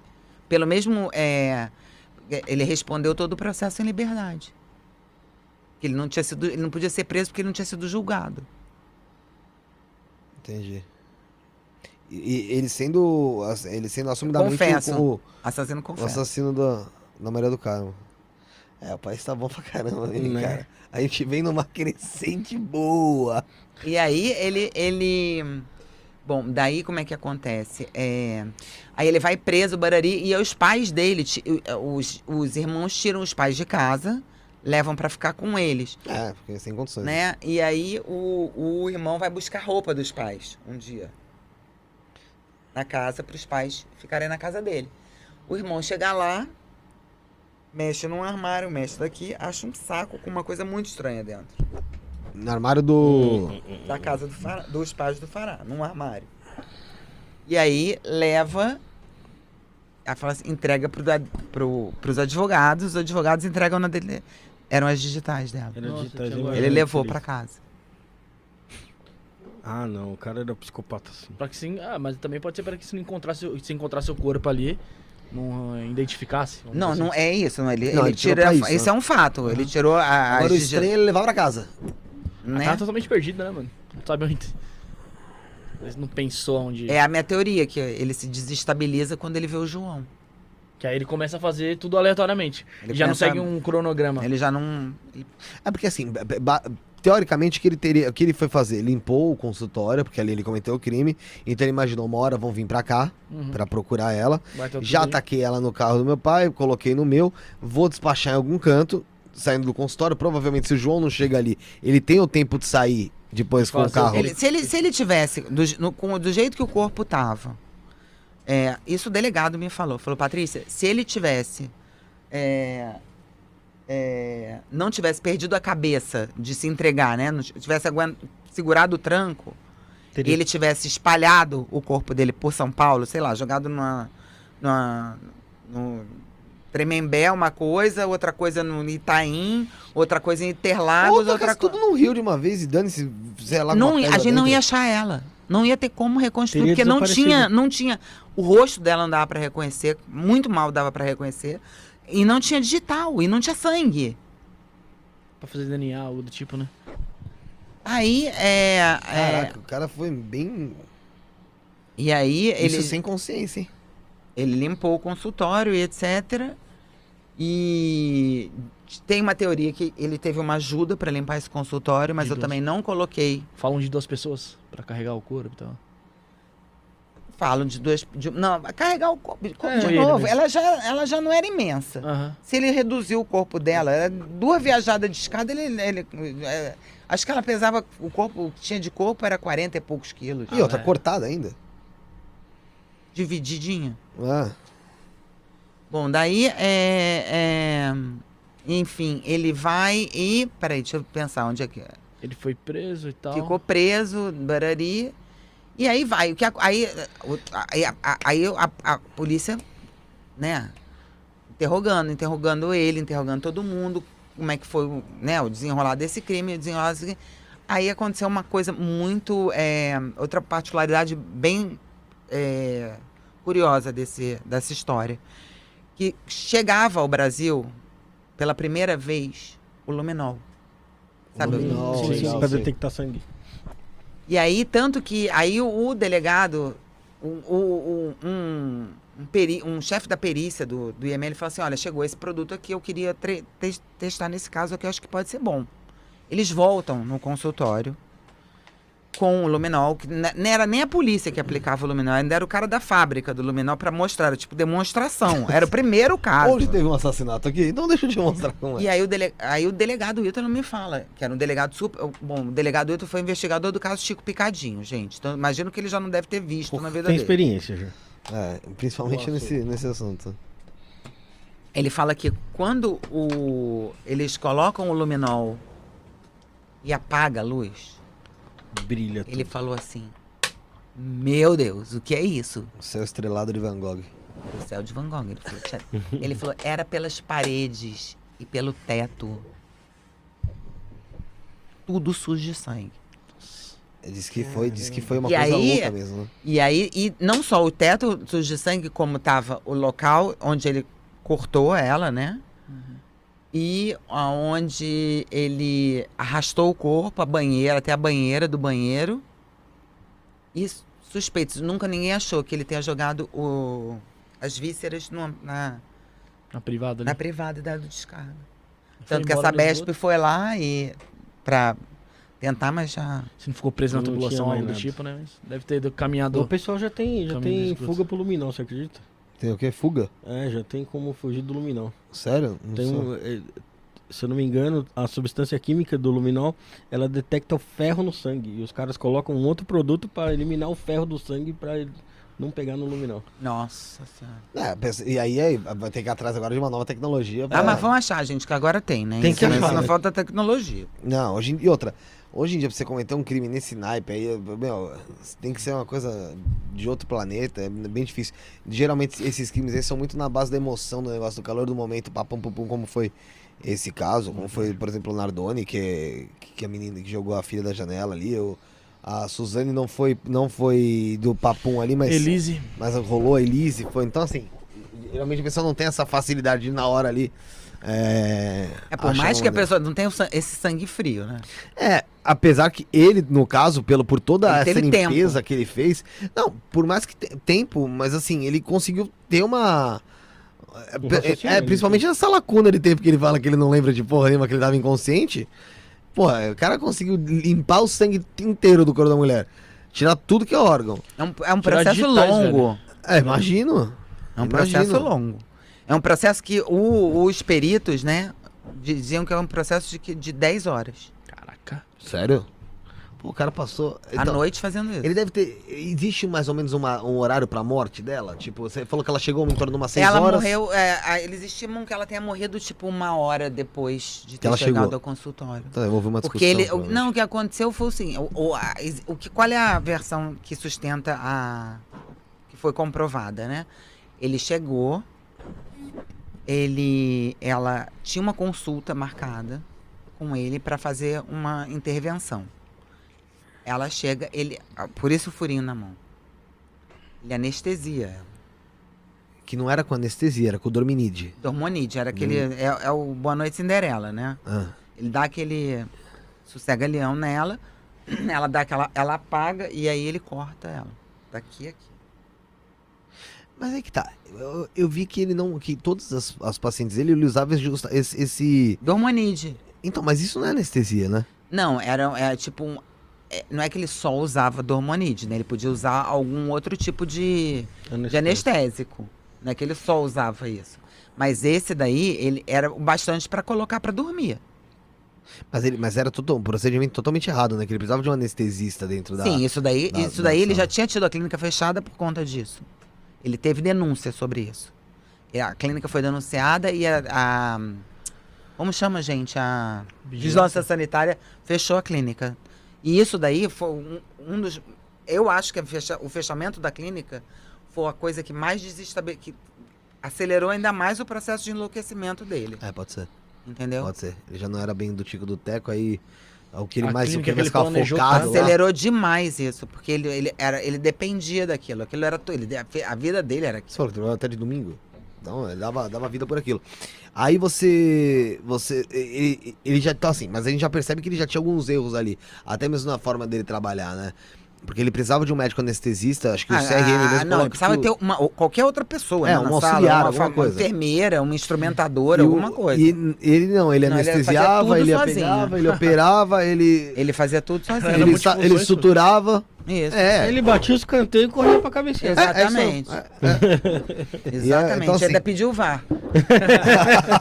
Speaker 1: pelo mesmo. é, ele respondeu todo o processo em liberdade. Que Ele não tinha sido, ele não podia ser preso porque ele não tinha sido julgado.
Speaker 2: Entendi. E, e ele sendo. ass- Ele sendo assumidamente
Speaker 1: Confesso.
Speaker 2: o,
Speaker 1: Assassino
Speaker 2: o
Speaker 1: confesso.
Speaker 2: assassino da, da Maria do Carmo. É, o país tá bom pra caramba, né,
Speaker 4: Né?
Speaker 2: cara? A gente vem numa crescente boa.
Speaker 1: E aí ele, ele. Bom, daí como é que acontece? É, Aí ele vai preso, Barari, e aí os pais dele, ti- é, os, os irmãos tiram os pais de casa, levam pra ficar com eles,
Speaker 2: É, porque sem condições.
Speaker 1: né? E aí o, o irmão vai buscar roupa dos pais um dia. Na casa, pros pais ficarem na casa dele. O irmão chega lá, mexe num armário, mexe daqui, acha um saco com uma coisa muito estranha dentro.
Speaker 2: No armário do.
Speaker 1: da casa do Fará- dos pais do Fará, num armário. E aí leva, ela fala assim, entrega pro, da- pro, pros advogados, os advogados entregam na dele. Eram as digitais dela.
Speaker 4: Era
Speaker 3: Nossa,
Speaker 4: digitais,
Speaker 3: tinha
Speaker 4: hein,
Speaker 3: guardado.
Speaker 1: Ele
Speaker 4: mano?
Speaker 1: levou pra casa.
Speaker 4: Ah, não, o cara era psicopata, assim.
Speaker 3: Pra que sim. Ah, mas também pode ser para que se não encontrasse, se encontrasse o corpo ali, não eh, identificasse. vamos
Speaker 1: Não,
Speaker 3: dizer assim.
Speaker 1: não é isso. Não. Ele,
Speaker 2: Não,
Speaker 1: ele
Speaker 2: ele tirou
Speaker 1: tira.
Speaker 2: pra
Speaker 1: Isso,
Speaker 2: isso,
Speaker 1: é um fato. Ele tirou a, as
Speaker 2: Agora o
Speaker 1: digi-
Speaker 2: estranho é ele levar pra casa.
Speaker 1: né?
Speaker 3: Tava totalmente perdido, né, mano? Não sabe onde. Eles não pensou onde.
Speaker 1: É a minha teoria, que ele se desestabiliza quando ele vê o João.
Speaker 3: Que aí ele começa a fazer tudo aleatoriamente.
Speaker 1: Ele
Speaker 3: já
Speaker 1: pensa-
Speaker 3: não segue um cronograma.
Speaker 1: Ele já não. ele-
Speaker 2: É porque assim, ba- ba- teoricamente, o que ele teria. O que ele foi fazer? Limpou o consultório, porque ali ele cometeu o crime. Então ele imaginou uma hora vão vir pra cá
Speaker 3: Uhum.
Speaker 2: pra procurar ela.
Speaker 3: Bateu tudo
Speaker 2: Já tá-
Speaker 3: ali.
Speaker 2: taquei ela no carro do meu pai, coloquei no meu, vou despachar em algum canto, saindo do consultório. Provavelmente, se o João não chega ali, ele tem o tempo de sair depois com o
Speaker 3: Fazer.
Speaker 2: carro.
Speaker 1: Ele- se, ele, se ele tivesse, do, je- no- com- do jeito que o corpo tava, é, isso o delegado me falou. Falou, Patrícia, se ele tivesse. é, é, não tivesse perdido a cabeça de se entregar, né? Não t- tivesse aguen- segurado o tranco, e ele tivesse espalhado o corpo dele por São Paulo, sei lá, jogado numa. numa no Tremembé, uma coisa, outra coisa no Itaim, outra coisa em Interlagos,
Speaker 2: Ou
Speaker 1: outra
Speaker 2: tacasse
Speaker 1: coisa
Speaker 2: tudo no rio de uma vez e dane-se, sei lá, com
Speaker 1: não,
Speaker 2: uma
Speaker 1: a
Speaker 2: pedra
Speaker 1: gente não
Speaker 2: dentro.
Speaker 1: ia achar ela. Não ia ter como reconstruir,
Speaker 4: Teria
Speaker 1: porque não
Speaker 4: desaparecido.
Speaker 1: tinha, não tinha. O rosto dela não dava pra reconhecer, muito mal dava pra reconhecer. E não tinha digital, e não tinha sangue.
Speaker 3: Pra fazer DNA, algo do tipo, né?
Speaker 1: Aí, é. é,
Speaker 2: Caraca, o cara foi bem.
Speaker 1: e aí, ele,
Speaker 2: Isso sem consciência, hein?
Speaker 1: ele limpou o consultório e etc. E tem uma teoria que ele teve uma ajuda pra limpar esse consultório, mas
Speaker 3: De
Speaker 1: eu
Speaker 3: duas.
Speaker 1: também não coloquei.
Speaker 3: Falam de duas pessoas pra carregar o corpo e tal.
Speaker 1: falam de duas. de- não, carregar o corpo. de
Speaker 4: É,
Speaker 1: de
Speaker 3: ele
Speaker 1: novo,
Speaker 3: mesmo.
Speaker 1: ela já, ela já não era imensa.
Speaker 3: Aham.
Speaker 1: Se ele reduziu o corpo dela, era duas viajadas de escada, ele. ele- é, acho que ela pesava. O corpo o que tinha de corpo era 40 e poucos quilos.
Speaker 2: Ih, ó, tá
Speaker 3: é.
Speaker 2: cortada ainda.
Speaker 1: Divididinha.
Speaker 2: Ah,
Speaker 1: Bom, daí é, é, Enfim, ele vai e. Peraí, deixa eu pensar onde é que. é.
Speaker 3: Ele foi preso e tal.
Speaker 1: Ficou preso, barari. E aí vai. O que, a- aí eh, o- aí, a- a- aí a, a polícia, né? Interrogando, interrogando ele, interrogando todo mundo, como é que foi o, né, o desenrolar desse crime, o desenrolar desse crime. Aí aconteceu uma coisa muito. eh, outra particularidade bem eh, curiosa desse, dessa história. Que chegava ao Brasil pela primeira vez o Luminol. Sabe? o-
Speaker 2: Luminol,
Speaker 4: Tá sim, sim,
Speaker 2: legal,
Speaker 4: pra
Speaker 2: sim.
Speaker 4: detectar sangue.
Speaker 1: e aí, tanto que aí o, o delegado, o, o- o- um, um, peri- um chefe da perícia do, do IML falou assim: olha, chegou esse produto aqui, eu queria tre- tes- testar nesse caso aqui, eu acho que pode ser bom. Eles voltam no consultório com o Luminol, que n- não era nem a polícia que aplicava o Luminol, ainda era o cara da fábrica do Luminol para mostrar, era tipo demonstração. Era o primeiro caso.
Speaker 2: onde teve um assassinato aqui? Então deixa eu te mostrar como é.
Speaker 1: E aí o, dele... aí o delegado Hilton me fala, que era um delegado super. Bom, o delegado Hilton foi investigador do caso Chico Picadinho, gente. Então imagino que ele já não deve ter visto na vida
Speaker 4: Tem
Speaker 1: dele.
Speaker 4: experiência já.
Speaker 2: É, principalmente
Speaker 4: Boa,
Speaker 2: nesse, nesse assunto.
Speaker 1: Ele fala que quando o... eles colocam o luminol e apaga a luz,
Speaker 4: Brilha tudo.
Speaker 1: ele falou assim: Meu Deus, o que é isso?
Speaker 2: O céu estrelado de Van Gogh.
Speaker 1: O céu de Van Gogh. Ele falou, "Tchá." ele falou, era pelas paredes e pelo teto. Tudo sujo de sangue.
Speaker 2: Ele Diz que foi, diz que foi uma
Speaker 1: E
Speaker 2: coisa
Speaker 1: aí-
Speaker 2: louca mesmo. né?
Speaker 1: E aí, e não só o teto sujo de sangue, como tava o local onde ele cortou ela, né? E aonde ele arrastou o corpo, a banheira, até a banheira do banheiro. E s- suspeitos, nunca ninguém achou que ele tenha jogado o, as vísceras numa- na,
Speaker 3: Na privada ali.
Speaker 1: na privada e dado descarga.
Speaker 3: Foi
Speaker 1: Tanto que
Speaker 3: embora
Speaker 1: essa
Speaker 3: no
Speaker 1: Besp
Speaker 3: esgoto.
Speaker 1: foi lá e pra tentar, mas já.
Speaker 3: Se não ficou preso na
Speaker 4: Não tinha
Speaker 3: tubulação ou
Speaker 4: mais
Speaker 3: algo do
Speaker 4: nada.
Speaker 3: tipo, né? Mas Deve ter ido
Speaker 4: O
Speaker 3: caminhador.
Speaker 4: pessoal já tem, já
Speaker 3: Caminho do
Speaker 4: tem
Speaker 3: esgoto.
Speaker 4: fuga pro luminol, você acredita?
Speaker 2: Tem o quê? Fuga?
Speaker 4: É, já tem como fugir do luminol.
Speaker 2: Sério? Não
Speaker 4: Tem
Speaker 2: sei.
Speaker 4: um, é, se eu não me engano, a substância química do luminol, ela detecta o ferro no sangue. E os caras colocam um outro produto para eliminar o ferro do sangue para não pegar no luminol.
Speaker 1: Nossa Senhora.
Speaker 2: É, pensa- e aí, aí vai ter que ir atrás agora de uma nova tecnologia.
Speaker 1: Ah,
Speaker 2: pra-
Speaker 1: mas vão achar, gente, que agora tem, né?
Speaker 4: Tem que
Speaker 1: Isso, né?
Speaker 4: achar,
Speaker 1: Só
Speaker 4: né?
Speaker 1: falta tecnologia.
Speaker 2: Não, hoje em... e outra. Hoje em dia, pra você cometer um crime nesse naipe aí, meu, tem que ser uma coisa de outro planeta, é bem difícil. Geralmente esses crimes aí são muito na base da emoção do negócio, do calor do momento, papum pum pum, como foi esse caso, como foi, por exemplo, o Nardoni, que, que a menina que jogou a filha da janela ali, eu, a Suzane não foi, não foi do papum ali, mas...
Speaker 3: Elise.
Speaker 2: Mas rolou a Elise, foi. Então, assim, geralmente a pessoa não tem essa facilidade de na hora ali. É,
Speaker 1: É por
Speaker 2: achar
Speaker 1: mais que a
Speaker 2: um-
Speaker 1: pessoa não tenha o san- esse sangue frio, né?
Speaker 2: É, apesar que ele, no caso, pelo, por toda
Speaker 1: Ele
Speaker 2: essa
Speaker 1: teve
Speaker 2: limpeza que ele fez. Não, por mais que te, tempo, mas assim, ele conseguiu ter uma. é,
Speaker 4: Um
Speaker 2: pe-
Speaker 4: raciocínio,
Speaker 2: é,
Speaker 4: ele
Speaker 2: principalmente essa lacuna de tempo que ele fala que ele não lembra de porra nenhuma, que ele tava inconsciente. Porra, o cara conseguiu limpar o sangue inteiro do corpo da mulher. Tirar tudo que é órgão.
Speaker 1: É um, é um
Speaker 3: Tirar
Speaker 1: processo
Speaker 3: digitais,
Speaker 1: longo.
Speaker 2: É, imagino.
Speaker 1: É um
Speaker 2: Imagino.
Speaker 1: processo longo. É um processo que o- os peritos, né, diziam que é um processo de, que- de 10 horas.
Speaker 3: Caraca.
Speaker 2: Sério? Pô, o cara passou.
Speaker 1: à
Speaker 2: Então,
Speaker 1: noite fazendo isso.
Speaker 2: Ele deve ter. Existe mais ou menos uma- um horário pra morte dela? Tipo, você falou que ela chegou em torno de umas 6
Speaker 1: Ela
Speaker 2: horas.
Speaker 1: morreu, é, a- eles estimam que ela tenha morrido tipo uma hora depois de ter
Speaker 2: ela
Speaker 1: chegado
Speaker 2: chegou.
Speaker 1: ao consultório.
Speaker 2: Tá, eu vou ouvir uma discussão.
Speaker 1: Porque ele. o-
Speaker 2: provavelmente.
Speaker 1: não, o que aconteceu foi assim. O, o, a- ex- o que, qual é a versão que sustenta a. que foi comprovada, né? Ele chegou, ele. Ela tinha uma consulta marcada com ele para fazer uma intervenção. Ela chega, ele. ah, Por isso o furinho na mão. Ele anestesia ela.
Speaker 2: Que não era com anestesia, era com dorminide.
Speaker 1: Dormonide, era aquele. É, é o Boa Noite Cinderela, né?
Speaker 2: Ah,
Speaker 1: Ele dá aquele sossega-leão nela, ela dá aquela, ela apaga e aí ele corta ela. Daqui a aqui.
Speaker 2: Mas é que tá. Eu, eu vi que ele não. Que todas as, as pacientes dele, ele usava justa- esse, esse-
Speaker 1: Dormonide.
Speaker 2: Então, mas isso não é anestesia, né?
Speaker 1: Não, era é, tipo um é, não é que ele só usava dormonide, né? Ele podia usar algum outro tipo de,
Speaker 4: É
Speaker 1: de anestésico. Não é que ele só usava isso. Mas esse daí, ele era o bastante para colocar para dormir.
Speaker 2: Mas, ele, mas era todo, um procedimento totalmente errado, né? Que ele precisava de um anestesista dentro da.
Speaker 1: Sim, isso daí,
Speaker 2: da-
Speaker 1: isso
Speaker 2: da
Speaker 1: daí ele
Speaker 2: sala.
Speaker 1: já tinha tido a clínica fechada por conta disso. Ele teve denúncia sobre isso. E a clínica foi denunciada e a, a- como chama, gente? A vigilância sanitária fechou a clínica. E isso daí foi um, um dos eu acho que a fecha- o fechamento da clínica foi a coisa que mais desestabe- que acelerou ainda mais o processo de enlouquecimento dele,
Speaker 2: É, pode ser.
Speaker 1: entendeu?
Speaker 2: Pode ser. Ele já não era bem do Tico do Teco, aí. é O que
Speaker 3: A
Speaker 2: ele mais, o
Speaker 3: clínica
Speaker 2: que ele mais
Speaker 3: que ele
Speaker 2: ficava
Speaker 3: planejou tá
Speaker 2: focado. Lá.
Speaker 1: Acelerou demais isso, porque ele, ele, era, ele dependia daquilo. Aquilo era tu- ele, a vida dele era
Speaker 2: Você falou que trabalhava até de domingo? Não, ele dava, dava vida por aquilo. Aí você. você ele, ele já tá assim, mas a gente já percebe que ele já tinha alguns erros ali. Até mesmo na forma dele trabalhar, né? Porque ele precisava de um médico anestesista, acho que o CRM mesmo.
Speaker 1: Ah, não,
Speaker 2: coloca
Speaker 1: ele precisava
Speaker 2: que
Speaker 1: ter
Speaker 2: o-
Speaker 1: uma, ou qualquer outra pessoa,
Speaker 2: É,
Speaker 1: né,
Speaker 2: um
Speaker 1: na
Speaker 2: auxiliar,
Speaker 1: sala, uma,
Speaker 2: alguma
Speaker 1: fa-
Speaker 2: coisa.
Speaker 1: uma enfermeira, uma
Speaker 2: e
Speaker 1: instrumentadora,
Speaker 2: o-
Speaker 1: alguma coisa.
Speaker 2: E ele não, ele
Speaker 1: Não, ele fazia
Speaker 2: anestesiava,
Speaker 1: tudo
Speaker 2: ele,
Speaker 1: sozinho.
Speaker 2: apegava, ele operava, ele.
Speaker 1: Ele fazia tudo sozinho.
Speaker 2: Ele, sa- ele
Speaker 3: multifunções,
Speaker 2: suturava.
Speaker 1: Isso.
Speaker 2: É.
Speaker 4: Ele batia os canteiros e corria pra cabeceira.
Speaker 2: É, é isso aí.
Speaker 1: Exatamente.
Speaker 2: E,
Speaker 1: Exatamente.
Speaker 2: então, assim-
Speaker 1: Ainda pediu o VAR.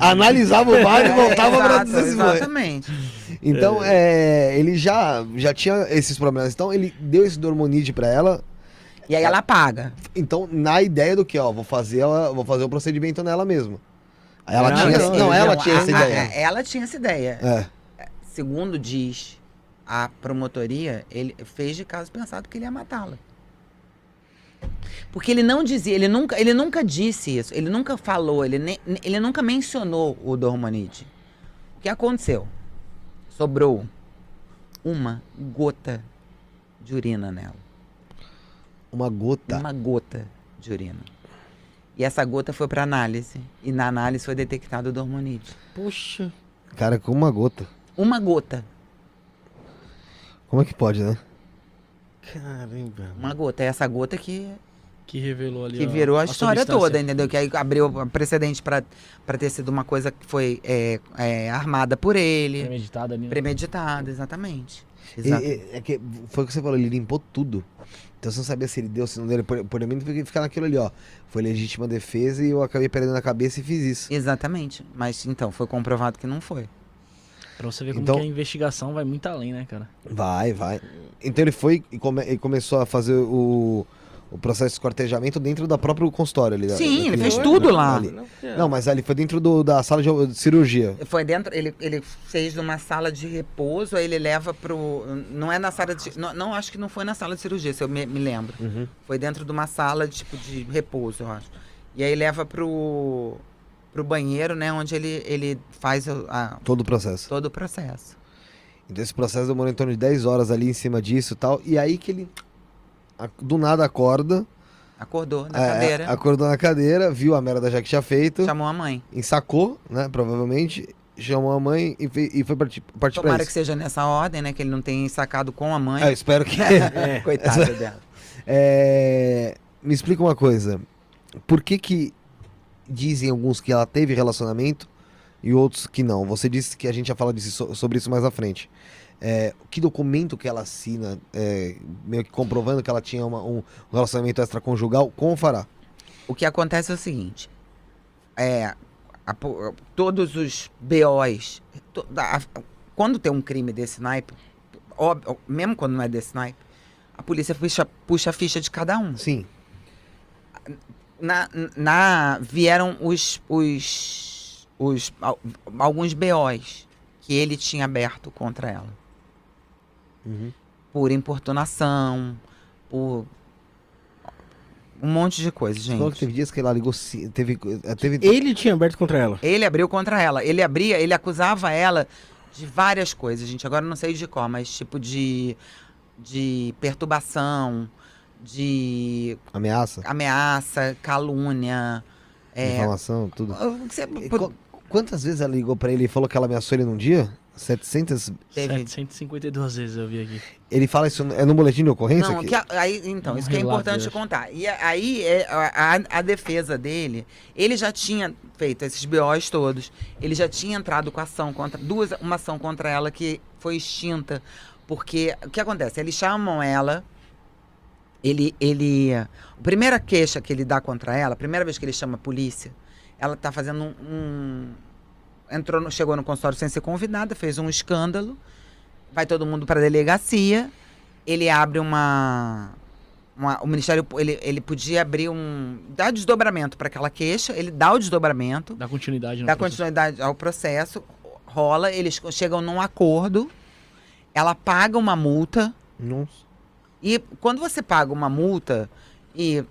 Speaker 2: Analisava o bar e voltava
Speaker 1: É,
Speaker 2: pra
Speaker 1: exato,
Speaker 2: desenvolver.
Speaker 1: Exatamente.
Speaker 2: Então, é, ele já, já tinha esses problemas. Então, ele deu esse dormonide pra ela.
Speaker 1: E aí ela paga.
Speaker 2: Então, na ideia do que, ó, vou fazer ela, vou fazer o procedimento nela mesmo. Aí ela
Speaker 4: Não,
Speaker 2: tinha,
Speaker 4: não,
Speaker 2: Ah, não,
Speaker 4: não,
Speaker 2: ela
Speaker 1: Não,
Speaker 2: tinha
Speaker 1: a-
Speaker 2: essa
Speaker 1: a-
Speaker 2: ideia.
Speaker 1: Ela tinha essa ideia.
Speaker 2: É.
Speaker 1: Segundo diz a promotoria, ele fez de caso pensado que ele ia matá-la. Porque ele não dizia, ele nunca, ele nunca disse isso, ele nunca falou, ele, nem, ele nunca mencionou o Dormonide. O que aconteceu? Sobrou uma gota de urina nela.
Speaker 2: Uma gota.
Speaker 1: Uma gota de urina. E essa gota foi para análise. E na análise foi detectado o Dormonide.
Speaker 4: Puxa.
Speaker 2: Cara, com uma gota.
Speaker 1: Uma gota.
Speaker 2: Como é que pode, né?
Speaker 4: Caramba.
Speaker 1: Uma gota. É essa gota que
Speaker 3: Que revelou ali.
Speaker 1: que
Speaker 3: ó,
Speaker 1: virou a, história
Speaker 3: substância.
Speaker 1: toda, entendeu? Que aí abriu precedente pra pra ter sido uma coisa que foi é, é, armada por ele,
Speaker 3: Premeditada ali. né?
Speaker 1: premeditada, exatamente.
Speaker 2: E-
Speaker 1: Exato.
Speaker 2: e- é que foi o que você falou, ele limpou tudo. Então você não sabia se ele deu, se não deu. Por, por mim, fica- fica naquilo ali, ó. Foi legítima defesa e eu acabei perdendo a cabeça e fiz isso.
Speaker 1: Exatamente. Mas então, foi comprovado que não foi.
Speaker 3: Pra você ver como
Speaker 2: Então-
Speaker 3: que a investigação vai muito além, né, cara?
Speaker 2: Vai, vai. Então ele foi e come- e começou a fazer o, o processo de escortejamento dentro da própria consultório ali. da-
Speaker 1: Sim,
Speaker 2: da
Speaker 1: ele fez
Speaker 2: clínica.
Speaker 1: tudo lá.
Speaker 2: Ali. Não,
Speaker 4: Não, é.
Speaker 2: mas ali foi dentro do- da sala de de cirurgia.
Speaker 1: Foi dentro, ele, ele fez numa sala de repouso, aí ele leva pro. Não é na sala de. Não, não, acho que não foi na sala de cirurgia, se eu me, me lembro. Foi dentro de uma sala tipo, de repouso, eu acho. E aí leva pro, pro banheiro, né? Onde ele, ele faz o- a-
Speaker 2: Todo o processo.
Speaker 1: todo o processo.
Speaker 2: Então esse processo demorou em torno de 10 horas ali em cima disso e tal. E aí que ele a- do nada acorda,
Speaker 1: Acordou na
Speaker 2: é,
Speaker 1: cadeira,
Speaker 2: acordou na cadeira, viu a merda já que tinha feito,
Speaker 1: chamou a mãe.
Speaker 2: ensacou, né? Provavelmente, chamou a mãe e, fe- e foi partir, partir pra
Speaker 1: Tomara que
Speaker 2: Tipo isso.
Speaker 1: seja nessa ordem, né? Que ele não tenha sacado com a mãe.
Speaker 2: É, eu espero que.
Speaker 1: Coitada dela.
Speaker 2: É, me explica uma coisa. Por que que dizem alguns que ela teve relacionamento e outros que não? Você disse que a gente já fala disso, so- sobre isso mais à frente. É, que documento que ela assina, é, meio que comprovando que ela tinha uma- um relacionamento extraconjugal com o Fará?
Speaker 1: O que acontece é o seguinte: é, a po- todos os BOs. to- da- a- quando tem um crime desse naipe, óbvio, mesmo quando não é desse naipe, a polícia puxa, puxa a ficha de cada um.
Speaker 2: Sim.
Speaker 1: Na, na- vieram os, os, os al- alguns BOs que ele tinha aberto contra ela.
Speaker 2: Uhum.
Speaker 1: Por importunação, por um monte de coisa,
Speaker 2: Você
Speaker 1: gente.
Speaker 2: Falou que teve dias que ela ligou. ci- Teve, eh, teve
Speaker 4: Ele tinha aberto contra ela.
Speaker 1: Ele abriu contra ela. Ele abria, ele acusava ela de várias coisas, gente. Agora eu não sei de qual, mas tipo de, de perturbação, de
Speaker 2: ameaça,
Speaker 1: ameaça, calúnia. É,
Speaker 2: difamação, tudo.
Speaker 1: o que você-
Speaker 2: E qu- quantas vezes ela ligou pra ele e falou que ela ameaçou ele num dia? 700?
Speaker 1: teve-
Speaker 3: 752 vezes eu vi aqui.
Speaker 2: Ele fala isso no- é no boletim de ocorrência?
Speaker 1: Não,
Speaker 2: que-
Speaker 1: que a- aí, então,
Speaker 3: Um
Speaker 1: isso que é
Speaker 3: relato
Speaker 1: importante
Speaker 3: desse.
Speaker 1: contar. E a- aí é, a, a- a defesa dele, ele já tinha feito esses BOs todos, ele já tinha entrado com ação contra duas, uma ação contra ela que foi extinta Porque o que acontece? Eles chamam ela. Ele, ele. A primeira queixa que ele dá contra ela, a primeira vez que ele chama a polícia, ela tá fazendo um. um- entrou no- chegou no consultório sem ser convidada, fez um escândalo. Vai todo mundo pra delegacia. Ele abre uma. uma- o Ministério. Pu- Ele, ele podia abrir um. Dá desdobramento para aquela queixa, ele dá o desdobramento
Speaker 3: Dá continuidade no
Speaker 1: dá
Speaker 3: processo.
Speaker 1: continuidade ao processo, rola, eles chegam num acordo, ela paga uma multa,
Speaker 2: Nossa.
Speaker 1: e quando você paga uma multa, e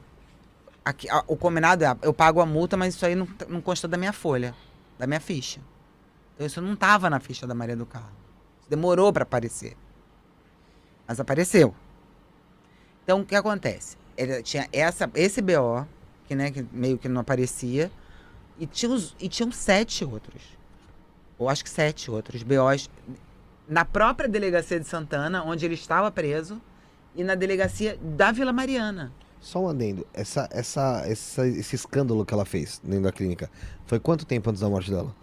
Speaker 1: aqui, a- o combinado é, eu pago a multa, mas isso aí não, t- não consta da minha folha, da minha ficha. Então isso não estava na ficha da Maria do Carmo. Isso demorou para aparecer. Mas apareceu. Então o que acontece? Ele tinha essa, esse BO, que, né, que meio que não aparecia, e tinha os- e tinham sete outros. Eu acho que sete outros BOs na própria delegacia de Santana, onde ele estava preso, e na delegacia da Vila Mariana.
Speaker 2: Só um adendo. Essa, essa, essa, esse escândalo que ela fez dentro da clínica foi quanto tempo antes da morte dela?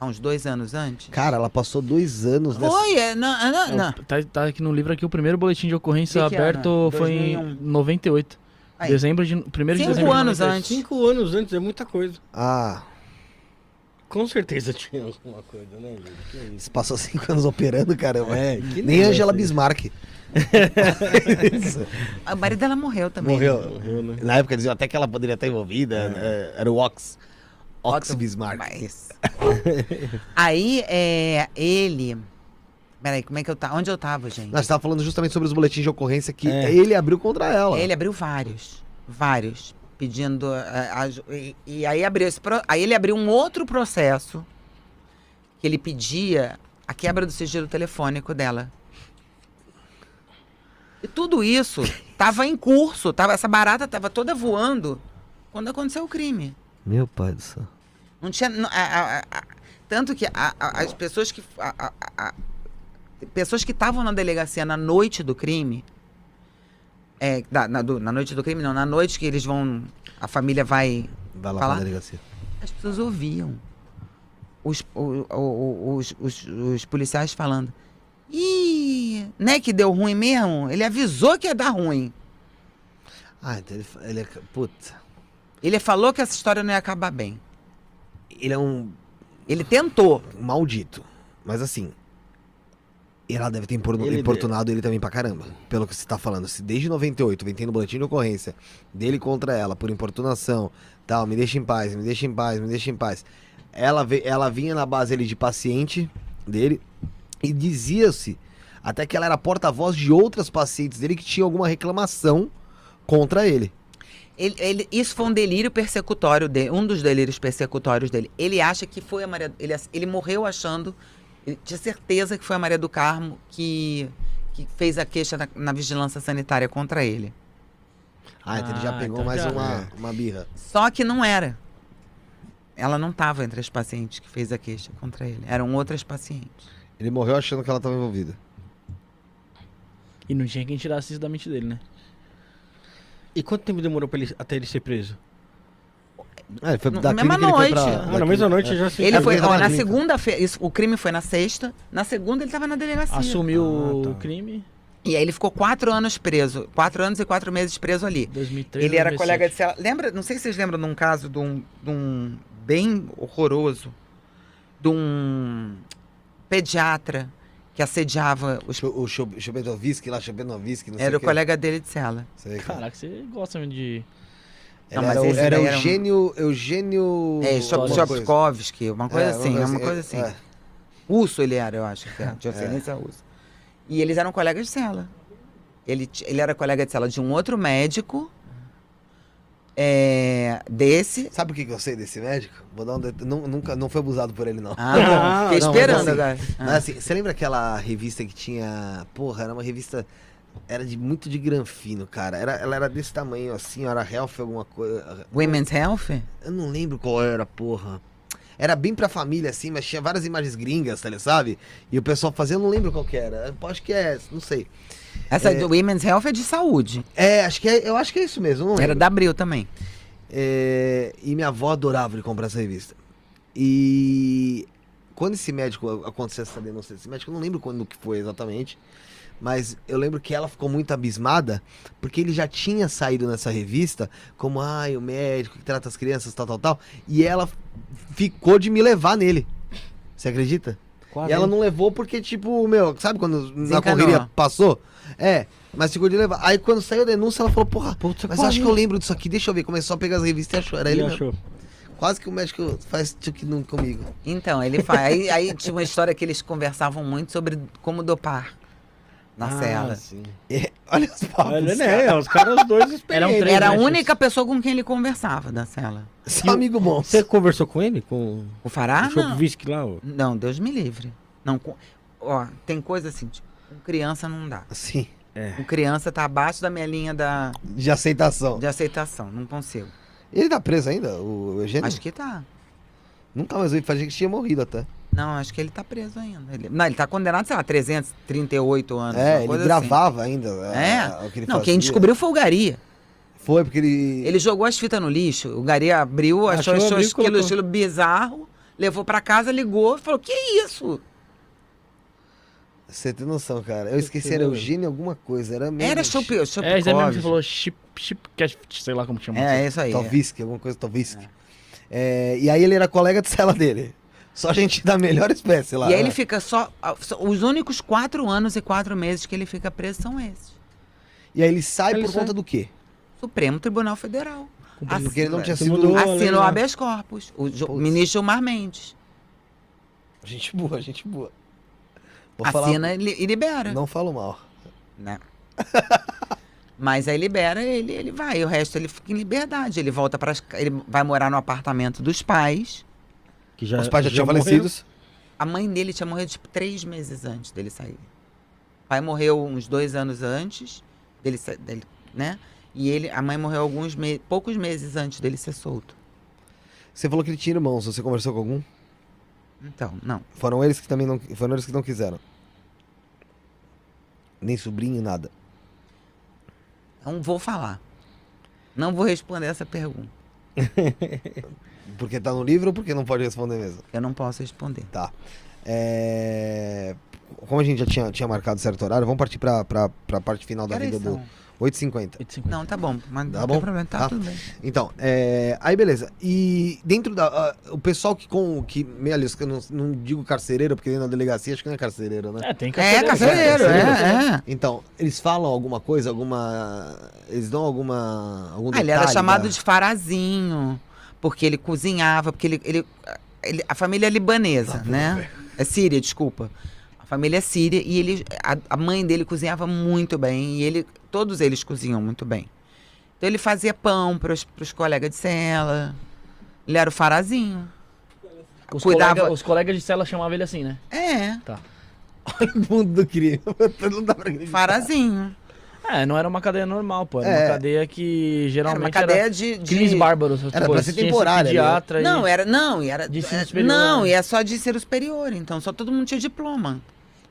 Speaker 1: Há uns dois anos antes.
Speaker 2: Cara, ela passou dois anos nessa.
Speaker 1: Foi, é, não, não, não.
Speaker 3: Tá, tá aqui no livro aqui, o primeiro boletim de ocorrência
Speaker 1: De né? que ano?
Speaker 3: aberto foi em
Speaker 1: 2001.
Speaker 3: 98.
Speaker 1: Aí.
Speaker 3: Dezembro de. Primeiro de
Speaker 1: Cinco
Speaker 3: dezembro. de
Speaker 1: anos
Speaker 3: 96.
Speaker 1: antes.
Speaker 4: Cinco anos antes é muita coisa.
Speaker 2: Ah,
Speaker 4: Com certeza tinha alguma coisa, né, gente? Que isso?
Speaker 2: você passou cinco anos operando, caramba.
Speaker 4: que
Speaker 2: Nem
Speaker 4: negócio
Speaker 2: Angela
Speaker 4: é esse?
Speaker 2: Bismarck. Isso.
Speaker 1: O marido dela morreu também.
Speaker 2: Morreu.
Speaker 4: Morreu, né?
Speaker 2: Na época diziam até que ela poderia estar envolvida. eh, Era o Ox. Ox
Speaker 1: Otto
Speaker 2: Bismarck.
Speaker 1: Mas... Aí, é, ele... Peraí, como é que eu tava? Onde eu tava, gente?
Speaker 2: Nós estávamos falando justamente sobre os boletins de ocorrência que
Speaker 4: É.
Speaker 2: ele abriu contra ela.
Speaker 1: Ele abriu vários, vários, pedindo é, aju- e, e aí abriu esse pro- aí ele abriu um outro processo que ele pedia a quebra do sigilo telefônico dela. E tudo isso tava em curso, tava essa barata tava toda voando quando aconteceu o crime.
Speaker 2: Meu pai do céu.
Speaker 1: Não tinha. não- a- a- a- a- tanto que a- a- as pessoas que. a- a- a- a- pessoas que estavam na delegacia na noite do crime. é, da- na, do- na noite do crime, não, na noite que eles vão. A família vai.
Speaker 2: Vai lá
Speaker 1: Fala.
Speaker 2: pra delegacia.
Speaker 1: As pessoas ouviam os, o- o- o- os, os- os policiais falando. Ih, né que deu ruim mesmo? Ele avisou que ia dar ruim.
Speaker 2: Ah, então ele, fa- ele é. ca- Puta.
Speaker 1: Ele falou que essa história não ia acabar bem.
Speaker 2: Ele é um
Speaker 1: Ele tentou.
Speaker 2: maldito. Mas assim. Ela deve ter impor-
Speaker 4: Ele
Speaker 2: importunado ele também pra caramba. Pelo que você tá falando. Se desde 98 vem tendo boletim de ocorrência dele contra ela por importunação, tal, me deixa em paz, me deixa em paz, me deixa em paz. Ela, ve- ela vinha na base ali de paciente dele e dizia-se até que ela era porta-voz de outras pacientes dele que tinham alguma reclamação contra ele.
Speaker 1: Ele- ele- isso foi um delírio persecutório dele, um dos delírios persecutórios dele. Ele acha que foi a Maria. Ele, ass- ele morreu achando, ele tinha certeza que foi a Maria do Carmo que, que fez a queixa na, na vigilância sanitária contra ele.
Speaker 2: Ah, então ele
Speaker 3: Ah,
Speaker 2: já pegou
Speaker 3: então
Speaker 2: mais
Speaker 3: já-
Speaker 2: uma, uma birra.
Speaker 1: Só que não era. Ela não estava entre as pacientes que fez a queixa contra ele. Eram outras pacientes.
Speaker 2: Ele morreu achando que ela estava envolvida.
Speaker 3: E não tinha quem tirasse isso da mente dele, né?
Speaker 4: E quanto tempo demorou pra ele, até ele ser preso?
Speaker 2: Ah, ele foi
Speaker 1: Na
Speaker 2: da
Speaker 1: mesma
Speaker 2: clínica, ele foi
Speaker 1: noite.
Speaker 2: pra-
Speaker 1: Ah,
Speaker 4: Ah,
Speaker 2: da
Speaker 4: na mesma
Speaker 2: clínica-
Speaker 4: noite já se...
Speaker 1: Ele
Speaker 2: Mas
Speaker 1: foi.
Speaker 2: ele tava
Speaker 1: ó,
Speaker 2: na
Speaker 1: na
Speaker 2: clínica.
Speaker 1: segunda-feira. isso- O crime foi na sexta. Na segunda, ele estava na delegacia.
Speaker 3: Assumiu
Speaker 4: Ah, tá.
Speaker 3: o crime
Speaker 1: E aí ele ficou quatro anos preso. Quatro anos e quatro meses preso ali.
Speaker 3: em 2003.
Speaker 1: Ele era colega de cela. Lembra? Não sei se vocês lembram de um caso de um, de um bem horroroso, de um pediatra que assediava os.
Speaker 2: Cho- O Cho- Chobenovski lá, Chobenovski, não sei
Speaker 1: Era o
Speaker 2: quê.
Speaker 1: colega dele de cela.
Speaker 2: Sei que-
Speaker 3: Caraca, você gosta mesmo de.
Speaker 1: Não,
Speaker 2: Ele
Speaker 1: mas
Speaker 2: era, o-
Speaker 1: esse
Speaker 2: era
Speaker 1: daí era um-
Speaker 2: Eugênio, Eugênio...
Speaker 1: É, Chop-
Speaker 2: alguma coisa.
Speaker 1: Chopkovsky, uma coisa
Speaker 2: É,
Speaker 1: assim, é uma coisa assim.
Speaker 2: é.
Speaker 1: Russo ele era, eu acho, que era, de ascendência russa. E eles eram colegas de cela. Ele, t- ele era colega de cela de um outro médico, é, desse.
Speaker 2: Sabe o que que eu sei desse médico? Vou dar um det- nu- nunca, não foi abusado por ele, não.
Speaker 1: Ah, bom,
Speaker 4: Ah,
Speaker 1: fiquei
Speaker 2: não, mas
Speaker 1: esperando
Speaker 2: assim,
Speaker 1: agora.
Speaker 2: Mas assim, você lembra aquela revista que tinha... Porra, era uma revista... Era de muito de granfino, cara. Era, ela era desse tamanho, assim, era Health alguma coisa...
Speaker 1: Women's Health?
Speaker 2: Eu não lembro qual era, porra. Era bem pra família, assim, mas tinha várias imagens gringas, tá ligado, sabe? E o pessoal fazia, eu não lembro qual que era. Eu Acho que é, não sei.
Speaker 1: Essa
Speaker 2: É.
Speaker 1: do Women's Health é de saúde.
Speaker 2: É, acho que é, eu acho que é isso mesmo. Não
Speaker 1: Era
Speaker 2: lembro.
Speaker 1: da Abril também.
Speaker 2: É, e minha avó adorava ele comprar essa revista. E quando esse médico aconteceu essa denúncia desse médico, eu não lembro quando que foi exatamente, mas eu lembro que ela ficou muito abismada, porque ele já tinha saído nessa revista como, ai, o médico que trata as crianças, tal, tal, tal, e ela ficou de me levar nele. Você acredita? E ela não levou porque, tipo, meu, sabe quando na
Speaker 1: Desencanou.
Speaker 2: correria passou? É, mas ficou de levar. Aí quando saiu a denúncia, ela falou, porra,
Speaker 4: Puta,
Speaker 2: mas acho que eu lembro disso aqui, deixa eu ver. Começou a pegar as revistas e achou, era ele
Speaker 4: ele
Speaker 2: mesmo.
Speaker 4: achou.
Speaker 2: Quase que o médico faz tchuquinum comigo.
Speaker 1: Então, ele faz. aí, aí tinha uma história que eles conversavam muito sobre como dopar na
Speaker 4: Ah,
Speaker 1: cela.
Speaker 4: sim.
Speaker 2: É. Olha os papos.
Speaker 4: Olha, né? Os caras dois experientes.
Speaker 3: Eram três,
Speaker 1: Era um a
Speaker 3: né, Xuxa?
Speaker 1: única pessoa com quem ele conversava da cela.
Speaker 2: Só amigo bom.
Speaker 4: Você conversou com ele? Com
Speaker 1: O Fará?
Speaker 4: o
Speaker 1: Ah, Não.
Speaker 4: Chocovisc lá? ó?
Speaker 1: Não, Deus me livre. Não, com- ó, tem coisa assim, tipo, com criança não dá.
Speaker 2: Sim,
Speaker 1: Com criança tá abaixo da minha linha da,
Speaker 2: de aceitação.
Speaker 1: de aceitação, não consigo.
Speaker 2: Ele tá preso ainda, o Eugênio?
Speaker 1: Acho que tá.
Speaker 2: Nunca mais ouvi fazer que tinha morrido até.
Speaker 1: Não, acho que ele tá preso ainda. Ele- não, ele tá condenado, sei lá, 338 anos. uma
Speaker 2: é, ele
Speaker 1: Ah, coisa assim.
Speaker 2: gravava ainda.
Speaker 1: É?
Speaker 2: a- o que
Speaker 1: Assim.
Speaker 2: ele
Speaker 1: Não,
Speaker 2: fazia.
Speaker 1: quem descobriu foi o Gari.
Speaker 2: Foi, porque ele.
Speaker 1: Ele jogou as fitas no lixo, o Gari abriu, achou,
Speaker 4: Achou,
Speaker 1: achou,
Speaker 4: abriu e
Speaker 1: aquilo,
Speaker 4: colocou.
Speaker 1: estilo bizarro, levou pra casa, ligou e falou: Que isso?
Speaker 2: Você tem noção, cara. Eu esqueci, era
Speaker 4: Entendeu?
Speaker 2: Eugênio alguma coisa. Era mesmo.
Speaker 1: Era Chup, Chup
Speaker 3: É, isso aí mesmo que você falou, chip, chip, que- sei lá como chama.
Speaker 1: É, é isso
Speaker 2: Tá
Speaker 1: aí. é.
Speaker 2: Tovisky, alguma coisa Tovisky. É, e aí ele era colega de cela dele. Só gente da melhor espécie lá.
Speaker 1: E aí ele
Speaker 2: né?
Speaker 1: fica só. só- Os únicos quatro anos e quatro meses que ele fica preso são esses.
Speaker 2: E aí ele sai
Speaker 4: Ele
Speaker 2: por
Speaker 4: sai.
Speaker 2: conta do quê?
Speaker 1: Supremo Tribunal Federal. Assi-
Speaker 2: Porque ele não tinha
Speaker 4: Você
Speaker 2: sido.
Speaker 4: mudou. Boa,
Speaker 1: Assina o
Speaker 4: legal.
Speaker 1: habeas corpus. O jo-
Speaker 2: Putz.
Speaker 1: ministro Gilmar Mendes.
Speaker 2: Gente boa, gente boa. Vou
Speaker 1: Assina e li- e libera.
Speaker 2: Não falo mal.
Speaker 1: né? Mas aí libera ele, ele vai. O resto ele fica em liberdade. Ele volta para ele vai morar no apartamento dos pais.
Speaker 4: Que já,
Speaker 2: Os pais já, tinham
Speaker 4: morreu.
Speaker 2: falecidos.
Speaker 1: A mãe dele tinha morrido tipo, três meses antes dele sair. O pai morreu uns dois anos antes dele, sa- dele né? E ele, a mãe morreu alguns me- poucos meses antes dele ser solto.
Speaker 2: Você falou que ele tinha irmãos. Você conversou com algum?
Speaker 1: Então, não.
Speaker 2: Foram eles que também não. Foram eles que não quiseram. Nem sobrinho, nada.
Speaker 1: Não vou falar. Não vou responder essa pergunta.
Speaker 2: Porque tá no livro ou porque não pode responder mesmo?
Speaker 1: Eu não posso responder.
Speaker 2: Tá. É, Como a gente já tinha, tinha marcado certo horário, vamos partir pra, pra, pra parte final da
Speaker 1: Que horas
Speaker 2: vida do
Speaker 1: são?
Speaker 2: 8h50.
Speaker 1: Não, tá bom. Mas
Speaker 2: Tá
Speaker 1: não
Speaker 2: bom?
Speaker 1: tem problema. Tá,
Speaker 2: Tá.
Speaker 1: tudo bem.
Speaker 2: Então, é, aí beleza. E dentro da. ah, o pessoal que com. Que, meu, Deus, que eu não, não digo carcereiro, porque dentro da delegacia acho que não é carcereiro, né?
Speaker 3: É, tem né? que
Speaker 1: É, carcereiro, é, é.
Speaker 2: Então, eles falam alguma coisa, alguma. Eles dão alguma. Algum
Speaker 1: Ah, ele era
Speaker 2: detalhe
Speaker 1: chamado
Speaker 2: da-
Speaker 1: de farazinho, porque ele cozinhava, porque ele. ele- ele- a família é libanesa, né? É síria, desculpa. A família é síria e ele. A, a mãe dele cozinhava muito bem. E ele. Todos eles cozinham muito bem. Então ele fazia pão para os colegas de cela. Ele era o farazinho.
Speaker 3: Os,
Speaker 1: Cuidava-
Speaker 3: colega- os colegas de cela chamavam ele assim, né?
Speaker 1: É,
Speaker 2: mundo do crime. não dá pra acreditar.
Speaker 1: farazinho.
Speaker 3: É, não era uma cadeia normal, pô. Era
Speaker 2: É.
Speaker 3: uma cadeia que
Speaker 1: Era uma
Speaker 3: geralmente era,
Speaker 1: cadeia de. de...
Speaker 3: crimes bárbaros.
Speaker 2: Era pra ser
Speaker 3: tinha esse
Speaker 2: temporária, né?
Speaker 3: pediatra
Speaker 1: Não,
Speaker 3: e...
Speaker 1: era. Não, e era.
Speaker 3: De ensino
Speaker 1: é,
Speaker 3: superior,
Speaker 1: não,
Speaker 3: né?
Speaker 1: e é só de ser superior, então. Só todo mundo tinha diploma.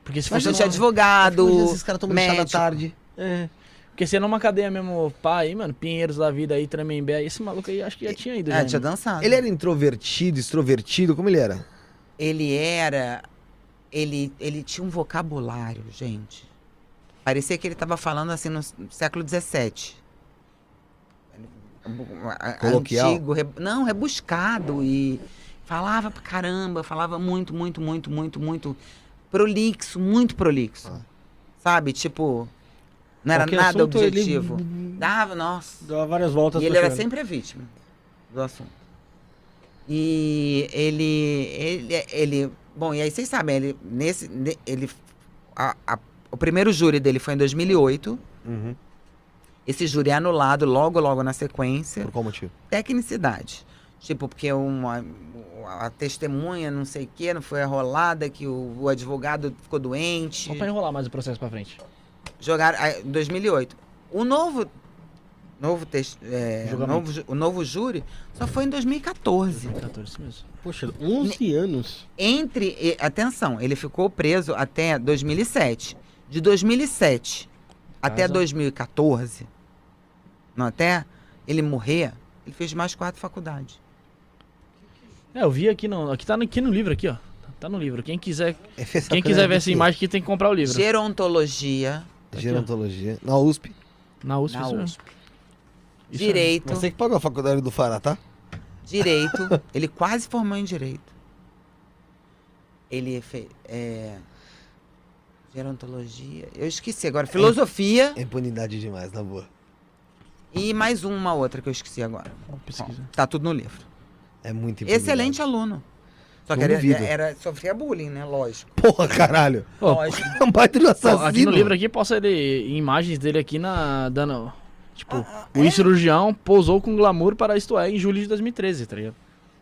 Speaker 3: Porque se
Speaker 1: Mas
Speaker 3: fosse
Speaker 1: não tinha
Speaker 3: numa...
Speaker 1: advogado.
Speaker 2: Imagina Esses caras tomam chá da
Speaker 1: médico.
Speaker 2: tarde.
Speaker 4: É.
Speaker 3: Porque se era uma cadeia mesmo, pá, aí, mano, Pinheiros da vida aí, Tremembé, aí, esse maluco aí acho que já tinha ido.
Speaker 1: É,
Speaker 3: já,
Speaker 1: tinha
Speaker 3: né?
Speaker 1: dançado.
Speaker 2: Ele era introvertido, extrovertido, como ele era?
Speaker 1: Ele era. Ele, ele tinha um vocabulário, gente. Parecia que ele estava falando assim no s- século XVII. A- a-
Speaker 2: Coloquial.
Speaker 1: Antigo, re- não, rebuscado. E falava pra caramba, falava muito, muito, muito, muito, muito. Prolixo, muito prolixo.
Speaker 2: Ah.
Speaker 1: Sabe? Tipo, não era
Speaker 4: Qualquer
Speaker 1: nada
Speaker 4: assunto, ele
Speaker 1: objetivo. Dava, nossa.
Speaker 4: Dava várias voltas.
Speaker 1: E ele
Speaker 4: pra
Speaker 1: era
Speaker 4: chegar.
Speaker 1: sempre a vítima do assunto. E ele, ele, ele, bom, e aí vocês sabem, ele, nesse, ne- ele, a- a- o primeiro júri dele foi em 2008.
Speaker 2: Uhum.
Speaker 1: Esse júri é anulado logo, logo na sequência.
Speaker 2: Por qual motivo?
Speaker 1: Tecnicidade, tipo porque uma a testemunha não sei o que não foi arrolada, que o, o advogado ficou doente.
Speaker 3: Só pra enrolar mais o processo pra frente.
Speaker 1: Jogaram ah, em 2008. O novo novo texto,
Speaker 3: Julgamento.
Speaker 1: novo, ju- o novo júri só foi em 2014.
Speaker 3: 2014, isso mesmo.
Speaker 4: Poxa, 11 anos.
Speaker 1: Entre e- atenção, ele ficou preso até 2007. De 2007 até
Speaker 3: Casa.
Speaker 1: 2014, não até ele morrer, ele fez mais quatro faculdades.
Speaker 3: É, eu vi aqui, não. Aqui tá no, aqui no livro, aqui, ó. Tá no livro. Quem quiser,
Speaker 2: É festa
Speaker 3: quem quiser ver essa imagem aqui tem que comprar o livro.
Speaker 1: Gerontologia
Speaker 2: Gerontologia. Na USP.
Speaker 3: Na USP,
Speaker 1: na
Speaker 3: isso mesmo.
Speaker 1: USP.
Speaker 3: Isso
Speaker 1: Direito.
Speaker 2: Você que pagou a faculdade do Fará, tá?
Speaker 1: Direito. ele quase formou em direito. Ele fez. É, gerontologia. Eu esqueci agora. Filosofia
Speaker 2: É impunidade demais, na boa.
Speaker 1: e mais uma outra que eu esqueci agora.
Speaker 3: mesmo. Pesquisa.
Speaker 1: Tá tudo no livro.
Speaker 2: É muito impunidade.
Speaker 1: Excelente aluno. Só que
Speaker 2: Não
Speaker 1: era,
Speaker 2: duvido.
Speaker 1: era, sofria bullying, né? Lógico.
Speaker 2: Porra, caralho.
Speaker 3: Ó,
Speaker 1: Lógico.
Speaker 2: É um baita de um
Speaker 3: Ó, Tá, aqui
Speaker 2: assassino.
Speaker 3: no livro aqui posso ele imagens dele aqui na dando tipo
Speaker 1: Ah, ah,
Speaker 3: o
Speaker 1: é?
Speaker 3: cirurgião pousou com glamour para isto é em julho de 2013, tá ligado?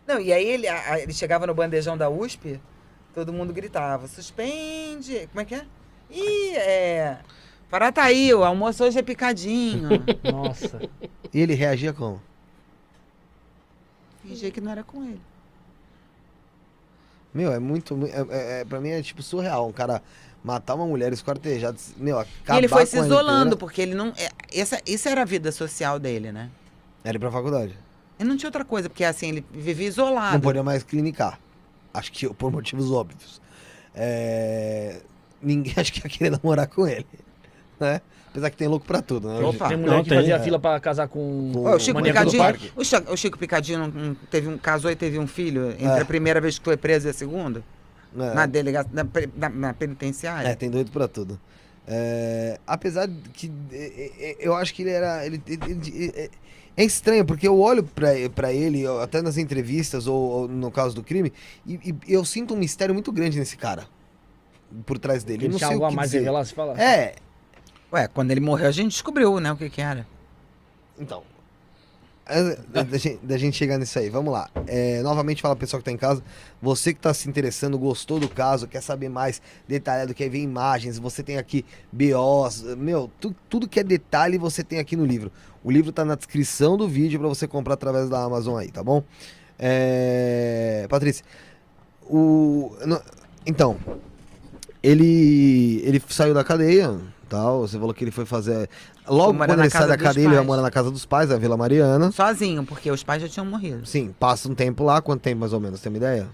Speaker 1: é? Não, e aí ele, a- a- ele chegava no bandejão da USP, todo mundo gritava, suspende, como é que é? Ih, é... Parataí, o almoço hoje é picadinho.
Speaker 3: Nossa.
Speaker 2: E ele reagia como?
Speaker 1: Fingia que não era com ele.
Speaker 2: Meu, é muito. mu- É, é, é- pra mim é tipo surreal. Um cara matar uma mulher esquartejada. Meu, acabar
Speaker 1: E ele foi se
Speaker 2: com a
Speaker 1: isolando,
Speaker 2: inteira.
Speaker 1: porque ele não... é, Essa, isso era a vida social dele, né?
Speaker 2: Era ir pra faculdade.
Speaker 1: Ele não tinha outra coisa, porque assim, ele vivia isolado.
Speaker 2: Não podia mais clinicar. Acho que por motivos óbvios. É, Ninguém acho que ia querer namorar com ele. Né? Apesar que tem louco pra tudo, né?
Speaker 1: Opa.
Speaker 3: Tem mulher
Speaker 4: Não,
Speaker 3: que
Speaker 4: tem,
Speaker 3: fazia
Speaker 2: é.
Speaker 3: fila para casar com um
Speaker 2: Com-
Speaker 1: Ó, o, Chico
Speaker 3: Maníaco do
Speaker 1: Picadinho,
Speaker 3: parque.
Speaker 1: o, Chico, o Chico Picadinho não- não teve um, casou e teve um filho entre
Speaker 2: É.
Speaker 1: a primeira vez que foi preso e a segunda?
Speaker 2: É.
Speaker 1: Na delegacia, na, pre- na- na
Speaker 3: Ah,
Speaker 1: penitenciária?
Speaker 2: É, tem doido pra tudo. É, apesar de que é, é, é, eu acho que ele era. ele- ele- ele- é, é estranho, porque eu olho pra, pra ele, ó, até nas entrevistas ou, ou no caso do crime, e, e eu sinto um mistério muito grande nesse cara. Por trás dele. Eu
Speaker 3: ele
Speaker 2: não
Speaker 3: tinha
Speaker 2: sei
Speaker 3: algo
Speaker 2: o
Speaker 3: a
Speaker 2: que
Speaker 3: mais
Speaker 2: dizer.
Speaker 3: revelar, se fala.
Speaker 2: É,
Speaker 1: Ué, quando ele morreu, a gente descobriu, né, o que que era.
Speaker 2: Então. antes Da, da gente, da gente chegar nisso aí, vamos lá. É, novamente, fala pro pessoal que tá em casa. Você que tá se interessando, gostou do caso, quer saber mais detalhado, quer ver imagens, você tem aqui BOs, meu, tu- tudo que é detalhe você tem aqui no livro. O livro tá na descrição do vídeo pra você comprar através da Amazon aí, tá bom? É, Patrícia, o. no- então, ele. Ele saiu da cadeia, tal. Você falou que ele foi fazer. Logo
Speaker 1: Foi morar
Speaker 2: quando
Speaker 1: na
Speaker 2: ele sai
Speaker 1: casa
Speaker 2: da
Speaker 1: dos
Speaker 2: cadeia, ele vai
Speaker 1: pais.
Speaker 2: morar na casa dos pais, na Vila Mariana.
Speaker 1: Sozinho, porque os pais já tinham morrido.
Speaker 2: Sim, passa um tempo lá, quanto tempo mais ou menos? Tem uma ideia?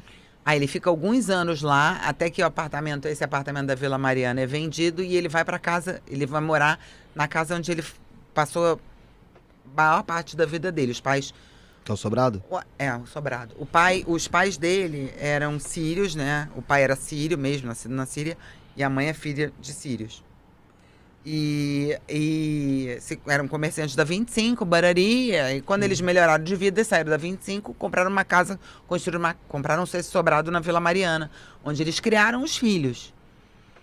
Speaker 1: Aí ele fica alguns anos lá, até que o apartamento, esse apartamento da Vila Mariana é vendido e ele vai pra casa, ele vai morar na casa onde ele f- passou a maior parte da vida dele. Os pais,
Speaker 2: Tá sobrado?
Speaker 1: o- é, o sobrado. O pai, os pais dele eram sírios, né? O pai era sírio mesmo, nascido na Síria, e a mãe é filha de sírios. E, e se- eram comerciantes da 25, Bararia. E quando eles melhoraram de vida, saíram da 25, compraram uma casa, construíram uma, compraram um sexto sobrado na Vila Mariana, onde eles criaram os filhos.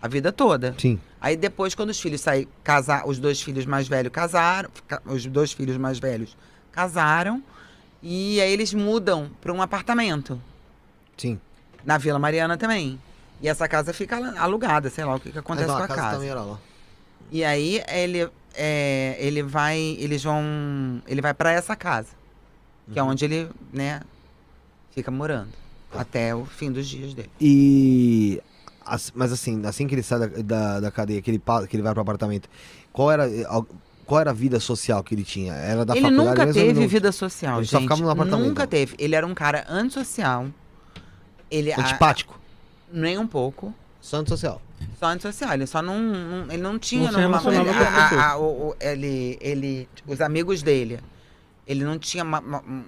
Speaker 1: A vida toda.
Speaker 2: Sim.
Speaker 1: Aí depois, quando os filhos saí, casar, os dois filhos mais velhos casaram, fica- os dois filhos mais velhos casaram, e aí eles mudam para um apartamento
Speaker 2: Sim.
Speaker 1: na Vila Mariana também. E essa casa fica al- alugada, sei lá o que, que acontece
Speaker 2: Ah, não,
Speaker 1: com a casa. é
Speaker 2: também era lá.
Speaker 1: E aí ele, é, ele vai, eles vão, ele vai para essa casa, que é onde ele, né, fica morando até o fim dos dias dele.
Speaker 2: E. as- mas assim, assim que ele sai da, da, da cadeia, que ele, pa- que ele vai pro apartamento, qual era. eh, al- Qual era a vida social que ele tinha? Era da
Speaker 1: ele
Speaker 2: faculdade
Speaker 1: nunca
Speaker 2: mesmo? ou
Speaker 1: teve
Speaker 2: não-
Speaker 1: vida social,
Speaker 2: Ele
Speaker 1: gente.
Speaker 2: só ficava no apartamento.
Speaker 1: Nunca teve. Ele era um cara antissocial.
Speaker 2: Ah.
Speaker 1: Ele a-
Speaker 2: Antipático.
Speaker 1: nem um pouco.
Speaker 2: Só antissocial.
Speaker 1: Só antissocial. Ele só não, não- ele não tinha
Speaker 4: Não se
Speaker 1: numa-
Speaker 4: relacionava
Speaker 1: ele,
Speaker 4: com
Speaker 1: a- a-
Speaker 4: pessoas.
Speaker 1: a- o- o- ele, ele- os amigos dele. Ele não tinha ma- ma- um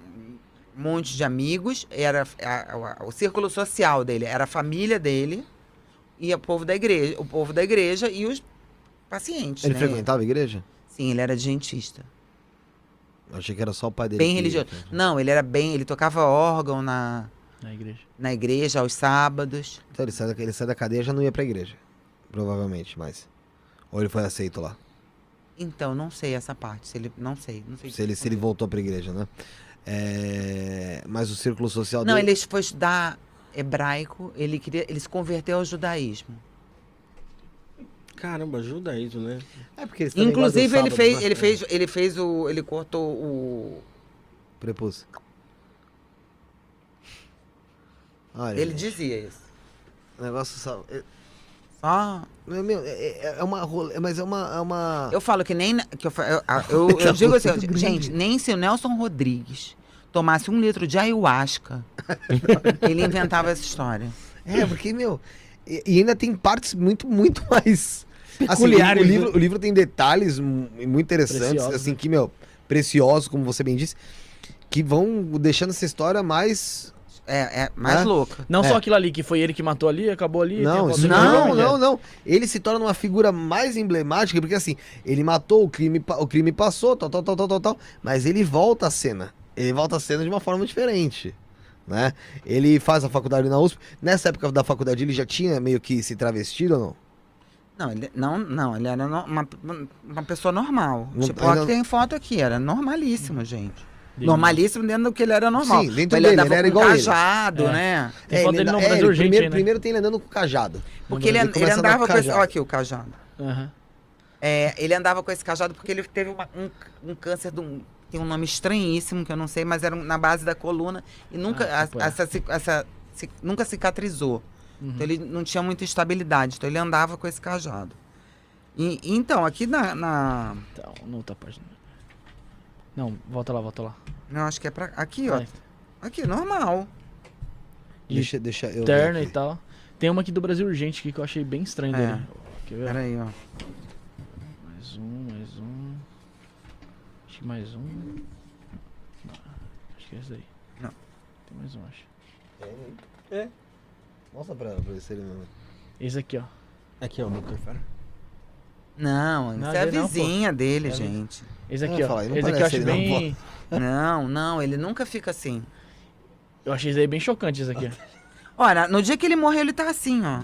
Speaker 1: monte de amigos. Era a- a- o círculo social dele era a família dele e o povo da igreja, o povo da igreja e os pacientes.
Speaker 2: Ele
Speaker 1: né?
Speaker 2: frequentava a igreja?
Speaker 1: Sim, ele era dentista.
Speaker 2: Achei que era só o pai dele.
Speaker 1: Bem
Speaker 2: que-
Speaker 1: religioso. Não, ele era bem, ele tocava órgão na,
Speaker 3: Na igreja.
Speaker 1: na igreja aos sábados.
Speaker 2: Então ele sai, da, ele sai da cadeia e já não ia pra igreja. Provavelmente, mas. Ou ele foi aceito lá.
Speaker 1: Então, não sei essa parte, se ele não sei, não sei.
Speaker 2: Se ele, se ele voltou pra igreja, né? É, Mas o círculo social
Speaker 1: Não,
Speaker 2: dele.
Speaker 1: ele foi estudar hebraico, ele queria, ele se converteu ao judaísmo.
Speaker 4: Caramba, ajuda isso, né?
Speaker 2: É porque eles também
Speaker 1: Inclusive
Speaker 2: guardam
Speaker 1: ele
Speaker 2: sábado,
Speaker 1: fez,
Speaker 2: né?
Speaker 1: ele fez, ele fez o ele cortou o
Speaker 2: É, Prepúcio. Olha,
Speaker 1: ele
Speaker 2: ele
Speaker 1: dizia isso.
Speaker 2: negócio só. é-
Speaker 1: Só
Speaker 2: Meu, meu, é, é- é uma rola, mas é uma. É uma...
Speaker 1: eu falo que nem na- que eu, fa- eu, a- eu, eu
Speaker 2: Tá
Speaker 1: digo assim,
Speaker 2: muito grande.
Speaker 1: gente, nem se o Nelson Rodrigues tomasse um litro de ayahuasca, ele inventava essa história.
Speaker 2: É, porque, meu. E, e ainda tem partes muito, muito mais. assim, o-
Speaker 4: Peculiares,
Speaker 2: o,
Speaker 4: né?
Speaker 2: livro, o livro tem detalhes mu- muito interessantes,
Speaker 3: Preciosos,
Speaker 1: né?
Speaker 2: assim, que, meu, preciosos, como você bem disse, que vão deixando essa história mais.
Speaker 1: É, é mais
Speaker 2: Né?
Speaker 1: louca.
Speaker 3: Não
Speaker 2: É.
Speaker 3: só aquilo ali, que foi ele que matou ali, acabou ali. tem a
Speaker 2: não,
Speaker 3: foto
Speaker 2: isso
Speaker 3: dele
Speaker 2: não,
Speaker 3: jogando,
Speaker 2: não, não. Ele se torna uma figura mais emblemática, porque assim, ele matou o crime, pa- o crime passou, tal, tal, tal, tal, tal, tal, mas ele volta à cena. Ele volta à cena de uma forma diferente. Né? Ele faz a faculdade na USP. Nessa época da faculdade ele já tinha meio que se travestido ou não?
Speaker 1: Não, ele, não, não, ele era no- uma, uma pessoa normal.
Speaker 2: Não-
Speaker 1: tipo, ó,
Speaker 2: ainda-
Speaker 1: que tem foto aqui, era normalíssimo, gente.
Speaker 3: Entendi.
Speaker 1: Normalíssimo dentro do que ele era normal.
Speaker 2: Sim, dentro
Speaker 1: ele
Speaker 2: dele,
Speaker 1: andava
Speaker 2: ele era
Speaker 1: com
Speaker 2: igual ele.
Speaker 1: cajado,
Speaker 3: É.
Speaker 1: né?
Speaker 3: Tem foto dele
Speaker 2: anda-
Speaker 3: no Brasil
Speaker 2: é,
Speaker 3: urgente
Speaker 2: primeiro,
Speaker 3: aí, né?
Speaker 2: primeiro tem ele andando com o cajado.
Speaker 1: Porque ele,
Speaker 2: Ele
Speaker 1: an- ele
Speaker 2: começa a andar
Speaker 1: andava
Speaker 2: com
Speaker 1: com esse.
Speaker 2: cajado.
Speaker 1: Ó, aqui o cajado.
Speaker 3: Aham.
Speaker 1: É, ele andava com esse cajado porque ele teve uma- um, um câncer de um. Tem um nome estranhíssimo que eu não sei, mas era um- na base da coluna. E nunca.
Speaker 3: Ah,
Speaker 1: a-
Speaker 3: tipo, é.
Speaker 1: essa, ci- essa ci- nunca cicatrizou.
Speaker 3: Uhum.
Speaker 1: Então ele não tinha muita estabilidade. Então ele andava com esse cajado. E, e então, aqui na. na-
Speaker 3: Então, na outra página. Não, volta lá, volta lá.
Speaker 1: não, acho que é pra. Aqui, ó.
Speaker 3: Vai.
Speaker 1: Aqui, normal.
Speaker 3: E
Speaker 2: Deixa, deixa eu. ver
Speaker 3: Terno
Speaker 2: aqui.
Speaker 3: e tal. Tem uma aqui do Brasil Urgente aqui que eu achei bem estranho
Speaker 1: É.
Speaker 3: dele. Quer ver?
Speaker 1: Peraí, ó.
Speaker 3: Mais um, mais um. Acho que mais um. Não, acho que é esse daí.
Speaker 1: Não.
Speaker 3: Tem mais um, acho.
Speaker 2: Mostra pra, pra ver se ele não.
Speaker 3: Esse aqui, ó.
Speaker 4: Aqui, ó, o Dr. Fara.
Speaker 1: Não,
Speaker 3: Não,
Speaker 1: isso é a
Speaker 3: dele não, pô.
Speaker 1: vizinha dele,
Speaker 3: É a vizinha.
Speaker 1: gente.
Speaker 3: Esse
Speaker 2: Eu
Speaker 3: aqui,
Speaker 2: ia
Speaker 3: ó.
Speaker 2: falar, ele não
Speaker 3: Esse aqui eu
Speaker 2: parece
Speaker 3: acho
Speaker 2: ele, não,
Speaker 3: bem.
Speaker 1: Não, não, ele nunca fica assim.
Speaker 3: eu achei esse daí bem chocante, esse aqui. ó.
Speaker 1: Olha, no dia que ele morreu, ele tá assim, ó.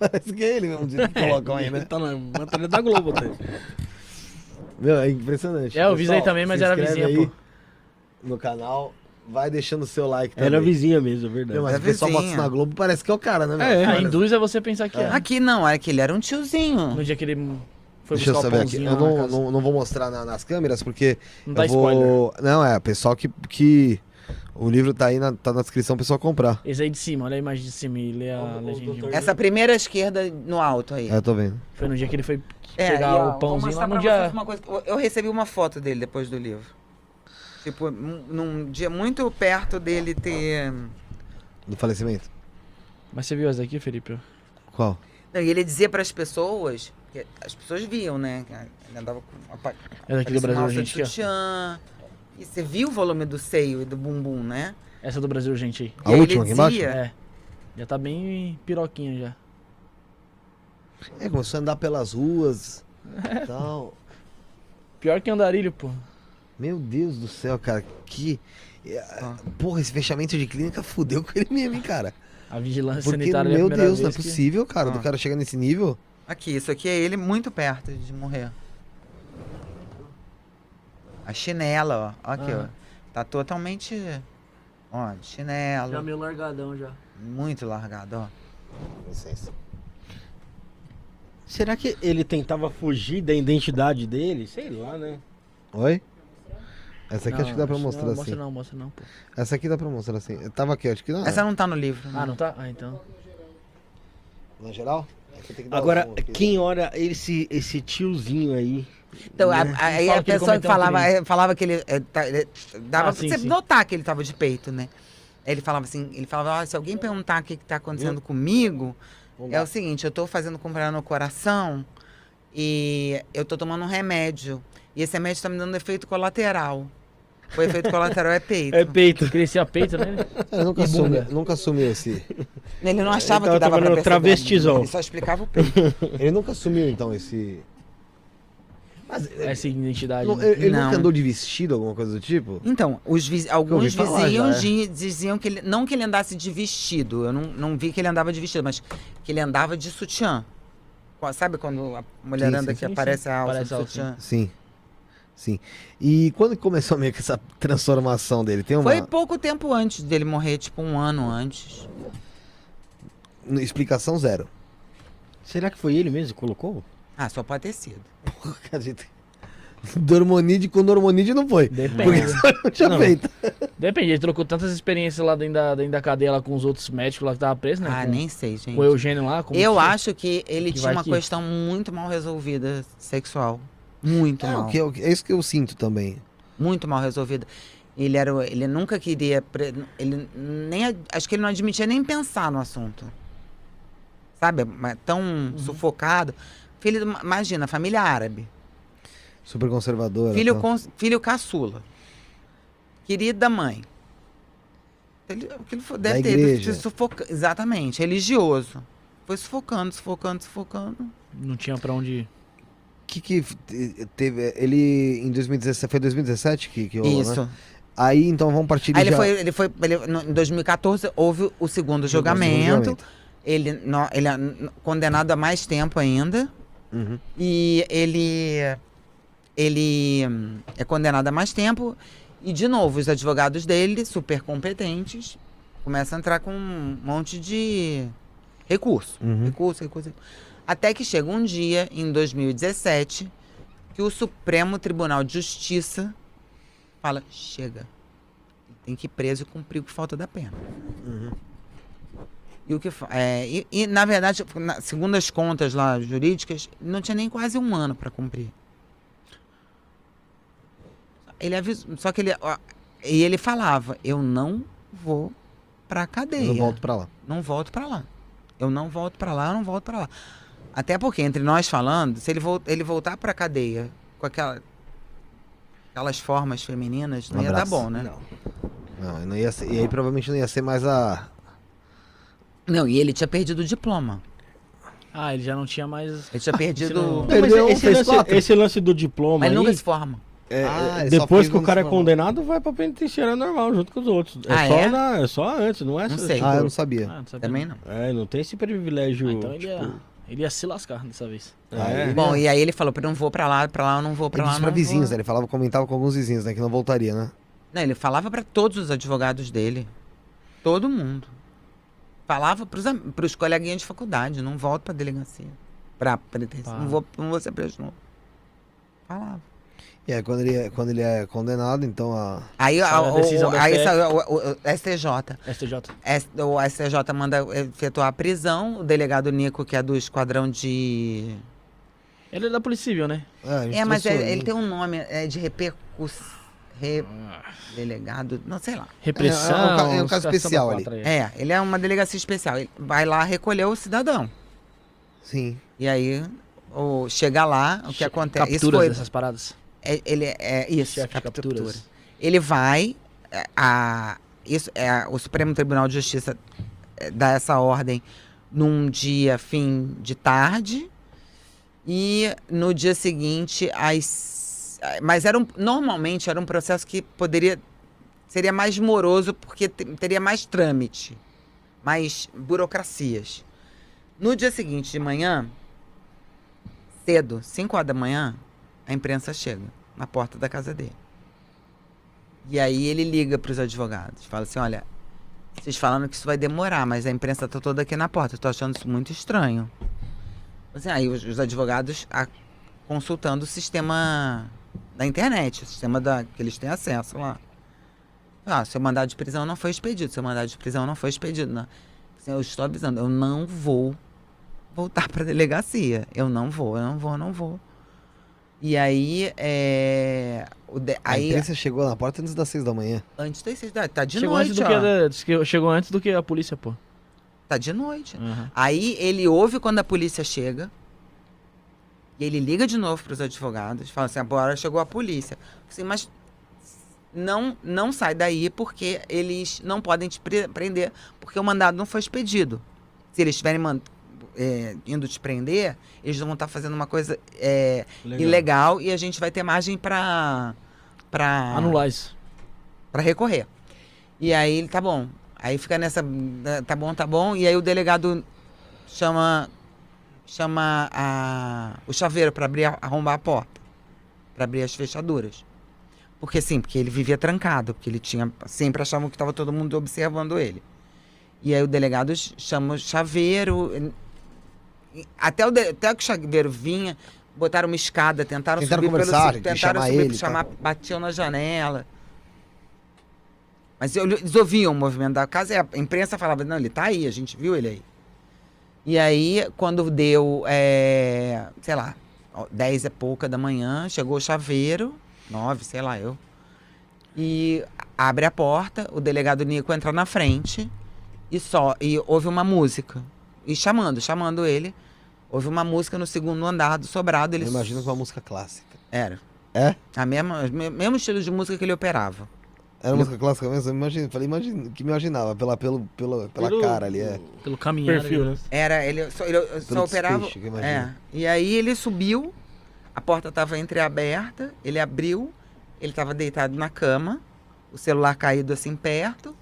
Speaker 2: Parece que é ele mesmo que colocam aí, né?
Speaker 4: Tá na matéria da Globo, tá?
Speaker 2: Meu, é impressionante.
Speaker 3: É, eu vi isso aí
Speaker 2: Pessoal,
Speaker 3: também, mas
Speaker 2: se
Speaker 3: era
Speaker 2: inscreve
Speaker 3: vizinha,
Speaker 2: aí No canal, vai deixando o seu like também.
Speaker 4: Era vizinha mesmo, é
Speaker 2: Meu,
Speaker 4: verdade.
Speaker 2: mas
Speaker 1: É
Speaker 2: o pessoal bota isso
Speaker 1: vizinha.
Speaker 2: na Globo, parece que é o cara, né, meu?
Speaker 4: É,
Speaker 3: Ah,
Speaker 2: Olha,
Speaker 3: induz a você pensar que é.
Speaker 1: Aqui não, é que ele era um tiozinho.
Speaker 3: No dia que ele foi
Speaker 2: Deixa eu
Speaker 3: buscar o
Speaker 2: saber aqui.
Speaker 3: pãozinho
Speaker 2: Eu
Speaker 3: lá na
Speaker 2: não,
Speaker 3: casa.
Speaker 2: não, não vou mostrar na- nas câmeras, porque
Speaker 3: Não dá
Speaker 2: eu vou...
Speaker 3: spoiler.
Speaker 2: Não, é, o pessoal que, que... O livro tá aí, na, tá na descrição, o pessoal comprar.
Speaker 3: Esse aí de cima, olha a imagem de cima e lê a
Speaker 4: O- o
Speaker 3: legenda.
Speaker 4: doutor-
Speaker 1: Essa primeira esquerda no alto aí.
Speaker 2: É, eu tô vendo.
Speaker 3: Foi no dia que ele foi
Speaker 1: É,
Speaker 3: pegar
Speaker 1: e, ó,
Speaker 3: o
Speaker 1: vou
Speaker 3: pãozinho lá
Speaker 1: mostrar
Speaker 3: no
Speaker 1: pra
Speaker 3: dia.
Speaker 1: vocês uma coisa. Eu- Eu recebi uma foto dele depois do livro. Tipo, num num dia muito perto dele ter.
Speaker 2: Do falecimento.
Speaker 3: Mas você viu essa daqui, Felipe?
Speaker 2: Qual?
Speaker 1: Não, e ele dizia pras pessoas, que as pessoas viam, né? Ele andava com. apa-
Speaker 3: Essa daqui
Speaker 1: parecia
Speaker 3: do Brasil
Speaker 1: uma alça de
Speaker 3: Urgente aqui, ó.
Speaker 1: sutiã. E você viu o volume do seio e do bumbum, né?
Speaker 3: Essa do Brasil Urgente aí.
Speaker 1: E
Speaker 2: A
Speaker 1: aí ele
Speaker 2: última aqui embaixo?
Speaker 1: dizia-
Speaker 3: É. Já tá bem piroquinha já.
Speaker 2: É, começou a andar pelas ruas e tal.
Speaker 3: Pior que andarilho, pô.
Speaker 2: Meu Deus do céu, cara, que... é,
Speaker 1: Ah.
Speaker 2: Porra, esse fechamento de clínica fudeu com ele mesmo, hein, cara.
Speaker 3: A vigilância
Speaker 2: Porque,
Speaker 3: sanitária é a
Speaker 2: meu
Speaker 3: primeira
Speaker 2: Deus, não é
Speaker 3: vez que-
Speaker 2: possível, cara, do
Speaker 1: Ah.
Speaker 2: cara chegar nesse nível.
Speaker 1: Aqui, isso aqui é ele muito perto de morrer. A chinela, ó. Aqui,
Speaker 3: Aham.
Speaker 1: ó. Tá totalmente. Ó, de chinelo.
Speaker 3: meio largadão já.
Speaker 1: Muito largado, ó.
Speaker 2: Licença.
Speaker 4: Será que ele tentava fugir da identidade dele? Sei lá, né?
Speaker 2: Oi? Essa aqui
Speaker 3: Não,
Speaker 2: acho que dá pra
Speaker 3: não,
Speaker 2: mostrar assim.
Speaker 3: Mostra não, mostra não, pô.
Speaker 2: Essa aqui dá pra mostrar assim. Eu tava aqui, acho que não.
Speaker 1: Essa não tá no livro. né?
Speaker 3: Ah, não tá? Ah, então.
Speaker 2: Na geral? É que tem que dar
Speaker 4: Agora,
Speaker 2: o som aqui.
Speaker 4: quem olha esse, esse tiozinho aí?
Speaker 1: Então, a,
Speaker 4: né?
Speaker 1: a- aí
Speaker 3: Fala
Speaker 1: a
Speaker 3: que ele
Speaker 1: pessoa
Speaker 3: cometeu um
Speaker 1: falava,
Speaker 3: crime.
Speaker 1: é, falava que ele. é, tá- ele- dava
Speaker 3: Ah, sim,
Speaker 1: pra você
Speaker 3: sim.
Speaker 1: notar que ele tava de peito, né? Ele falava assim, ele falava, "Ah, se alguém perguntar o que, que tá acontecendo comigo,
Speaker 2: Vamos
Speaker 1: é
Speaker 2: lá.
Speaker 1: o seguinte, eu tô fazendo comprar no coração e eu tô tomando um remédio. E esse remédio tá me dando efeito colateral. O efeito colateral é peito.
Speaker 4: peito.
Speaker 3: Crescia peito né? nele?
Speaker 2: Cara, nunca,
Speaker 3: E bunda.
Speaker 2: assumiu, nunca assumiu esse.
Speaker 1: Ele não achava
Speaker 4: tava
Speaker 1: que dava pra
Speaker 4: tomando
Speaker 1: perceber.
Speaker 4: travestizol.
Speaker 1: Ele só explicava o peito.
Speaker 2: Ele nunca assumiu, então, esse. Mas. é,
Speaker 3: Essa identidade.
Speaker 2: não,
Speaker 3: né?
Speaker 2: ele ele nunca
Speaker 1: Não.
Speaker 2: andou de vestido, alguma coisa do tipo?
Speaker 1: Então, os viz- alguns
Speaker 2: falar já,
Speaker 1: vizinhos
Speaker 2: é.
Speaker 1: di- diziam que ele, não que ele andasse de vestido, eu não, não vi que ele andava de vestido, mas que ele andava de sutiã. Com a- Sabe quando a mulheranda
Speaker 2: sim,
Speaker 1: que
Speaker 3: sim, sim.
Speaker 1: aparece a alça
Speaker 3: Parece a
Speaker 1: do
Speaker 3: alça,
Speaker 1: sutiã?
Speaker 2: Sim. Sim. E quando que começou meio que essa transformação dele? Tem uma.
Speaker 1: Foi pouco tempo antes dele morrer, tipo um ano antes.
Speaker 2: Explicação zero.
Speaker 4: Será que foi ele mesmo que colocou?
Speaker 1: Ah, só pode ter sido.
Speaker 2: A gente- Dormonide com Dormonide não foi. Porque
Speaker 3: Depende. né?
Speaker 2: só não tinha
Speaker 4: Não.
Speaker 2: feito.
Speaker 3: Depende, ele trocou tantas experiências lá dentro da, dentro da cadeia lá com os outros médicos lá que tava preso, né?
Speaker 1: Ah,
Speaker 3: com,
Speaker 1: nem sei, gente.
Speaker 3: com o Eugênio lá. com-
Speaker 1: Eu acho que ele
Speaker 3: é? Que
Speaker 1: tinha
Speaker 3: vai
Speaker 1: uma
Speaker 3: que-
Speaker 1: questão muito mal resolvida sexual. Muito
Speaker 2: É,
Speaker 1: mal.
Speaker 2: o que eu- é isso que eu sinto também.
Speaker 1: Muito mal resolvida. Ele, era, o- ele nunca queria. pre- Ele nem, a- acho que ele não admitia nem pensar no assunto. Sabe? Mas Tão
Speaker 2: Uhum.
Speaker 1: sufocado. Filho, do- imagina, família árabe.
Speaker 2: Super conservadora.
Speaker 1: Filho,
Speaker 2: tal.
Speaker 1: cons- filho caçula. Querida mãe. Ele, aquilo foi-
Speaker 2: Da
Speaker 1: deve ter
Speaker 2: igreja.
Speaker 1: se sufoca, Exatamente, religioso. Foi sufocando, sufocando, sufocando.
Speaker 3: Não tinha pra onde ir.
Speaker 2: que que te- teve. Ele em 2017. Foi 2017 que, que rolou, né?
Speaker 1: Isso.
Speaker 2: Aí então vamos partir de
Speaker 1: Aí ele
Speaker 2: já-
Speaker 1: foi, ele foi ele- no- em 2014 houve o segundo julgamento.
Speaker 2: julgamento.
Speaker 1: Ele, no- ele é n- condenado a mais tempo ainda.
Speaker 2: Uhum.
Speaker 1: E ele ele hum, é condenado a mais tempo e de novo os advogados dele, super competentes, começam a entrar com um monte de recurso,
Speaker 2: Uhum.
Speaker 1: recurso, recurso. recurso. Até que chega um dia em 2017 que o Supremo Tribunal de Justiça fala: chega. Tem que ir preso e cumprir com falta da pena.
Speaker 2: Uhum.
Speaker 1: E o que fa- é, e, e, na verdade, na- segundo as contas lá jurídicas, não tinha nem quase um ano para cumprir. Ele avisou, só que ele ó, e ele falava: "Eu não vou pra cadeia.
Speaker 2: Eu não volto pra lá.
Speaker 1: não volto pra lá. Eu não volto pra lá, eu não volto pra lá". Até porque entre nós falando, se ele, vol ele voltar pra cadeia com aquela aquelas formas femininas, não
Speaker 2: Um
Speaker 1: ia
Speaker 2: abraço.
Speaker 1: dar bom, né?
Speaker 4: Não.
Speaker 2: Não, não ia ser- e aí provavelmente não ia ser mais a.
Speaker 1: Não, e ele tinha perdido o diploma.
Speaker 3: Ah, ele já não tinha mais.
Speaker 1: Ele tinha
Speaker 3: não-
Speaker 1: perdido.
Speaker 4: Não, mas
Speaker 2: Perdeu um,
Speaker 4: esse,
Speaker 2: fez
Speaker 4: lance,
Speaker 2: quatro.
Speaker 4: esse lance do diploma
Speaker 1: Mas ele
Speaker 4: aí,
Speaker 1: nunca se forma.
Speaker 2: é,
Speaker 4: Ah,
Speaker 2: é, só
Speaker 4: depois
Speaker 2: fez
Speaker 4: que o
Speaker 2: um
Speaker 4: cara é
Speaker 2: desformal.
Speaker 4: condenado, vai pra penitenciária normal, junto com os outros. É,
Speaker 1: Ah,
Speaker 4: só,
Speaker 1: é?
Speaker 4: na- é só antes, não é?
Speaker 1: Não
Speaker 4: só-
Speaker 1: sei.
Speaker 2: Ah, eu não sabia.
Speaker 3: Ah, não sabia.
Speaker 1: Também não.
Speaker 4: É, não tem esse privilégio.
Speaker 3: Ah, então ele
Speaker 4: tipo,
Speaker 3: ia, ele ia se lascar dessa vez.
Speaker 4: é.
Speaker 2: Aí-
Speaker 1: Bom, e aí ele falou, "Eu não vou pra lá, pra lá, eu não vou pra
Speaker 2: Ele
Speaker 1: lá,
Speaker 2: disse pra
Speaker 1: não
Speaker 2: vizinhos, né?
Speaker 1: vou."
Speaker 2: Ele falava, comentava com alguns vizinhos, né? Que não voltaria, né?
Speaker 1: Não, ele falava pra todos os advogados dele. Todo mundo. Falava pros, am- pros coleguinhas de faculdade, não volto pra delegacia. Pra penitência,
Speaker 3: Pá.
Speaker 1: não vou, não vou ser preso de novo. Falava.
Speaker 2: E aí quando ele é, quando ele é condenado, então a.
Speaker 1: Aí, a,
Speaker 3: Saiu a
Speaker 1: o,
Speaker 3: decisão
Speaker 1: o-
Speaker 3: da
Speaker 1: aí
Speaker 3: STF.
Speaker 1: saiu o, o- o STJ.
Speaker 3: STJ.
Speaker 1: S- O STJ manda efetuar a prisão. O delegado Nico, que é do esquadrão de.
Speaker 3: Ele é da Polícia Civil, né?
Speaker 2: É,
Speaker 1: É, mas é-
Speaker 2: instrução,
Speaker 1: ele
Speaker 2: né?
Speaker 1: tem um nome, é de repercussão.
Speaker 3: Ah.
Speaker 1: Delegado, não sei lá.
Speaker 2: É,
Speaker 3: Repressão.
Speaker 2: é um ca- é um
Speaker 3: os
Speaker 2: caso
Speaker 3: caras
Speaker 2: especial
Speaker 3: samba quatro aí.
Speaker 1: É, ele é uma delegacia especial. Ele vai lá recolher o cidadão. um
Speaker 2: Sim.
Speaker 1: E aí, o, chega lá, o que
Speaker 3: Che-
Speaker 1: acontece?
Speaker 3: Capturas
Speaker 1: Isso foi.
Speaker 3: dessas paradas.
Speaker 1: é- ele é isso,
Speaker 3: Chefe de
Speaker 1: captura.
Speaker 3: capturas.
Speaker 1: Ele vai. é, A, isso, é, o Supremo Tribunal de Justiça é, dá essa ordem num dia fim de tarde. E no dia seguinte, às. Mas era um, normalmente era um processo que poderia. Seria mais moroso, porque te- teria mais trâmite, mais burocracias. No dia seguinte de manhã, cedo, 5 horas da manhã, a imprensa chega na porta da casa dele. E aí ele liga para os advogados, fala assim: olha, vocês falando que isso vai demorar, mas a imprensa tá toda aqui na porta, eu tô achando isso muito estranho. Assim, aí os, os advogados a- consultando o sistema da internet, o sistema da, que eles têm acesso lá. Ah, seu mandado de prisão não foi expedido, seu mandado de prisão não foi expedido. Não. Assim, eu estou avisando, eu não vou voltar para delegacia. Eu não vou, eu não vou, eu não vou. E aí, é, o de-
Speaker 2: A
Speaker 1: aí
Speaker 2: imprensa chegou na porta antes das seis da manhã.
Speaker 1: Antes das seis da Tá de
Speaker 3: Chegou
Speaker 1: noite,
Speaker 3: antes do
Speaker 1: ó.
Speaker 3: que a- diz que Chegou antes do que a polícia, pô.
Speaker 1: Tá de noite.
Speaker 3: Aham.
Speaker 1: Aí ele ouve quando a polícia chega. E ele liga de novo pros advogados. Fala assim, agora chegou a polícia. Assim, mas não, não sai daí porque eles não podem te pre- prender. Porque o mandado não foi expedido. Se eles estiverem man- é, indo te prender, eles vão estar fazendo uma coisa é,
Speaker 4: legal.
Speaker 1: ilegal e a gente vai ter margem para para
Speaker 3: Anular isso.
Speaker 1: Pra recorrer. E aí ele tá bom. Aí fica nessa né, tá bom, tá bom, e aí o delegado chama chama a, o chaveiro pra abrir a- arrombar a porta, Pra abrir as fechaduras. Porque sim, porque ele vivia trancado, porque ele tinha sempre achavam que tava todo mundo observando ele. E aí o delegado ch- chama o chaveiro e- e- até o de- até que o chaveiro vinha, botaram uma escada, tentaram,
Speaker 2: Tentaram
Speaker 1: subir pelo
Speaker 2: conversar, de
Speaker 1: tentaram
Speaker 2: chamar
Speaker 1: subir,
Speaker 2: ele e
Speaker 1: chamar, batiam na janela. Mas eu- eles ouviam o movimento da casa e a imprensa falava, não, ele tá aí, a gente viu ele aí. E aí, quando deu, é, sei lá, ó, 10 é pouca da manhã, chegou o chaveiro, 9, sei lá eu. E abre a porta, o delegado Nico entra na frente e só e ouve uma música. E chamando, chamando ele, houve uma música no segundo andar do sobrado, ele
Speaker 2: Eu imagino que uma música clássica.
Speaker 1: era.
Speaker 2: É?
Speaker 1: A mesma, o me- mesmo estilo de música que ele operava.
Speaker 2: Era música clássica mesmo? Eu imagino, falei, imagino, que me imaginava, pela, pelo, pela, pela
Speaker 4: Pelo-
Speaker 2: cara ali. É.
Speaker 3: Pelo caminhar.
Speaker 4: Perfil, né?
Speaker 1: Era, ele só, ele só
Speaker 2: Pelo
Speaker 1: operava.
Speaker 2: desfecho, que eu imagino.
Speaker 1: É. E aí ele subiu, a porta estava entreaberta, ele abriu, ele estava deitado na cama, o celular caído assim perto,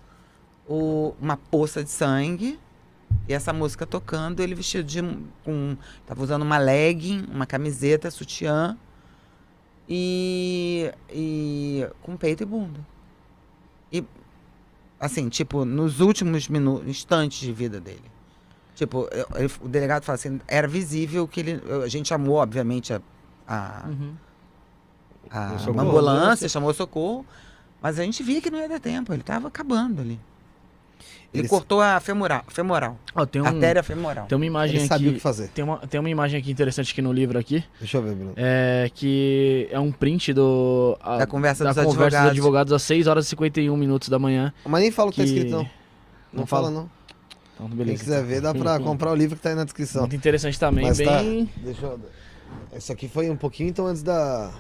Speaker 1: o- uma poça de sangue e essa música tocando, ele vestido de com tava usando uma legging, uma camiseta, sutiã e e com peito e bunda. E assim, tipo, nos últimos minutos, instantes de vida dele. Tipo, eu- ele- o delegado fala assim, era visível que ele. A gente chamou, obviamente, a,
Speaker 2: né?
Speaker 1: a,
Speaker 3: Uhum.
Speaker 1: a
Speaker 4: O
Speaker 1: uma
Speaker 4: socorro.
Speaker 1: ambulância, chamou o socorro, mas a gente via que não ia dar tempo, ele tava acabando ali. Ele,
Speaker 2: Ele se-
Speaker 1: cortou a femoral, femoral
Speaker 3: Ó, tem, um,
Speaker 1: artéria femoral.
Speaker 3: tem uma imagem
Speaker 2: Ele sabia o
Speaker 3: aqui.
Speaker 2: que fazer.
Speaker 3: Tem uma, tem uma imagem aqui interessante aqui no livro aqui.
Speaker 2: Deixa eu ver, Bruno.
Speaker 3: É que é um print do. a-
Speaker 1: da conversa
Speaker 3: da
Speaker 1: dos
Speaker 3: conversa
Speaker 1: advogados.
Speaker 3: dos advogados às 6 horas e 51 minutos da manhã.
Speaker 2: Mas nem fala o que, tá
Speaker 3: que-
Speaker 2: escrito, não. Não,
Speaker 3: não
Speaker 2: fala,
Speaker 3: fala.
Speaker 2: não.
Speaker 3: Então,
Speaker 2: Quem
Speaker 3: beleza.
Speaker 2: quiser ver, dá pra comprar o livro que tá aí na descrição.
Speaker 3: Muito interessante também,
Speaker 2: Mas tá.
Speaker 3: bem.
Speaker 2: Deixa eu. Isso aqui foi um pouquinho então antes da.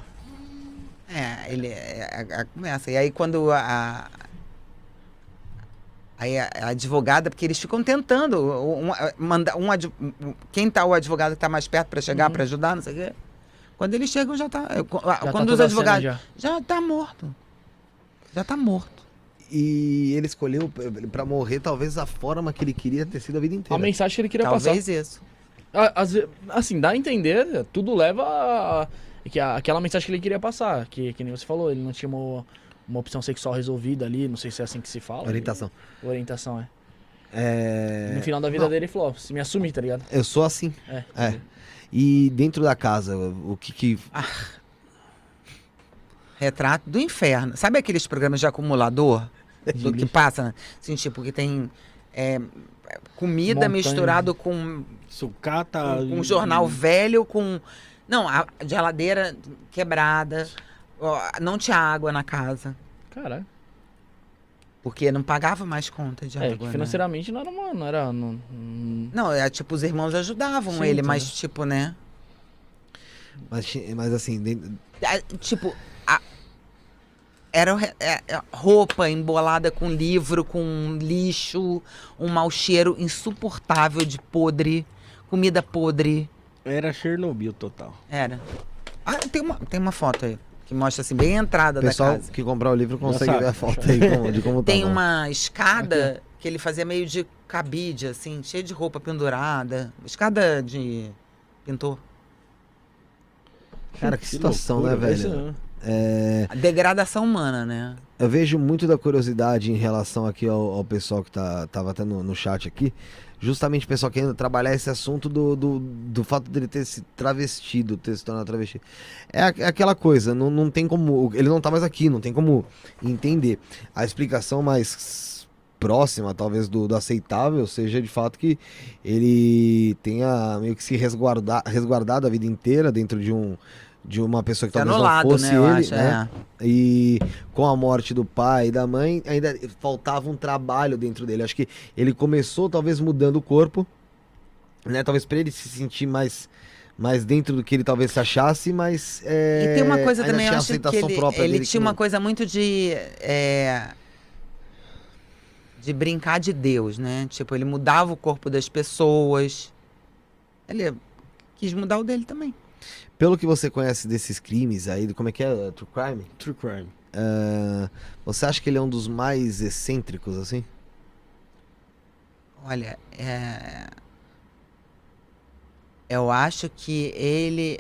Speaker 1: É, ele é, a, a conversa. E aí quando a. a- Aí a, a advogada, porque eles ficam tentando um, um, manda- um adv- um- quem tá o advogado que tá mais perto para chegar, para ajudar, não sei o quê. Quando eles chegam já tá,
Speaker 3: Uhum. Já
Speaker 1: quando
Speaker 3: tá
Speaker 1: os
Speaker 3: toda a cena
Speaker 1: advogados
Speaker 3: já.
Speaker 1: Já tá morto. Já tá morto.
Speaker 2: E ele escolheu p- pra morrer, talvez, a forma que ele queria ter sido a vida
Speaker 3: A
Speaker 2: inteira.
Speaker 3: mensagem que ele queria passar.
Speaker 1: Talvez isso.
Speaker 3: A- às ve- assim, dá a entender, tudo leva a, que a- aquela mensagem que ele queria passar, que, que nem você falou, ele não tinha uma, uma opção sexual resolvida ali, não sei se é assim que se fala.
Speaker 2: Orientação.
Speaker 3: Orientação, é.
Speaker 2: É,
Speaker 3: No final da vida dele ele falou, ó, se me assumir, tá ligado?
Speaker 2: Eu sou assim.
Speaker 3: É.
Speaker 2: É. E dentro da casa, o que que.
Speaker 1: Retrato do inferno. Sabe aqueles programas de acumulador? Do que passa, né? assim, tipo, que tem é, comida
Speaker 3: Montanha.
Speaker 1: misturado com,
Speaker 4: Sucata.
Speaker 1: com, com Um- jornal velho, com. Não, a geladeira quebrada, ó, não tinha água na casa.
Speaker 3: Caralho.
Speaker 1: Porque não pagava mais conta de
Speaker 3: É,
Speaker 1: água.
Speaker 3: que
Speaker 1: né?
Speaker 3: financeiramente não era uma. Não era, um, não- não-
Speaker 1: Não, é tipo, os irmãos ajudavam
Speaker 3: Sim,
Speaker 1: ele,
Speaker 3: entendo.
Speaker 1: mas, tipo, né?
Speaker 2: Mas, chi- mas assim, dentro-
Speaker 1: Ah, Tipo, a- era o re- é- é roupa embolada com livro, com lixo, um mau cheiro insuportável de podre, comida podre.
Speaker 4: Era Chernobyl total.
Speaker 1: Era. Ah, tem uma, tem uma foto aí que mostra assim, bem a entrada
Speaker 2: o pessoal
Speaker 1: da casa.
Speaker 2: que comprar o livro consegue
Speaker 4: sabe.
Speaker 2: ver a foto aí como- de como tá.
Speaker 1: Tem
Speaker 2: bom.
Speaker 1: uma escada que ele fazia meio de cabide, assim, cheia de roupa pendurada. Escada de pintor.
Speaker 2: Cara, que situação, né,
Speaker 4: loucura,
Speaker 2: velho?
Speaker 4: isso, né?
Speaker 2: É,
Speaker 1: A degradação humana, né?
Speaker 2: eu vejo muito da curiosidade em relação aqui ao, ao pessoal que tá, tava até no, no chat aqui. Justamente o pessoal querendo trabalhar esse assunto do, do, do fato dele ter se travestido, ter se tornado travesti. É, a- é aquela coisa, não, não tem como. Ele não tá mais aqui, não tem como entender. A explicação mais próxima, talvez, do, do aceitável, seja de fato que ele tenha meio que se resguardar, resguardado a vida inteira dentro de um. De uma pessoa que
Speaker 1: Tá
Speaker 2: talvez
Speaker 1: anulado,
Speaker 2: não fosse
Speaker 1: né? Eu
Speaker 2: ele,
Speaker 1: acho.
Speaker 2: né?
Speaker 1: é.
Speaker 2: E com a morte do pai e da mãe, ainda faltava um trabalho dentro dele. Acho que ele começou talvez mudando o corpo, né? Talvez pra ele se sentir mais, mais dentro do que ele talvez se achasse, mas é,
Speaker 1: E tem uma coisa
Speaker 2: ainda
Speaker 1: também, eu
Speaker 2: tinha a
Speaker 1: acho que
Speaker 2: aceitação
Speaker 1: ele,
Speaker 2: própria
Speaker 1: ele
Speaker 2: dele que
Speaker 1: tinha uma
Speaker 2: não-
Speaker 1: coisa muito de. é, de brincar de Deus, né? Tipo, ele mudava o corpo das pessoas. Ele quis mudar o dele também.
Speaker 2: Pelo que você conhece desses crimes aí, do- como é que é, uh, true crime?
Speaker 4: True crime.
Speaker 2: Ah, você acha que ele é um dos mais excêntricos assim?
Speaker 1: Olha, é... eu acho que ele.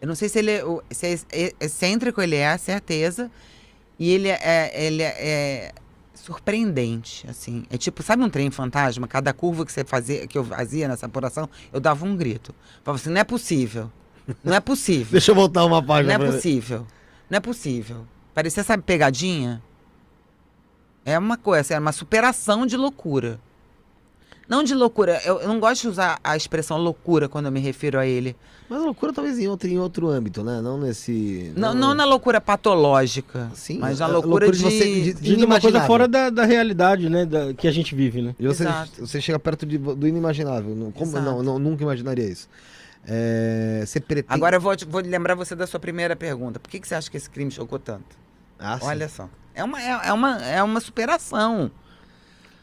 Speaker 1: Eu não sei se ele é, o- se é ex- é excêntrico, ele é, certeza. E ele é, ele é surpreendente, assim. É tipo, sabe um trem fantasma? Cada curva que você fazia, que eu fazia nessa apuração, eu dava um grito. Falava assim, não é possível. Não é possível.
Speaker 2: Deixa eu voltar uma página.
Speaker 1: Não é
Speaker 2: pra-
Speaker 1: possível. Não é possível. Parecia, sabe, é pegadinha? É uma coisa, é uma superação de loucura. Não de loucura. Eu, eu não gosto de usar a expressão loucura quando eu me refiro a ele.
Speaker 2: Mas a loucura talvez em outro, em outro âmbito, né? Não nesse.
Speaker 1: Não, não na loucura patológica.
Speaker 2: Sim,
Speaker 1: mas na
Speaker 2: a
Speaker 1: loucura,
Speaker 2: loucura de
Speaker 1: de.
Speaker 2: você- de-
Speaker 4: De uma coisa
Speaker 2: Inimaginável.
Speaker 4: fora da, da realidade, né? da- que a gente vive, né?
Speaker 2: E você,
Speaker 1: Exato.
Speaker 2: você chega perto de- do inimaginável. Não, como-
Speaker 1: Exato.
Speaker 2: não, não, nunca imaginaria isso. É, você pretende.
Speaker 1: Agora eu vou, te- vou lembrar você da sua primeira pergunta. Por que, que você acha que esse crime chocou tanto?
Speaker 2: Ah, sim.
Speaker 1: Olha só. É uma, é, é uma, é uma superação.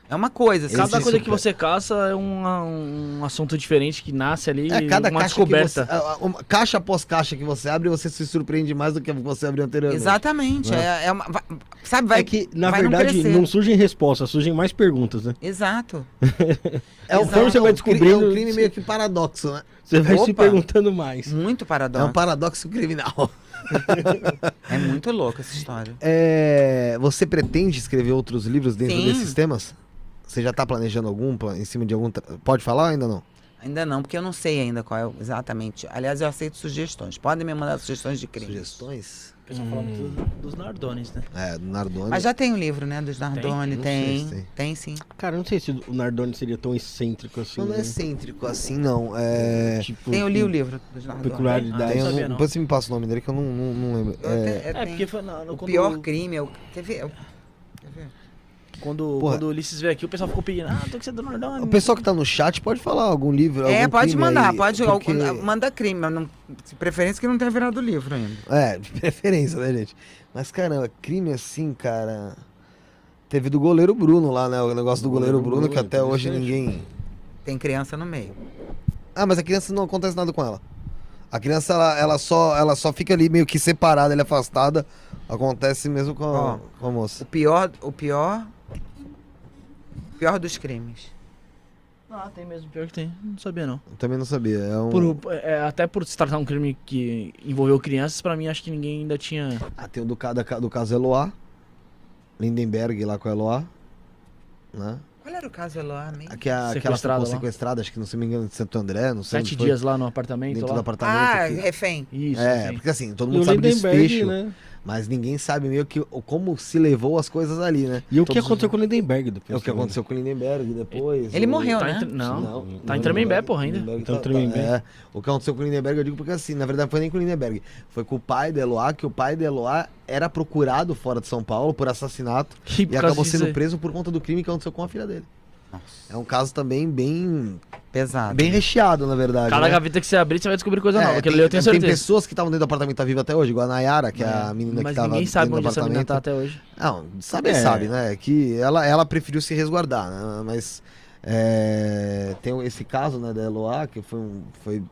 Speaker 1: É uma coisa. assim.
Speaker 2: Existe
Speaker 3: Cada coisa que
Speaker 2: super-
Speaker 3: você caça é uma- um, assunto diferente que nasce ali,
Speaker 2: É, cada
Speaker 3: uma
Speaker 2: caixa
Speaker 3: descoberta.
Speaker 2: Que você, a- a- uma- caixa após caixa que você abre, você se surpreende mais do que você abriu anteriormente.
Speaker 1: Exatamente. É, é uma, vai- sabe, vai.
Speaker 4: é que, na
Speaker 1: vai não
Speaker 4: verdade,
Speaker 1: crescer.
Speaker 4: não, surgem respostas, surgem mais perguntas, né?
Speaker 1: Exato.
Speaker 2: É um,
Speaker 1: Exato.
Speaker 2: crime,
Speaker 4: Então Você vai
Speaker 2: é um cri-
Speaker 4: descobrindo-
Speaker 2: é um crime meio que paradoxo, né?
Speaker 4: Você vai se
Speaker 1: Opa.
Speaker 4: perguntando mais.
Speaker 1: Muito
Speaker 2: É um
Speaker 1: paradoxo.
Speaker 2: paradoxo criminal.
Speaker 1: É, muito louco essa história.
Speaker 2: É, você pretende escrever outros livros dentro
Speaker 1: Sim.
Speaker 2: desses temas? Você já tá planejando algum pla- em cima de algum. tra- Pode falar ou ainda não?
Speaker 1: Ainda não, porque eu não sei ainda qual é o- exatamente. Aliás, eu aceito sugestões. Podem me mandar sugestões de crimes.
Speaker 2: Sugestões?
Speaker 3: O pessoal fala muito dos, Nardones, né?
Speaker 2: É, do Nardoni.
Speaker 1: Mas já tem o livro, né? Dos Nardoni,
Speaker 2: Não sei
Speaker 1: tem.
Speaker 2: se
Speaker 1: Tem,
Speaker 2: tem.
Speaker 1: sim.
Speaker 4: Cara, eu não sei se o Nardoni seria tão excêntrico assim.
Speaker 2: Não, não é
Speaker 4: né?
Speaker 2: excêntrico assim, não. É.
Speaker 4: Tipo,
Speaker 1: Tem, eu li o livro dos Nardoni.
Speaker 4: peculiaridade.
Speaker 2: tem
Speaker 3: não
Speaker 2: um-
Speaker 3: sabia, não.
Speaker 2: Depois você me passa o nome dele que eu não, não, não lembro.
Speaker 1: Eu
Speaker 2: É,
Speaker 1: até- eu
Speaker 3: É,
Speaker 1: tenho.
Speaker 3: porque foi na- no-
Speaker 1: o
Speaker 3: quando,
Speaker 1: pior crime é o. Quer ver? Eu- quer ver?
Speaker 3: quando,
Speaker 2: Porra.
Speaker 3: quando o Ulisses veio aqui, o pessoal ficou pedindo, ah, tô que ser do Nardone.
Speaker 2: O pessoal que tá no chat pode falar algum livro.
Speaker 1: É,
Speaker 2: algum
Speaker 1: pode
Speaker 2: crime
Speaker 1: mandar,
Speaker 2: aí,
Speaker 1: pode.
Speaker 2: porque-
Speaker 1: algum- Manda crime, mas não, de preferência que não tenha virado livro ainda.
Speaker 2: É, de preferência, né, gente? Mas, caramba, crime assim, cara. Teve do goleiro Bruno lá, né? O negócio do goleiro, Bruno,
Speaker 4: Goleiro
Speaker 2: que
Speaker 4: Bruno,
Speaker 2: até hoje
Speaker 4: interessante.
Speaker 2: ninguém.
Speaker 1: Tem criança no meio.
Speaker 2: Ah, mas a criança não acontece nada com ela. A criança, ela, ela só, ela só fica ali meio que separada, ela é afastada. Acontece mesmo com a,
Speaker 1: Ó.
Speaker 2: com a
Speaker 1: O
Speaker 2: moça.
Speaker 1: pior. O pior. O pior dos crimes.
Speaker 3: Ah, tem mesmo, pior que tem. Não sabia, não.
Speaker 2: Eu também não sabia. É um...
Speaker 3: Por- é, até por se tratar um crime que envolveu crianças, pra mim acho que ninguém ainda tinha.
Speaker 2: Ah, tem o do, ca- da ca- do caso Eloá. Lindenberg lá com a Eloá. Né?
Speaker 1: Qual era o caso, Eloá, hein?
Speaker 2: Aqui é a, aquela
Speaker 3: Sequestrada
Speaker 2: ficou
Speaker 3: lá.
Speaker 2: sequestrada, acho que não se me engano, de Santo André, não sei. onde
Speaker 3: Sete
Speaker 2: foi,
Speaker 3: dias lá no apartamento.
Speaker 2: dentro
Speaker 3: Lá.
Speaker 2: do apartamento.
Speaker 1: Ah,
Speaker 2: que-
Speaker 1: refém.
Speaker 3: Isso,
Speaker 2: é,
Speaker 3: sim.
Speaker 2: porque assim, todo
Speaker 4: E o
Speaker 2: mundo sabe do
Speaker 4: Lindenberg,
Speaker 2: desfecho,
Speaker 4: né?
Speaker 2: mas ninguém sabe meio que o- como se levou as coisas ali, né?
Speaker 4: E o que
Speaker 2: Todos os-
Speaker 4: aconteceu com o Lindenberg depois?
Speaker 2: É o que
Speaker 4: também, né?
Speaker 2: aconteceu com o Lindenberg depois.
Speaker 1: Ele
Speaker 2: o-
Speaker 1: morreu,
Speaker 3: Tá
Speaker 1: né?
Speaker 3: em tre- Não.
Speaker 2: Não,
Speaker 3: tá
Speaker 2: o
Speaker 3: em Tremembé,
Speaker 2: Lindenberg-
Speaker 3: porra, ainda.
Speaker 2: Lindenberg
Speaker 4: Tá em
Speaker 2: tá-
Speaker 4: Tremembé.
Speaker 2: é. o que aconteceu com o Lindenberg, eu digo porque assim, na verdade foi nem com o Lindenberg. Foi com o pai de Eloá, que o pai de Eloá era procurado fora de São Paulo por assassinato
Speaker 3: E, por
Speaker 2: e
Speaker 3: causa
Speaker 2: acabou
Speaker 3: disso
Speaker 2: sendo
Speaker 3: aí-
Speaker 2: preso por conta do crime que aconteceu com a filha dele.
Speaker 1: Nossa. Ah,
Speaker 2: É um caso também bem,
Speaker 1: Pesado.
Speaker 2: bem recheado, na verdade.
Speaker 3: Cada
Speaker 2: né?
Speaker 3: gaveta que você abrir, você vai descobrir coisa
Speaker 2: É,
Speaker 3: nova. Aquilo ali eu tenho
Speaker 2: tem
Speaker 3: certeza.
Speaker 2: pessoas que estavam dentro do apartamento tá viva até hoje, igual a Nayara, que é a menina
Speaker 3: Mas
Speaker 2: que tava
Speaker 3: ninguém sabe
Speaker 2: dentro
Speaker 3: onde
Speaker 2: do
Speaker 3: essa menina
Speaker 2: apartamento.
Speaker 3: tá até hoje.
Speaker 2: Não, sabe,
Speaker 4: É.
Speaker 2: sabe, né? Que ela, ela preferiu se resguardar, né? Mas é, tem esse caso, né, da Eloá, que foi, um, foi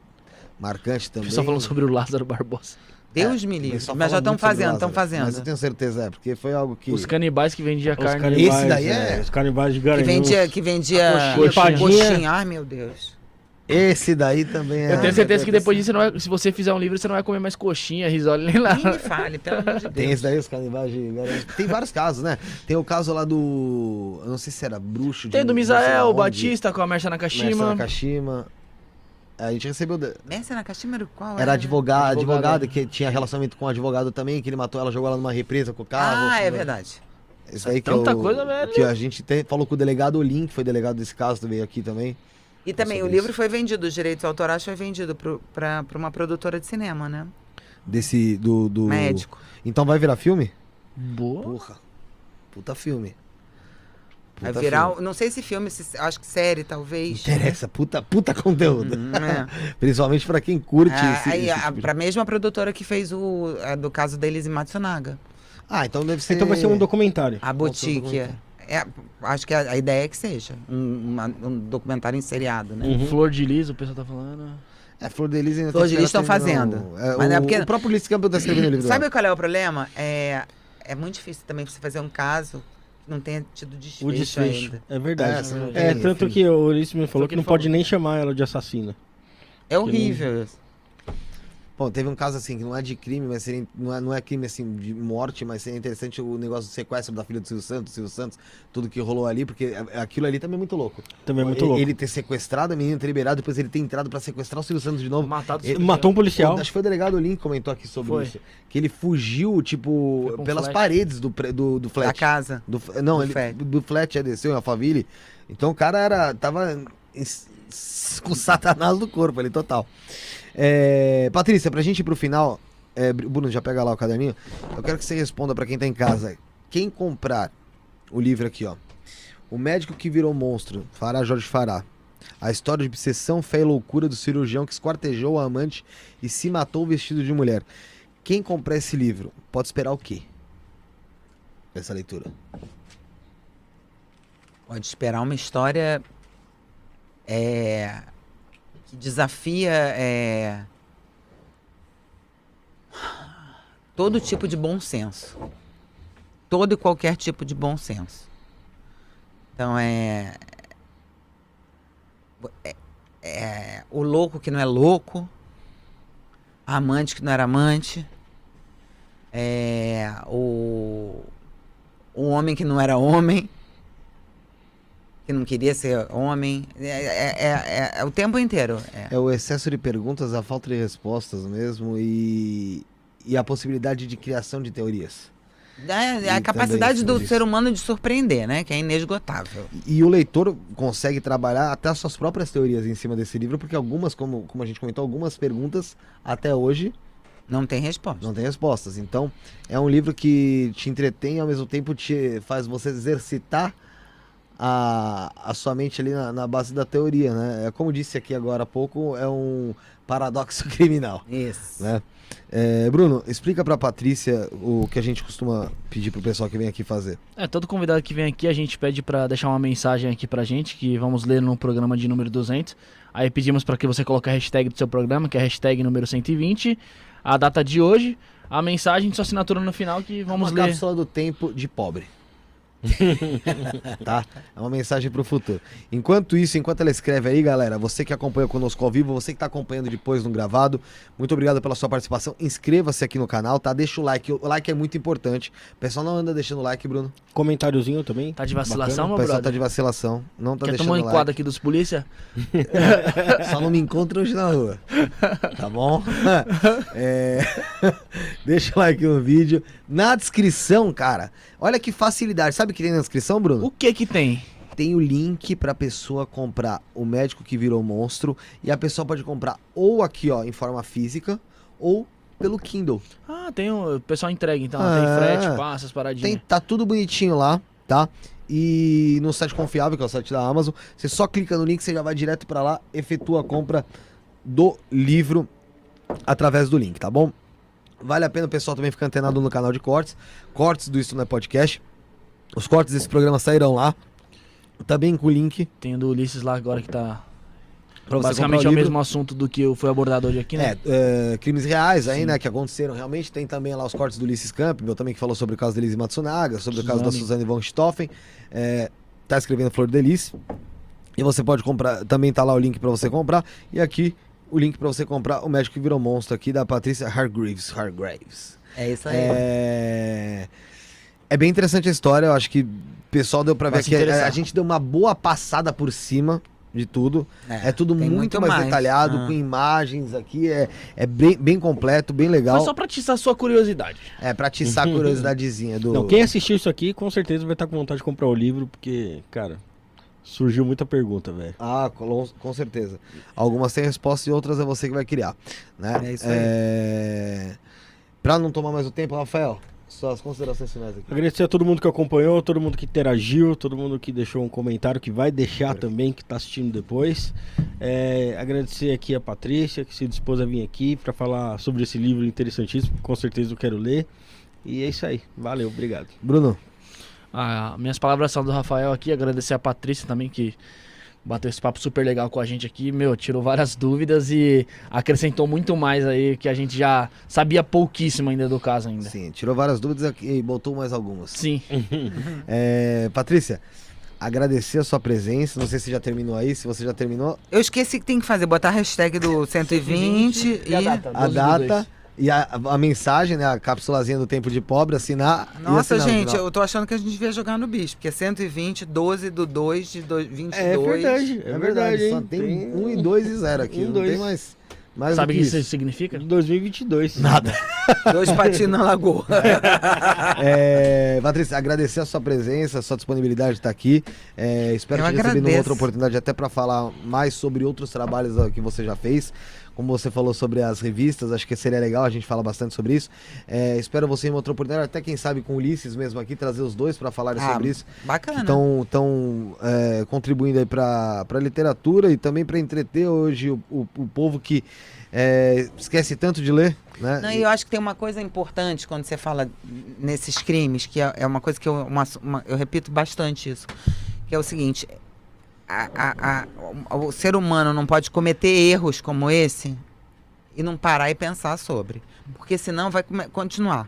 Speaker 2: marcante
Speaker 3: O
Speaker 2: também.
Speaker 3: pessoal falando sobre o Lázaro Barbosa.
Speaker 1: Deus me
Speaker 2: O
Speaker 1: livre.
Speaker 2: pessoal
Speaker 1: Mas já
Speaker 2: fala
Speaker 1: estão
Speaker 2: muito sobre
Speaker 1: fazendo,
Speaker 2: Lázaro,
Speaker 1: estão
Speaker 2: Mas eu
Speaker 1: fazendo.
Speaker 2: tenho certeza, é, porque foi algo que...
Speaker 3: Os canibais que vendiam
Speaker 4: Os
Speaker 3: carne.
Speaker 4: canibais,
Speaker 2: Esse daí é-
Speaker 4: Os canibais de Garanhuns.
Speaker 1: Que vendia, que vendia
Speaker 4: Coxinha.
Speaker 1: coxinha. Ai, meu Deus.
Speaker 2: Esse daí também é...
Speaker 3: Eu tenho certeza que depois disso, você não vai- se você fizer um livro, você não vai comer mais coxinha, risole, nem lá.
Speaker 1: Nem me fale, pelo amor de
Speaker 2: Tem
Speaker 1: Deus.
Speaker 2: esse daí, os canibais de... Tem vários casos, né? Tem o caso lá do... Eu não sei se era bruxo... de-
Speaker 3: Tem do
Speaker 2: não sei lá
Speaker 3: Misael,
Speaker 2: onde,
Speaker 3: Batista com a Mercha
Speaker 2: Mestre
Speaker 3: Nakashima.
Speaker 2: Nakashima. A gente recebeu... de-
Speaker 1: Mercer na Caxima qual?
Speaker 2: Era advogada,
Speaker 3: Advogado,
Speaker 2: advogado
Speaker 3: é.
Speaker 2: que tinha relacionamento com um advogado também, que ele matou ela, jogou ela numa represa com o carro. assim, né?
Speaker 1: Ah, é verdade.
Speaker 2: Isso aí que
Speaker 3: Tanta
Speaker 2: é o-
Speaker 3: coisa, velho.
Speaker 2: Que a gente tem- falou com o delegado Olim, que foi delegado desse caso, veio aqui também.
Speaker 1: E também o
Speaker 2: sobre
Speaker 1: livro foi vendido, os direitos autorais foi vendido pro- pra pra uma produtora de cinema, né?
Speaker 2: Desse. Do. do...
Speaker 1: Médico.
Speaker 2: Então vai virar filme?
Speaker 3: Boa.
Speaker 2: Porra. Puta filme.
Speaker 1: Vai
Speaker 2: Puta
Speaker 1: virar,
Speaker 2: filme.
Speaker 1: um- né? não sei se filme, se- acho que série talvez.
Speaker 2: Interessa, puta, puta conteúdo.
Speaker 1: Hum, é.
Speaker 2: Principalmente pra quem curte
Speaker 1: Ah,
Speaker 2: esse,
Speaker 1: aí,
Speaker 2: esse
Speaker 1: a,
Speaker 2: tipo de-
Speaker 1: pra mesma produtora que fez o a do caso da Elise Matsunaga,
Speaker 2: Ah, então deve ser.
Speaker 4: Então
Speaker 1: é.
Speaker 4: vai ser um documentário.
Speaker 1: a boutique. é. É, acho que a, a ideia é que seja um, uma- um documentário em seriado, né?
Speaker 4: Uhum.
Speaker 3: Flor de Lis, o pessoal tá falando.
Speaker 2: É, Flor de Lis ainda
Speaker 1: Flor de Lis
Speaker 2: esperando
Speaker 1: tão
Speaker 2: terminar
Speaker 1: fazendo.
Speaker 2: O, é,
Speaker 1: Mas
Speaker 2: o,
Speaker 1: é porque-
Speaker 2: o próprio Ulisses Campbell tá escrevendo o livro.
Speaker 1: Sabe
Speaker 2: dela.
Speaker 1: qual é o problema? É, é muito difícil também você fazer um caso que não tenha tido desfecho,
Speaker 4: O desfecho.
Speaker 1: ainda.
Speaker 4: É
Speaker 2: É,
Speaker 4: verdade.
Speaker 2: você não
Speaker 4: É,
Speaker 2: tem
Speaker 4: tanto
Speaker 2: filme.
Speaker 4: que o Ulisses me
Speaker 3: Foi o
Speaker 4: falou
Speaker 3: que
Speaker 4: que não
Speaker 3: ele falou.
Speaker 4: pode nem chamar ela de assassina.
Speaker 1: É horrível isso.
Speaker 2: Bom, teve um caso assim, que não é de crime, mas seria, não, é, não é crime assim de morte, mas seria interessante o negócio do sequestro da filha do Silvio Santos, Silvio Santos, tudo que rolou ali, porque a- aquilo ali também é muito louco.
Speaker 4: Também é muito louco.
Speaker 2: Ele ter sequestrado a menina, ter liberado, depois ele ter entrado pra sequestrar o Silvio Santos de novo.
Speaker 3: Matado
Speaker 2: Ele-
Speaker 4: Matou um policial.
Speaker 2: Acho que foi o delegado Link que comentou aqui sobre
Speaker 3: Foi.
Speaker 2: isso. Que ele fugiu, tipo,
Speaker 3: Foi
Speaker 1: um
Speaker 3: com
Speaker 2: pelas
Speaker 3: flash.
Speaker 2: paredes do, pre- do, do
Speaker 1: Da
Speaker 2: flat.
Speaker 1: casa.
Speaker 2: Do f- não,
Speaker 1: Do
Speaker 2: ele
Speaker 1: flat.
Speaker 2: do flat é desceu em Alphaville. Então o cara era tava es- s- com o satanás no corpo ali total. É, Patrícia, pra gente ir pro final, é, Br- Bruno, já pega lá o caderninho. Eu quero que você responda pra quem tá em casa. Quem comprar o livro aqui, ó. O médico que virou monstro, Fará Jorge Fará. A história de obsessão, fé e loucura do cirurgião que esquartejou a amante e se matou vestido de mulher. Quem comprar esse livro pode esperar o quê? Dessa leitura.
Speaker 1: Pode esperar uma história é, que desafia é, todo tipo de bom senso. Todo e qualquer tipo de bom senso. Então é, é, é o louco que não é louco, a amante que não era amante, é, o, o homem que não era homem que não queria ser homem. É, é- é- é- é o tempo inteiro. é.
Speaker 2: É o excesso de perguntas, a falta de respostas mesmo e, e a possibilidade de criação de teorias.
Speaker 1: É, é a
Speaker 2: E
Speaker 1: capacidade
Speaker 2: também
Speaker 1: do
Speaker 2: sobre
Speaker 1: ser
Speaker 2: isso.
Speaker 1: humano de surpreender, né? Que é inesgotável.
Speaker 2: E, e o leitor consegue trabalhar até as suas próprias teorias em cima desse livro, porque algumas, como, como a gente comentou, algumas perguntas até hoje
Speaker 1: Não tem resposta.
Speaker 2: não têm respostas. Então, é um livro que te entretém e ao mesmo tempo te faz você exercitar a, a sua mente ali na, na base da teoria, né? É como eu disse aqui agora há pouco, é um paradoxo criminal.
Speaker 1: Isso.
Speaker 2: né? É, Bruno, explica pra Patrícia o que a gente costuma pedir pro pessoal que vem aqui fazer.
Speaker 3: É, todo convidado que vem aqui, a gente pede pra deixar uma mensagem aqui pra gente, que vamos ler no programa de número 200. Aí pedimos pra que você coloque a hashtag do seu programa, que é a hashtag número 120, a data de hoje, a mensagem e sua assinatura no final, que vamos
Speaker 2: uma
Speaker 3: ler.
Speaker 2: cápsula do tempo de pobre. tá? É uma mensagem pro futuro. Enquanto isso, enquanto ela escreve aí, galera, você que acompanha conosco ao vivo, você que tá acompanhando depois no gravado, muito obrigado pela sua participação. Inscreva-se aqui no canal, tá? Deixa o like. O like é muito importante. O pessoal não anda deixando like, Bruno.
Speaker 4: Comentáriozinho também.
Speaker 3: Tá de vacilação,
Speaker 2: o
Speaker 3: meu
Speaker 2: pessoal
Speaker 3: brother?
Speaker 2: tá de vacilação. Não tá
Speaker 3: Quer
Speaker 2: deixando
Speaker 3: tomar um
Speaker 2: like.
Speaker 3: enquadro aqui dos polícia?
Speaker 2: Só não me encontra hoje na rua. Tá bom? É, Deixa o like no vídeo. Na descrição, cara. Olha que facilidade. Sabe o que tem na descrição, Bruno?
Speaker 3: O que que tem?
Speaker 2: Tem o link pra pessoa comprar o médico que virou monstro. E a pessoa pode comprar ou aqui, ó, em forma física, ou pelo Kindle.
Speaker 3: Ah, tem o o pessoal entrega, então.
Speaker 2: Ah,
Speaker 3: tem frete, passa,
Speaker 2: Tem,
Speaker 3: as paradinhas.
Speaker 2: tá tudo bonitinho lá, tá? E no site confiável, que é o site da Amazon, você só clica no link, você já vai direto pra lá, efetua a compra do livro através do link, tá bom? Vale a pena o pessoal também ficar antenado no canal de cortes, cortes do Isso Não É Podcast. Os cortes desse programa sairão lá, também com o link.
Speaker 3: Tem o do Ulisses lá agora que tá.
Speaker 2: Pra você
Speaker 3: Basicamente
Speaker 2: comprar
Speaker 3: é
Speaker 2: o
Speaker 3: o
Speaker 2: livro.
Speaker 3: mesmo assunto do que eu fui abordado hoje aqui, né?
Speaker 2: É, é, crimes reais aí, né, que aconteceram realmente. Tem também lá os cortes do Ulisses Campbell, também que falou sobre o caso da Elise Matsunaga, sobre o caso da
Speaker 3: Suzane.
Speaker 2: Suzane von Stoffen. É, tá escrevendo Flor Delice. E você pode comprar, também tá lá o link pra você comprar. E aqui o link pra você comprar O Médico que Virou Monstro aqui da Patrícia Hargreaves. Hargreaves.
Speaker 1: É isso
Speaker 3: Tá
Speaker 1: aí.
Speaker 2: É... é bem interessante a história, eu acho que o pessoal deu pra
Speaker 3: Vai
Speaker 2: ver
Speaker 3: se
Speaker 2: que a,
Speaker 3: interessar.
Speaker 2: a gente deu uma boa passada por cima de tudo. É tudo
Speaker 1: tem
Speaker 2: muito, mais, detalhado,
Speaker 1: Ah.
Speaker 2: com imagens aqui, é, é bem, bem completo, bem legal.
Speaker 3: Foi só pra atiçar sua curiosidade.
Speaker 2: É pra atiçar a curiosidadezinha do.
Speaker 4: Não, quem assistiu isso aqui com certeza vai estar com vontade de comprar o livro, porque, cara, surgiu muita pergunta, velho.
Speaker 2: Ah, com, com certeza. Algumas têm resposta e outras é você que vai criar. Né?
Speaker 1: É isso aí.
Speaker 2: É... Pra não tomar mais o tempo, Rafael, suas considerações finais aqui.
Speaker 4: Agradecer a todo mundo que acompanhou, todo mundo que interagiu, todo mundo que deixou um comentário, que vai deixar também, que tá assistindo depois. É, agradecer aqui a Patrícia, que se dispôs a vir aqui pra falar sobre esse livro interessantíssimo, que com certeza eu quero ler. E é isso aí. Valeu, obrigado.
Speaker 2: Bruno,
Speaker 3: Ah, minhas palavras são do Rafael aqui, agradecer a Patrícia também que bateu esse papo super legal com a gente aqui, meu, tirou várias dúvidas e acrescentou muito mais aí que a gente já sabia pouquíssimo ainda do caso ainda. Sim.
Speaker 2: sim, tirou várias dúvidas aqui e botou mais algumas. É, Patrícia, agradecer a sua presença. Não sei se já terminou aí, se você já terminou
Speaker 1: Eu esqueci que tem que fazer, botar a hashtag do 120, e.
Speaker 3: a data?
Speaker 2: a
Speaker 3: 12 Tá do dois.
Speaker 2: data e a, a mensagem, né? A capsulazinha do tempo de pobre, assinar. e
Speaker 1: Nossa,
Speaker 2: assinar no
Speaker 1: gente,
Speaker 2: final.
Speaker 1: eu tô achando que a gente devia jogar no bicho, porque é 120, 12 do 2 de dois- 22.
Speaker 4: É verdade, é,
Speaker 2: É
Speaker 4: verdade,
Speaker 2: verdade, só
Speaker 4: hein?
Speaker 2: tem, um e dois e zero aqui.
Speaker 4: um,
Speaker 2: não
Speaker 4: dois.
Speaker 2: tem mais, mais
Speaker 3: Sabe o
Speaker 2: do
Speaker 3: que
Speaker 2: que
Speaker 3: isso
Speaker 2: isso.
Speaker 3: significa?
Speaker 4: De 2022.
Speaker 2: Nada.
Speaker 1: Dois patins na lagoa.
Speaker 2: É, Patrícia, agradecer a sua presença, a sua disponibilidade de estar aqui. É, espero
Speaker 1: Eu
Speaker 2: te receber numa
Speaker 1: agradeço.
Speaker 2: outra oportunidade até para falar mais sobre outros trabalhos ó, que você já fez. Como você falou sobre as revistas, acho que seria legal, a gente fala bastante sobre isso. É, espero você em uma outra oportunidade, até quem sabe com o Ulisses mesmo aqui, trazer os dois para falarem
Speaker 1: Ah,
Speaker 2: sobre isso.
Speaker 1: Bacana.
Speaker 2: Estão tão, é, contribuindo aí para a literatura e também para entreter hoje o, o- o povo que é, esquece tanto de ler. Né?
Speaker 1: Não,
Speaker 2: E-
Speaker 1: e eu acho que tem uma coisa importante quando você fala nesses crimes, que é, é uma coisa que eu, uma- uma- eu repito bastante isso, que é o seguinte, a- a- a- o, o ser humano não pode cometer erros como esse e não parar e pensar sobre, porque senão vai come- continuar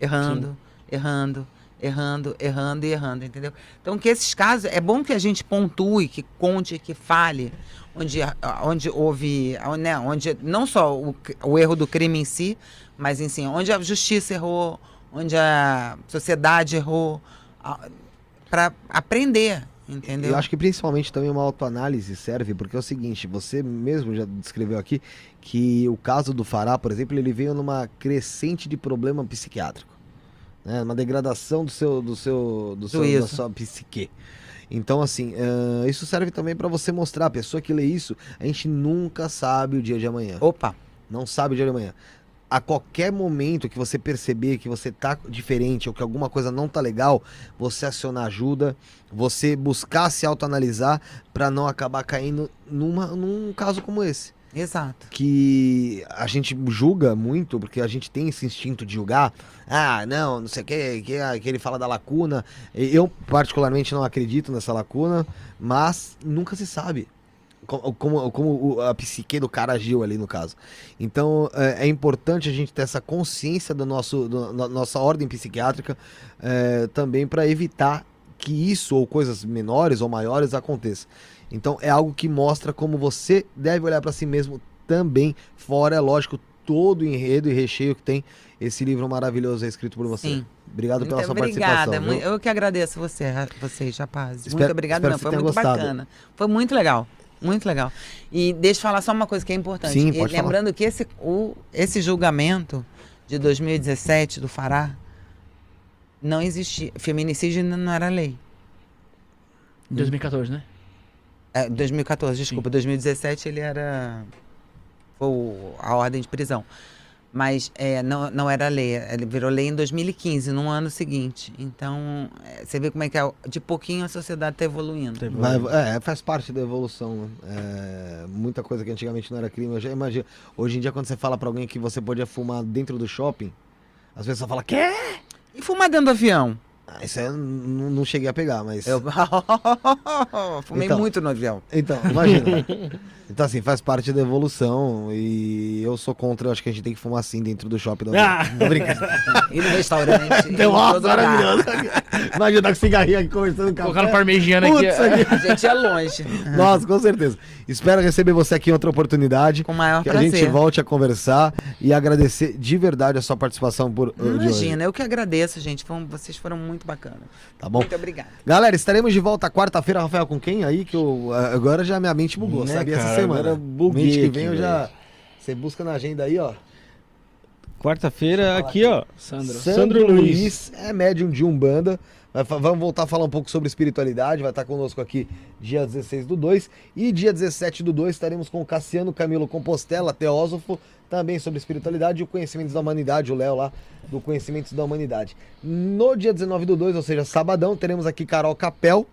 Speaker 1: errando, errando, errando, errando e errando, entendeu? Então que esses casos, é bom que a gente pontue, que conte, que fale, onde, a- onde houve, né, onde não só o, c- o erro do crime em si, mas em si, onde a justiça errou, onde a sociedade errou, para aprender, entendeu?
Speaker 2: Eu acho que principalmente também uma autoanálise serve, porque é o seguinte, você mesmo já descreveu aqui que o caso do Fará, por exemplo, ele veio numa crescente de problema psiquiátrico. Né? Uma degradação do seu, do seu, do seu da
Speaker 1: isso.
Speaker 2: sua psique. Então, assim, eh, isso serve também para você mostrar, a pessoa que lê isso, a gente nunca sabe o dia de amanhã.
Speaker 1: Opa,
Speaker 2: Não sabe o dia de amanhã. A qualquer momento que você perceber que você tá diferente ou que alguma coisa não tá legal, você acionar ajuda, você buscar se autoanalisar para não acabar caindo numa, num caso como esse.
Speaker 1: exato.
Speaker 2: Que a gente julga muito, porque a gente tem esse instinto de julgar. Ah, não, não sei o que, que, ah, que ele fala da lacuna. Eu, particularmente, não acredito nessa lacuna, mas nunca se sabe como, como, como o- a psique do cara agiu ali no caso. Então é, é importante a gente ter essa consciência do nosso, do- da nossa ordem psiquiátrica é, também para evitar que isso ou coisas menores ou maiores aconteçam. Então é algo que mostra como você deve olhar para si mesmo também, fora, é lógico, todo o enredo e recheio que tem esse livro maravilhoso aí escrito por você.
Speaker 1: Sim.
Speaker 2: Obrigado pela
Speaker 1: Muito
Speaker 2: sua
Speaker 1: obrigada.
Speaker 2: participação.
Speaker 1: mui-
Speaker 2: viu?
Speaker 1: Eu que agradeço você, ra- vocês, rapazes.
Speaker 2: Espero-
Speaker 1: muito obrigada,
Speaker 2: espero
Speaker 1: não.
Speaker 2: que
Speaker 1: Foi
Speaker 2: você tenha
Speaker 1: muito
Speaker 2: gostado.
Speaker 1: bacana. Foi muito legal. Muito legal. E deixa eu falar só uma coisa que é importante.
Speaker 2: Sim,
Speaker 1: E
Speaker 2: pode falar.
Speaker 1: lembrando que esse, o, esse julgamento de 2017 do Fará não existia. Feminicídio ainda não era lei.
Speaker 3: Em 2014, né?
Speaker 1: É, 2014, desculpa, 2017 ele era o, a ordem de prisão. Mas é, não, não era lei, ele virou lei em 2015, no ano seguinte. Então, é, você vê como é que é, de pouquinho a sociedade está evoluindo.
Speaker 2: Vai- é, faz parte da evolução. né? É, muita coisa que antigamente não era crime. Eu já imagino. Hoje em dia, quando você fala pra alguém que você podia fumar dentro do shopping, as pessoas falam, quê?
Speaker 1: E fumar dentro do avião?
Speaker 2: Ah, isso aí eu n- não cheguei a pegar, mas.
Speaker 1: Eu fumei
Speaker 2: Então.
Speaker 1: muito no avião.
Speaker 2: Então, imagina. então, assim, faz parte da evolução. E eu sou contra, eu acho que a gente tem que fumar assim dentro do shopping. Não,
Speaker 4: Ah!
Speaker 2: não brincando.
Speaker 1: E no restaurante.
Speaker 2: Deu
Speaker 1: uma
Speaker 2: uma maravilhosa. Imagina, tá com cigarrinho aqui conversando com
Speaker 3: Colocaram
Speaker 2: a
Speaker 3: parmegiana aqui.
Speaker 2: é. Putz, aqui.
Speaker 1: A gente é longe.
Speaker 2: Nossa, com certeza. Espero receber você aqui em outra oportunidade.
Speaker 1: Com o maior
Speaker 2: Que a
Speaker 1: Tá, prazer.
Speaker 2: gente volte a conversar e agradecer de verdade a sua participação por eh, de hoje,
Speaker 1: Imagina, eu que agradeço, gente. Foi um- vocês foram muito bacanas.
Speaker 2: Tá bom?
Speaker 1: Muito obrigada.
Speaker 2: Galera, estaremos de volta quarta-feira, Rafael, com quem aí? Que eu, ah, agora já minha mente bugou,
Speaker 4: Né,
Speaker 2: sabe? Essa
Speaker 4: cara?
Speaker 2: semana.
Speaker 4: Agora eu buguei
Speaker 2: Mente que
Speaker 4: aqui,
Speaker 2: vem eu
Speaker 4: velho.
Speaker 2: já. Você busca na agenda aí, ó.
Speaker 4: Quarta-feira, aqui, ó.
Speaker 3: Sandro.
Speaker 4: Sandro Luiz.
Speaker 2: é médium de Umbanda. Vai fa- vamos voltar a falar um pouco sobre espiritualidade. Vai estar conosco aqui dia 16 do 2. E dia 17 do 2 estaremos com o Cassiano Camilo Compostela, teósofo, também sobre espiritualidade e o Conhecimentos da Humanidade, o Léo lá do Conhecimentos da Humanidade. No dia 19 do 2, ou seja, sabadão, teremos aqui Carol Capel,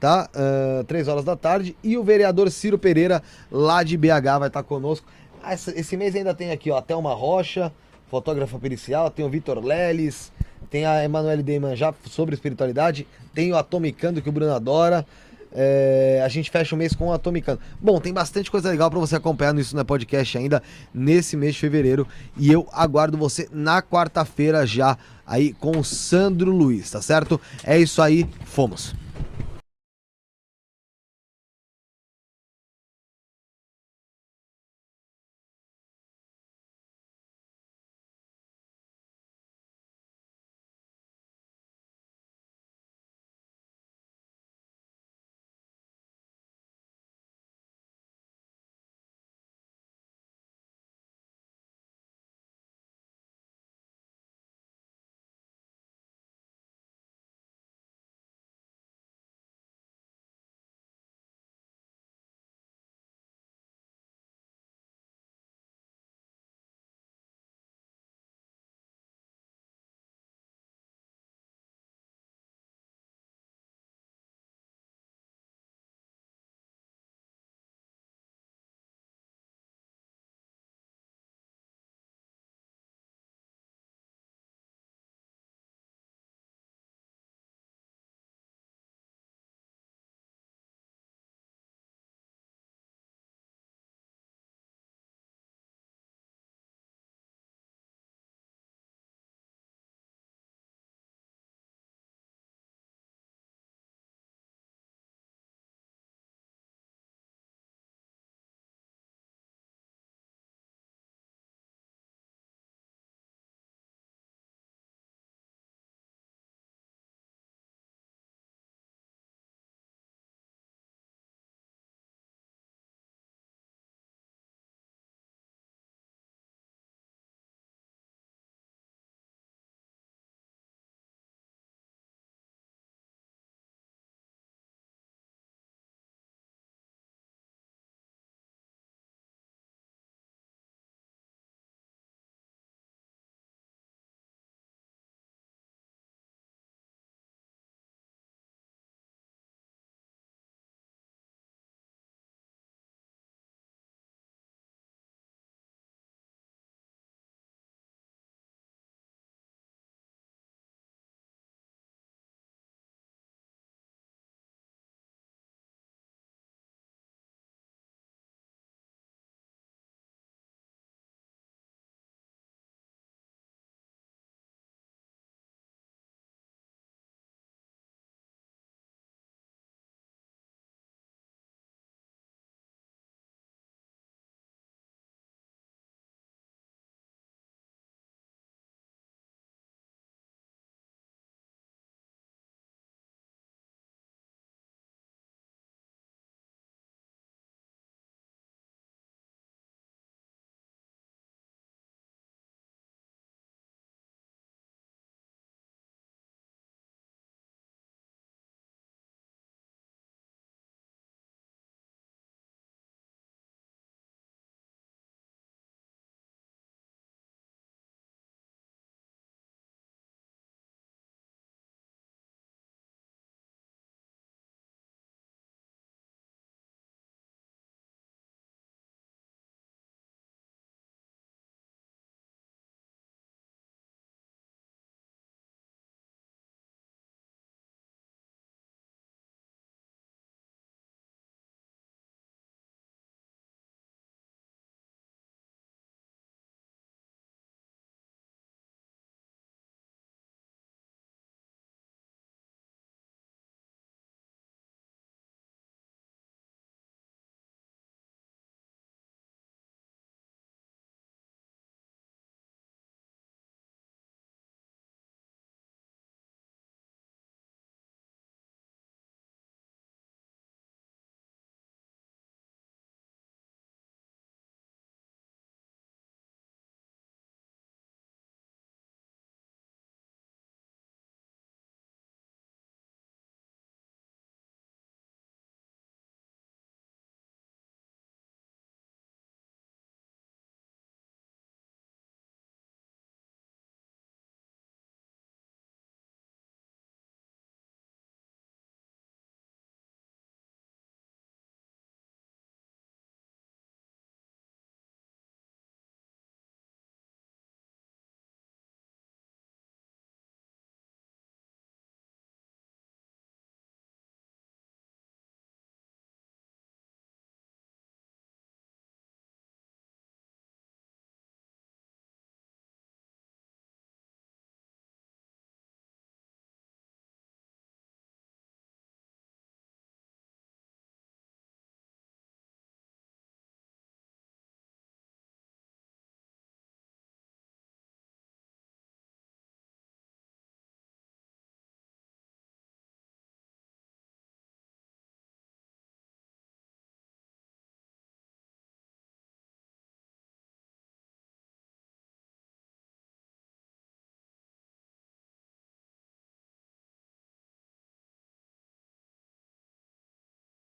Speaker 2: tá? Ah, Três horas da tarde. E o vereador Ciro Pereira, lá de BH, vai estar conosco. Ah, essa- Esse mês ainda tem aqui, ó, Thelma Rocha, fotógrafa pericial, tem o Vitor Leles, tem a Emanuele Deimanjá sobre espiritualidade, tem o Atomicando que o Bruno adora. É, a gente fecha o mês com o Atomicando. Bom, tem bastante coisa legal pra você acompanhar no Isso Não é Podcast ainda nesse mês de fevereiro. E eu aguardo você na quarta-feira já aí com o Sandro Luiz, tá certo? É isso aí, fomos.